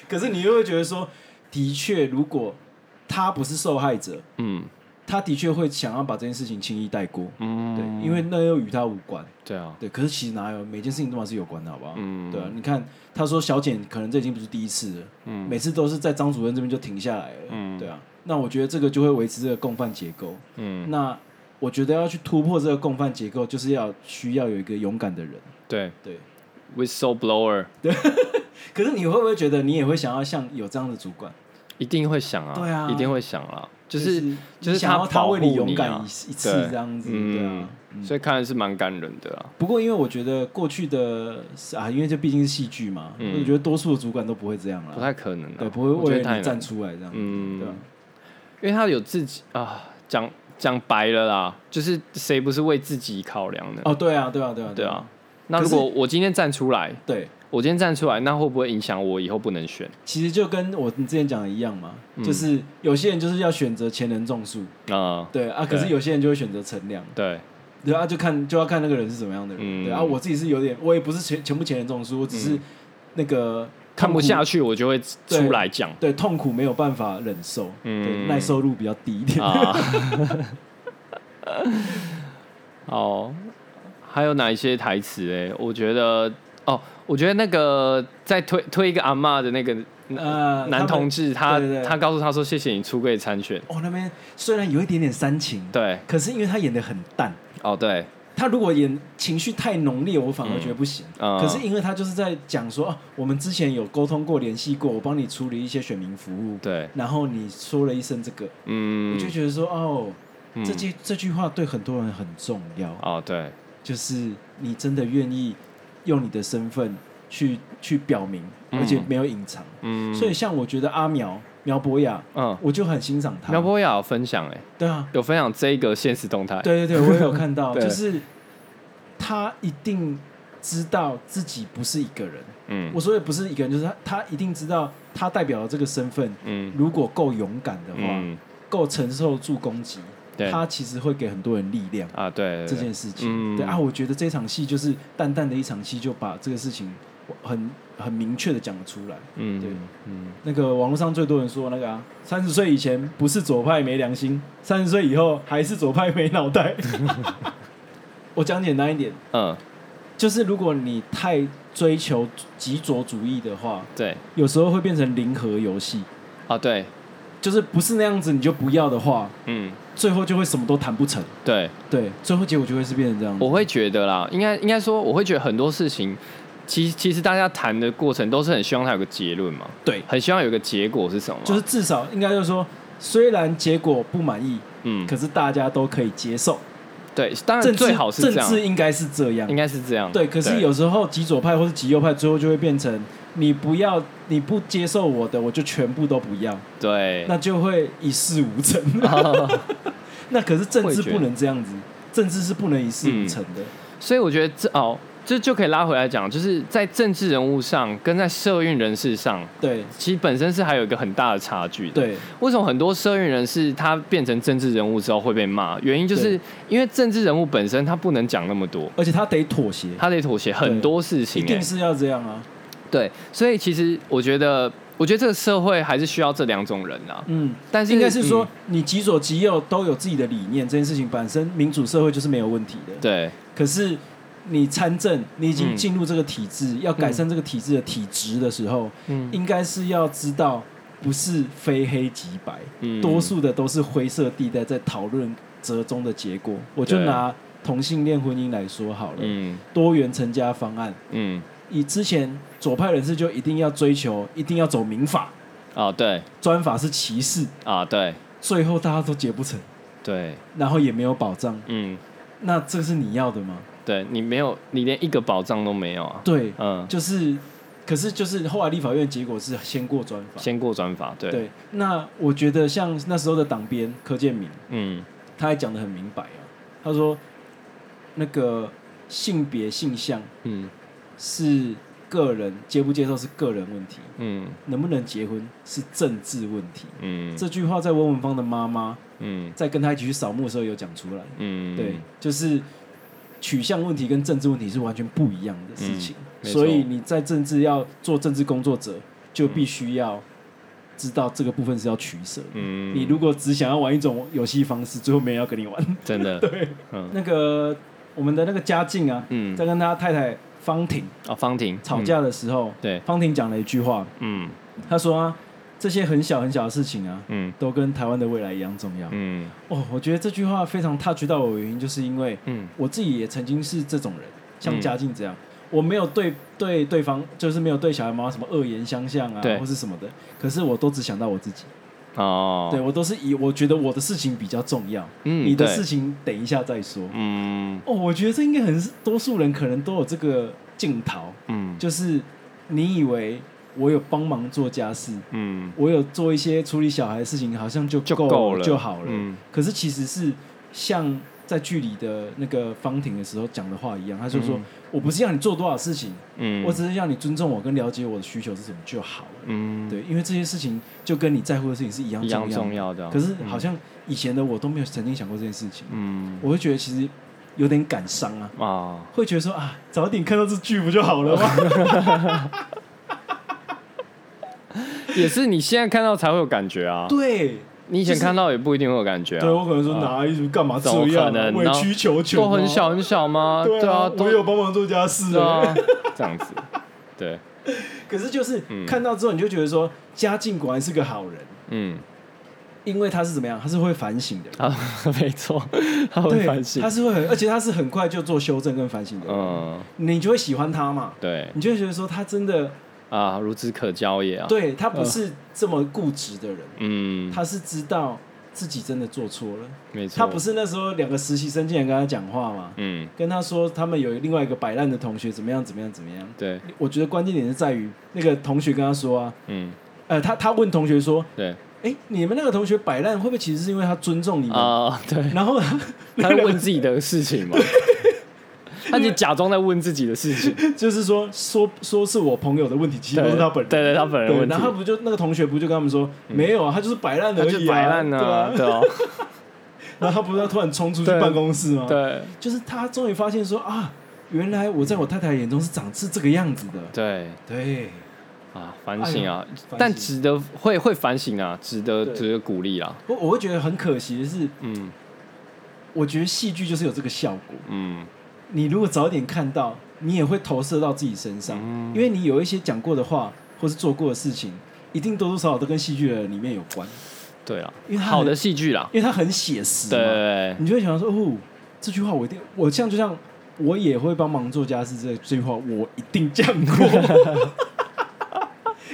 [SPEAKER 2] 可是你又会觉得说，的确，如果他不是受害者，
[SPEAKER 1] 嗯
[SPEAKER 2] 他的确会想要把这件事情轻易带过。对，
[SPEAKER 1] 嗯，
[SPEAKER 2] 因为那又与他无关。
[SPEAKER 1] 对啊，
[SPEAKER 2] 对，可是其实哪有每件事情都还是有关的，好不好？
[SPEAKER 1] 嗯
[SPEAKER 2] 对啊，你看他说小简可能这已经不是第一次了，每次都是在张主任这边就停下来了，
[SPEAKER 1] 嗯
[SPEAKER 2] 对啊。那我觉得这个就会维持这个共犯结构。
[SPEAKER 1] 嗯，
[SPEAKER 2] 那我觉得要去突破这个共犯结构，就是要需要有一个勇敢的人。
[SPEAKER 1] 对
[SPEAKER 2] 对，
[SPEAKER 1] ，whistleblower
[SPEAKER 2] 可是你会不会觉得你也会想要像有这样的主管？
[SPEAKER 1] 一定会想啊，
[SPEAKER 2] 对啊
[SPEAKER 1] 一定会想啊，就
[SPEAKER 2] 就是
[SPEAKER 1] 就是
[SPEAKER 2] 你想要
[SPEAKER 1] 他
[SPEAKER 2] 他
[SPEAKER 1] 保护
[SPEAKER 2] 为你勇
[SPEAKER 1] 你
[SPEAKER 2] 敢
[SPEAKER 1] 啊
[SPEAKER 2] 一次一次
[SPEAKER 1] 对
[SPEAKER 2] 这样子，对
[SPEAKER 1] 嗯
[SPEAKER 2] 啊。，
[SPEAKER 1] 所以看来是蛮感人的啊，
[SPEAKER 2] 不过，因为我觉得过去的啊，因为这毕竟是戏剧嘛，
[SPEAKER 1] 嗯
[SPEAKER 2] 我觉得多数的主管都不会这样啦，
[SPEAKER 1] 不太可能啊，
[SPEAKER 2] 对，不会
[SPEAKER 1] 我觉
[SPEAKER 2] 为
[SPEAKER 1] 得太
[SPEAKER 2] 了
[SPEAKER 1] 难
[SPEAKER 2] 你站出来这样，
[SPEAKER 1] 嗯
[SPEAKER 2] 对吧？啊
[SPEAKER 1] 因为他有自己啊，讲讲白了啦，就是谁不是为自己考量的？
[SPEAKER 2] 哦，对啊，对啊，对啊，
[SPEAKER 1] 对
[SPEAKER 2] 啊
[SPEAKER 1] 啊，。那如果
[SPEAKER 2] 可
[SPEAKER 1] 我今天站出来，
[SPEAKER 2] 对，
[SPEAKER 1] 我今天站出来，那会不会影响我以后不能选？
[SPEAKER 2] 其实就跟我你之前讲的一样嘛，
[SPEAKER 1] 嗯
[SPEAKER 2] 就是有些人就是要选择前人种树，
[SPEAKER 1] 啊、
[SPEAKER 2] 对啊，可是
[SPEAKER 1] 对
[SPEAKER 2] 有些人就会选择乘凉，
[SPEAKER 1] 对，
[SPEAKER 2] 对啊，就看就要看那个人是什么样的
[SPEAKER 1] 嗯
[SPEAKER 2] 人，对啊，我自己是有点，我也不是全全部前人种树，我只是那个
[SPEAKER 1] 看不
[SPEAKER 2] 痛苦
[SPEAKER 1] 下去我就会出来讲
[SPEAKER 2] 对痛苦没有办法忍受，
[SPEAKER 1] 嗯
[SPEAKER 2] 对耐受度比较低一点。
[SPEAKER 1] 啊。 [laughs] 哦，啊还有哪一些台词？哎，我觉得哦，我觉得那个在推推一个阿嬷的那个
[SPEAKER 2] 呃，
[SPEAKER 1] 男同志，他
[SPEAKER 2] 对对对
[SPEAKER 1] 他告诉他说：“谢谢你出柜参选。
[SPEAKER 2] 他们哦那边虽然有一点点煽情”，
[SPEAKER 1] 对，
[SPEAKER 2] 可是因为他演的很淡，
[SPEAKER 1] 哦对，
[SPEAKER 2] 他如果演情绪太浓烈，我反而觉得不行。
[SPEAKER 1] 嗯
[SPEAKER 2] 可是因为他就是在讲说，哦，我们之前有沟通过、联系过，我帮你处理一些选民服务，
[SPEAKER 1] 对，
[SPEAKER 2] 然后你说了一声这个，
[SPEAKER 1] 嗯，
[SPEAKER 2] 我就觉得说，哦，
[SPEAKER 1] 嗯
[SPEAKER 2] 这句这句话对很多人很重要，
[SPEAKER 1] 哦对，
[SPEAKER 2] 就是你真的愿意用你的身份去去表明，
[SPEAKER 1] 嗯
[SPEAKER 2] 而且没有隐藏。
[SPEAKER 1] 嗯，
[SPEAKER 2] 所以像我觉得阿苗苗博雅，
[SPEAKER 1] 嗯，
[SPEAKER 2] 我就很欣赏他。
[SPEAKER 1] 苗博雅有分享哎，
[SPEAKER 2] 对啊，
[SPEAKER 1] 有分享这一个现实动态，
[SPEAKER 2] 对对对，我也有看
[SPEAKER 1] [laughs]
[SPEAKER 2] 到，
[SPEAKER 1] 对
[SPEAKER 2] 就是他一定知道自己不是一个人。
[SPEAKER 1] 嗯
[SPEAKER 2] 我说的不是一个人，就是他，他一定知道他代表的这个身份，
[SPEAKER 1] 嗯
[SPEAKER 2] 如果够勇敢的话，
[SPEAKER 1] 嗯，
[SPEAKER 2] 够承受住攻击，
[SPEAKER 1] 对
[SPEAKER 2] 他其实会给很多人力量。
[SPEAKER 1] 啊对，对
[SPEAKER 2] 这
[SPEAKER 1] 对
[SPEAKER 2] 件事情，
[SPEAKER 1] 嗯
[SPEAKER 2] 对啊，我觉得这场戏就是淡淡的一场戏，就把这个事情很很明确的讲了出来。对
[SPEAKER 1] 嗯嗯
[SPEAKER 2] 那个网络上最多人说那个啊，三十岁以前不是左派没良心，三十岁以后还是左派没脑袋。 [laughs] 我讲简单一点，
[SPEAKER 1] 嗯，
[SPEAKER 2] 就是如果你太追求极左主义的话，
[SPEAKER 1] 对
[SPEAKER 2] 有时候会变成零和游戏，
[SPEAKER 1] 啊对，
[SPEAKER 2] 就是不是那样子你就不要的话，
[SPEAKER 1] 嗯
[SPEAKER 2] 最后就会什么都谈不成。
[SPEAKER 1] 对，
[SPEAKER 2] 对，最后结果就会是变成这样子。
[SPEAKER 1] 我会觉得啦，应该应该说，我会觉得很多事情，其其实大家谈的过程都是很希望它有个结论嘛，
[SPEAKER 2] 对，
[SPEAKER 1] 很希望有个结果是什么嘛，
[SPEAKER 2] 就是至少应该就是说，虽然结果不满意，
[SPEAKER 1] 嗯
[SPEAKER 2] 可是大家都可以接受。
[SPEAKER 1] 对，当然
[SPEAKER 2] 政治
[SPEAKER 1] 最好是这
[SPEAKER 2] 政
[SPEAKER 1] 样，
[SPEAKER 2] 治应该是这样
[SPEAKER 1] 应。该是这样，
[SPEAKER 2] 对，可是有时候极左派或是极右派，最后就会变成你不要，你不接受我的，我就全部都不要，
[SPEAKER 1] 对，
[SPEAKER 2] 那就会一事无
[SPEAKER 1] [laughs]
[SPEAKER 2] 成。那可是政
[SPEAKER 1] 会
[SPEAKER 2] 治
[SPEAKER 1] 觉得嗯
[SPEAKER 2] 不能这样子，政治是不能一事无成的。
[SPEAKER 1] 所以我觉得这哦，这就可以拉回来讲，就是在政治人物上跟在社运人士上，
[SPEAKER 2] 对
[SPEAKER 1] 其实本身是还有一个很大的差距的。
[SPEAKER 2] 对
[SPEAKER 1] 为什么很多社运人士他变成政治人物之后会被骂？原因就是因为政治人物本身他不能讲那么多，
[SPEAKER 2] 而且他得妥协，
[SPEAKER 1] 他得妥协很多事
[SPEAKER 2] 一
[SPEAKER 1] 情、
[SPEAKER 2] 定
[SPEAKER 1] 欸。
[SPEAKER 2] 是要这样啊。
[SPEAKER 1] 对，所以其实我觉得，我觉得这个社会还是需要这两种人啊。
[SPEAKER 2] 嗯，
[SPEAKER 1] 但是
[SPEAKER 2] 应该是说
[SPEAKER 1] 嗯、
[SPEAKER 2] 你极左极右都有自己的理念，这件事情本身民主社会就是没有问题的。
[SPEAKER 1] 对
[SPEAKER 2] 可是你参政，你已经
[SPEAKER 1] 嗯
[SPEAKER 2] 进入这个体制，要改善这个体制的体质的时候，
[SPEAKER 1] 嗯
[SPEAKER 2] 应该是要知道，不是非黑即白，
[SPEAKER 1] 嗯
[SPEAKER 2] 多数的都是灰色地带在讨论折中的结果。我就
[SPEAKER 1] 对啊
[SPEAKER 2] 拿同性恋婚姻来说好了，
[SPEAKER 1] 嗯
[SPEAKER 2] 多元成家方案，
[SPEAKER 1] 嗯
[SPEAKER 2] 以之前左派人士就一定要追求，一定要走民法，
[SPEAKER 1] 啊对
[SPEAKER 2] 专法是歧视，
[SPEAKER 1] 啊对
[SPEAKER 2] 最后大家都结不成，
[SPEAKER 1] 对
[SPEAKER 2] 然后也没有保障，
[SPEAKER 1] 嗯
[SPEAKER 2] 那这是你要的吗？
[SPEAKER 1] 对，你没有，你连一个保障都没有啊。
[SPEAKER 2] 对，
[SPEAKER 1] 嗯，
[SPEAKER 2] 就是，可是就是后来立法院结果是先过专法。
[SPEAKER 1] 先过转法，对，
[SPEAKER 2] 对，那我觉得像那时候的党鞭柯建明，
[SPEAKER 1] 嗯
[SPEAKER 2] 他还讲的很明白啊，他说那个性别性向
[SPEAKER 1] 嗯
[SPEAKER 2] 是个人接不接受是个人问题，
[SPEAKER 1] 嗯
[SPEAKER 2] 能不能结婚是政治问题。
[SPEAKER 1] 嗯
[SPEAKER 2] 这句话在温文芳的妈妈
[SPEAKER 1] 嗯
[SPEAKER 2] 在跟她一起去扫墓的时候有讲出来。
[SPEAKER 1] 嗯，
[SPEAKER 2] 对，就是取向问题跟政治问题是完全不一样的事情，
[SPEAKER 1] 嗯没错
[SPEAKER 2] 所以你在政治要做政治工作者，就必须要知道这个部分是要取舍的。
[SPEAKER 1] 嗯，
[SPEAKER 2] 你如果只想要玩一种游戏方式，最后没人要跟你玩。
[SPEAKER 1] 真的对，嗯
[SPEAKER 2] 那个我们的那个嘉靖啊，
[SPEAKER 1] 嗯
[SPEAKER 2] 在跟他太太方婷
[SPEAKER 1] 哦，方婷
[SPEAKER 2] 吵，
[SPEAKER 1] 嗯
[SPEAKER 2] 架的时候，
[SPEAKER 1] 对，
[SPEAKER 2] 方婷讲了一句话，
[SPEAKER 1] 嗯
[SPEAKER 2] 她说啊，这些很小很小的事情啊，
[SPEAKER 1] 嗯
[SPEAKER 2] 都跟台湾的未来一样重要。
[SPEAKER 1] 嗯
[SPEAKER 2] 哦，我觉得这句话非常 touch 到我的原因，就是因为
[SPEAKER 1] 嗯
[SPEAKER 2] 我自己也曾经是这种人，像
[SPEAKER 1] 嗯
[SPEAKER 2] 嘉靖这样，我没有对对对方，就是没有对小孩妈妈什么恶言相向啊
[SPEAKER 1] 对，
[SPEAKER 2] 或是什么的，可是我都只想到我自己，
[SPEAKER 1] 哦，
[SPEAKER 2] 对我都是以我觉得我的事情比较重要，
[SPEAKER 1] 嗯
[SPEAKER 2] 你的
[SPEAKER 1] 对
[SPEAKER 2] 事情等一下再说。
[SPEAKER 1] 嗯
[SPEAKER 2] 哦，我觉得这应该很是多数人可能都有这个镜头，
[SPEAKER 1] 嗯
[SPEAKER 2] 就是你以为我有帮忙做家事，
[SPEAKER 1] 嗯
[SPEAKER 2] 我有做一些处理小孩的事情，好像就
[SPEAKER 1] 就
[SPEAKER 2] 够
[SPEAKER 1] 够了
[SPEAKER 2] 就好了。
[SPEAKER 1] 嗯
[SPEAKER 2] 可是其实是像在剧里的那个方婷的时候讲的话一样，他就说：“
[SPEAKER 1] 嗯
[SPEAKER 2] 我不是要你做多少事情，
[SPEAKER 1] 嗯，
[SPEAKER 2] 我只是要你尊重我跟了解我的需求是什么就好了。
[SPEAKER 1] 嗯
[SPEAKER 2] 对，因为这些事情就跟你在乎的事情是一样
[SPEAKER 1] 一样
[SPEAKER 2] 的
[SPEAKER 1] 重要的啊，
[SPEAKER 2] 可是好像以前的我都没有曾经想过这件事情，
[SPEAKER 1] 嗯
[SPEAKER 2] 我会觉得其实有点感伤啊，
[SPEAKER 1] 啊，
[SPEAKER 2] 会觉得说啊，早点看到这剧不就好了吗？
[SPEAKER 1] 也是你现在看到才会有感觉啊，
[SPEAKER 2] 对。
[SPEAKER 1] 你以前看到也不一定会有感觉啊，
[SPEAKER 2] 对，我可能说
[SPEAKER 1] 啊
[SPEAKER 2] 哪一干嘛这
[SPEAKER 1] 怎么
[SPEAKER 2] 样
[SPEAKER 1] 可
[SPEAKER 2] 啊，
[SPEAKER 1] 能？
[SPEAKER 2] 委
[SPEAKER 1] 然后
[SPEAKER 2] 曲求全，
[SPEAKER 1] 都很小，很小吗？
[SPEAKER 2] 对
[SPEAKER 1] 啊，
[SPEAKER 2] 啊，
[SPEAKER 1] 都
[SPEAKER 2] 我有帮忙做家事
[SPEAKER 1] 对
[SPEAKER 2] 啊，
[SPEAKER 1] 啊， [laughs] 这样子，对，
[SPEAKER 2] [laughs] 可是就是
[SPEAKER 1] 嗯
[SPEAKER 2] 看到之后，你就觉得说，嘉靖果然是个好人，
[SPEAKER 1] [laughs] 嗯
[SPEAKER 2] 因为他是怎么样，他是会反省的人，
[SPEAKER 1] 啊，没错， [laughs] 他会反
[SPEAKER 2] 对，
[SPEAKER 1] 省
[SPEAKER 2] 他，是会很，而且他是很快就做修正跟反省的人，
[SPEAKER 1] 嗯，
[SPEAKER 2] 你就会喜欢他嘛，
[SPEAKER 1] 对
[SPEAKER 2] 你就会觉得说他真的，
[SPEAKER 1] 啊，孺子可教也啊，
[SPEAKER 2] 对他不是这么固执的人，
[SPEAKER 1] 嗯，
[SPEAKER 2] 他是知道自己真的做错了，
[SPEAKER 1] 没错，
[SPEAKER 2] 他不，是那时候两个实习生进来跟他讲话嘛，
[SPEAKER 1] 嗯，
[SPEAKER 2] 跟他说他们有另外一个摆烂的同学怎么样怎么样怎么样，
[SPEAKER 1] 对，
[SPEAKER 2] 我觉得关键点是在于那个同学跟他说啊，
[SPEAKER 1] 嗯，
[SPEAKER 2] 呃，他他问同学说。
[SPEAKER 1] 对
[SPEAKER 2] 哎，你们那个同学摆烂，会不会其实是因为他尊重你们？
[SPEAKER 1] 啊，
[SPEAKER 2] [laughs]
[SPEAKER 1] 对，
[SPEAKER 2] 然
[SPEAKER 1] [laughs]
[SPEAKER 2] 后
[SPEAKER 1] 他
[SPEAKER 2] 那
[SPEAKER 1] 在
[SPEAKER 2] 两
[SPEAKER 1] 问自己的事情
[SPEAKER 2] [laughs]
[SPEAKER 1] 嘛，他就假装在问自己的事情，
[SPEAKER 2] 个就是说说说是我朋友的问题，其实
[SPEAKER 1] 对
[SPEAKER 2] 都是他本人。
[SPEAKER 1] 对对，他本人
[SPEAKER 2] 对
[SPEAKER 1] 问题嗯
[SPEAKER 2] 然，后他不就那个同学不就跟他们说、没有啊，他就是摆烂而
[SPEAKER 1] 他
[SPEAKER 2] 已、啊，
[SPEAKER 1] 就摆烂
[SPEAKER 2] 对
[SPEAKER 1] 啊，
[SPEAKER 2] 啊。
[SPEAKER 1] 对啊，
[SPEAKER 2] 然后他不是突然冲出去
[SPEAKER 1] 对
[SPEAKER 2] 办公室吗？，
[SPEAKER 1] [laughs] 对
[SPEAKER 2] 就是他终于发现说啊，原来我在我太太眼中是长是这个样子的。
[SPEAKER 1] 对。
[SPEAKER 2] 对，
[SPEAKER 1] 啊，反省啊，
[SPEAKER 2] 哎呀
[SPEAKER 1] 但
[SPEAKER 2] 反省
[SPEAKER 1] 值得会会反省啊，值得
[SPEAKER 2] 对
[SPEAKER 1] 值得鼓励啊，
[SPEAKER 2] 我我会觉得很可惜的是，
[SPEAKER 1] 嗯
[SPEAKER 2] 我觉得戏剧就是有这个效果。
[SPEAKER 1] 嗯
[SPEAKER 2] 你如果早点看到，你也会投射到自己身上，
[SPEAKER 1] 嗯
[SPEAKER 2] 因为你有一些讲过的话或是做过的事情，一定多多少少都跟戏剧的里面有关，
[SPEAKER 1] 对啊
[SPEAKER 2] 因为，他很
[SPEAKER 1] 好的戏剧啦，
[SPEAKER 2] 因为它很写实
[SPEAKER 1] 对
[SPEAKER 2] 嘛，
[SPEAKER 1] 对
[SPEAKER 2] 你就会想说，哦，这句话我一定，我像就像我也会帮忙做家事这这句话，我一定讲过。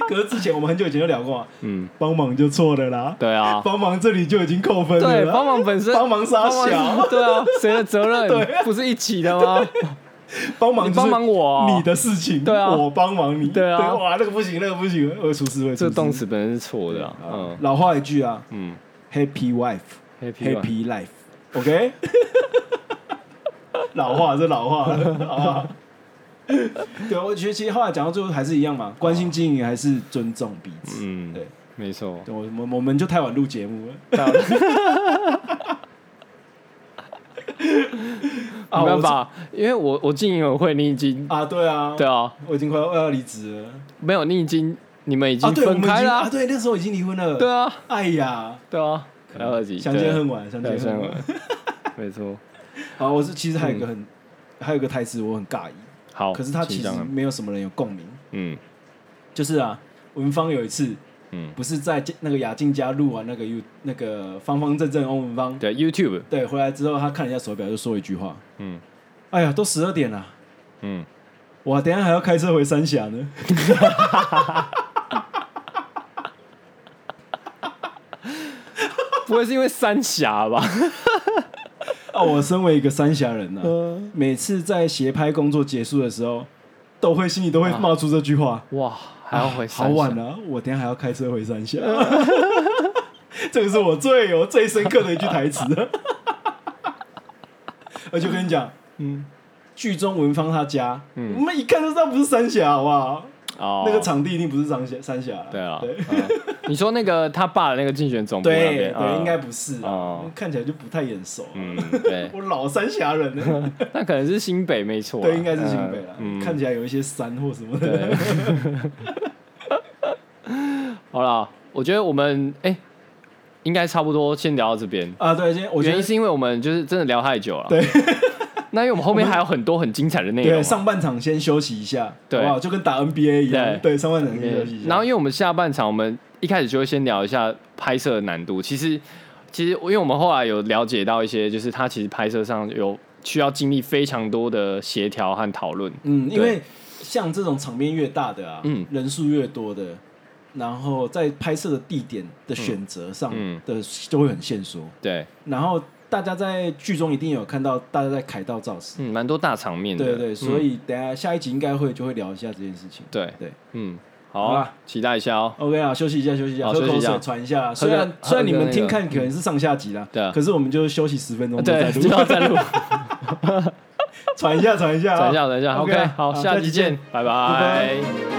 [SPEAKER 2] 可是之前我们很久以前就聊过、啊，
[SPEAKER 1] 嗯，
[SPEAKER 2] 帮忙就错了啦，
[SPEAKER 1] 对啊，
[SPEAKER 2] 帮忙这里就已经扣分了
[SPEAKER 1] 对，
[SPEAKER 2] 啦，
[SPEAKER 1] 帮忙本身，
[SPEAKER 2] 帮忙杀
[SPEAKER 1] 帮忙
[SPEAKER 2] 小，
[SPEAKER 1] [laughs] 是对啊，谁的责任
[SPEAKER 2] [laughs] 对啊
[SPEAKER 1] 不是一起的吗？
[SPEAKER 2] [laughs] 帮忙
[SPEAKER 1] 你
[SPEAKER 2] 就
[SPEAKER 1] 帮
[SPEAKER 2] 是
[SPEAKER 1] 忙我啊，
[SPEAKER 2] 哦你的事情，
[SPEAKER 1] 对啊
[SPEAKER 2] 我帮忙你，
[SPEAKER 1] 对啊
[SPEAKER 2] 哇，那个不行，那个不行，会出事，会出事。
[SPEAKER 1] 这个动词本身是错的啊，
[SPEAKER 2] 啊
[SPEAKER 1] 嗯
[SPEAKER 2] 老话一句啊
[SPEAKER 1] 嗯
[SPEAKER 2] ，Happy wife，Happy
[SPEAKER 1] ，happy one
[SPEAKER 2] life，OK？老话，这
[SPEAKER 1] [laughs]
[SPEAKER 2] 老话了，好不好对，我觉得其实后来讲到最后还是一样嘛，关心经营还是尊重彼此。
[SPEAKER 1] 嗯，
[SPEAKER 2] 对，
[SPEAKER 1] 没错，
[SPEAKER 2] 对我我我们就太晚录
[SPEAKER 1] [laughs]
[SPEAKER 2] 节目了
[SPEAKER 1] 没办
[SPEAKER 2] 啊，我是
[SPEAKER 1] 法，因为我我进委会，你已经
[SPEAKER 2] 啊，对啊，
[SPEAKER 1] 对，啊，
[SPEAKER 2] 我已经快要要离职了
[SPEAKER 1] 没有，你已经你们已
[SPEAKER 2] 啊，
[SPEAKER 1] 经
[SPEAKER 2] 对，我们
[SPEAKER 1] 分
[SPEAKER 2] 已经
[SPEAKER 1] 开
[SPEAKER 2] 啊，
[SPEAKER 1] 了，
[SPEAKER 2] 对，那时候已经离婚了，
[SPEAKER 1] 对，啊，
[SPEAKER 2] 哎呀，
[SPEAKER 1] 对啊，还有二级
[SPEAKER 2] 相
[SPEAKER 1] 对
[SPEAKER 2] 见恨晚，相见
[SPEAKER 1] 对，
[SPEAKER 2] 恨晚。
[SPEAKER 1] 晚，没错，
[SPEAKER 2] 好，我是其实还有一个很，还有一个台词我很尬意，
[SPEAKER 1] 嗯好，
[SPEAKER 2] 可是他其
[SPEAKER 1] 请
[SPEAKER 2] 实
[SPEAKER 1] 讲啊
[SPEAKER 2] 没有什么人有共鸣。
[SPEAKER 1] 嗯
[SPEAKER 2] 就是啊，文芳有一次
[SPEAKER 1] 嗯，
[SPEAKER 2] 不是在那个雅静家录完那个 U 那个方方正正欧文芳，
[SPEAKER 1] 对 YouTube，
[SPEAKER 2] 对，回来之后他看了一下手表，就说一句话
[SPEAKER 1] 嗯：“
[SPEAKER 2] 哎呀，都十二点了， [laughs]
[SPEAKER 1] 嗯，
[SPEAKER 2] 我等一下还要开车回三峡呢。 [laughs]
[SPEAKER 1] 不会是因为三峡吧？”
[SPEAKER 2] 啊，我身为一个三峡人呢、啊，
[SPEAKER 1] 嗯，
[SPEAKER 2] 每次在斜拍工作结束的时候，都会心里都会
[SPEAKER 1] 啊
[SPEAKER 2] 冒出这句话。
[SPEAKER 1] 哇，还要回
[SPEAKER 2] 啊好
[SPEAKER 1] 三峡
[SPEAKER 2] 晚了、我等一下还 [laughs] 要开车回三峡。这个是我最有 [laughs] 最深刻的一句台词。而且我跟你讲，
[SPEAKER 1] 嗯，
[SPEAKER 2] 剧中文芳他家，我们一看就知道不是三峡，好不好？
[SPEAKER 1] 哦，
[SPEAKER 2] 那个场地一定不是三峡，三峡啦
[SPEAKER 1] 对啊
[SPEAKER 2] 对，
[SPEAKER 1] 嗯你说那个他爸的那个竞选总部那
[SPEAKER 2] 对
[SPEAKER 1] 边，
[SPEAKER 2] 对，
[SPEAKER 1] 嗯
[SPEAKER 2] 应该不是啊
[SPEAKER 1] 哦，
[SPEAKER 2] 看起来就不太眼熟啊。
[SPEAKER 1] 嗯，对， [laughs]
[SPEAKER 2] 我老三峡人呢，
[SPEAKER 1] 那可能是新北没错啊，
[SPEAKER 2] 对，应该是新北啦，
[SPEAKER 1] 嗯，
[SPEAKER 2] 看
[SPEAKER 1] 嗯
[SPEAKER 2] 起来有一些山或什么的。
[SPEAKER 1] 对，好啦，我觉得我们哎、应该差不多先聊到这边。
[SPEAKER 2] [laughs] 啊，对，今天我觉
[SPEAKER 1] 原
[SPEAKER 2] 得
[SPEAKER 1] 因是因为我们就是真的聊太久了，对。 [laughs] 那因为我们后面还有很多很精彩的内容
[SPEAKER 2] 对
[SPEAKER 1] 啊，
[SPEAKER 2] 上半场先休息一下，
[SPEAKER 1] 对
[SPEAKER 2] 好不好？就跟打 NBA 一样，
[SPEAKER 1] 对
[SPEAKER 2] 对，上半场先休息一下。
[SPEAKER 1] 然后，因为我们下半场，我们一开始就会先聊一下拍摄的难度。其实，其实因为我们后来有了解到一些，就是它其实拍摄上有需要经历非常多的协调和讨论。
[SPEAKER 2] 嗯，因
[SPEAKER 1] 对
[SPEAKER 2] 为像这种场面越大的啊，
[SPEAKER 1] 嗯
[SPEAKER 2] 人数越多的，然后在拍摄的地点的选择上
[SPEAKER 1] 嗯
[SPEAKER 2] 的就会很限缩。
[SPEAKER 1] 对，
[SPEAKER 2] 然后大家在剧中一定有看到大家在凯道造势，
[SPEAKER 1] 嗯，蛮多大场面的。
[SPEAKER 2] 对对，所
[SPEAKER 1] 嗯、
[SPEAKER 2] 以等一下下一集应该会就会聊一下这件事情。
[SPEAKER 1] 对
[SPEAKER 2] 对
[SPEAKER 1] 嗯，好
[SPEAKER 2] 好啦
[SPEAKER 1] 期待一下哦。
[SPEAKER 2] OK 啊，休息一下，休息一下，
[SPEAKER 1] 好
[SPEAKER 2] 喝
[SPEAKER 1] 休息
[SPEAKER 2] 口
[SPEAKER 1] 一下
[SPEAKER 2] 水，喘一下。
[SPEAKER 1] 喝个
[SPEAKER 2] 虽然
[SPEAKER 1] 喝
[SPEAKER 2] 虽然你
[SPEAKER 1] 个
[SPEAKER 2] 们
[SPEAKER 1] 那
[SPEAKER 2] 听
[SPEAKER 1] 个
[SPEAKER 2] 看可能是上下集啦，
[SPEAKER 1] 对啊
[SPEAKER 2] 可是我们就休息十分钟
[SPEAKER 1] [laughs]
[SPEAKER 2] 再
[SPEAKER 1] 对，就，
[SPEAKER 2] 录
[SPEAKER 1] 要
[SPEAKER 2] [laughs]
[SPEAKER 1] 再录，
[SPEAKER 2] 喘一下，喘一下啊， [laughs]
[SPEAKER 1] 等一下，等一下
[SPEAKER 2] OK
[SPEAKER 1] ，OK，好，下集见，拜
[SPEAKER 2] 拜拜
[SPEAKER 1] 拜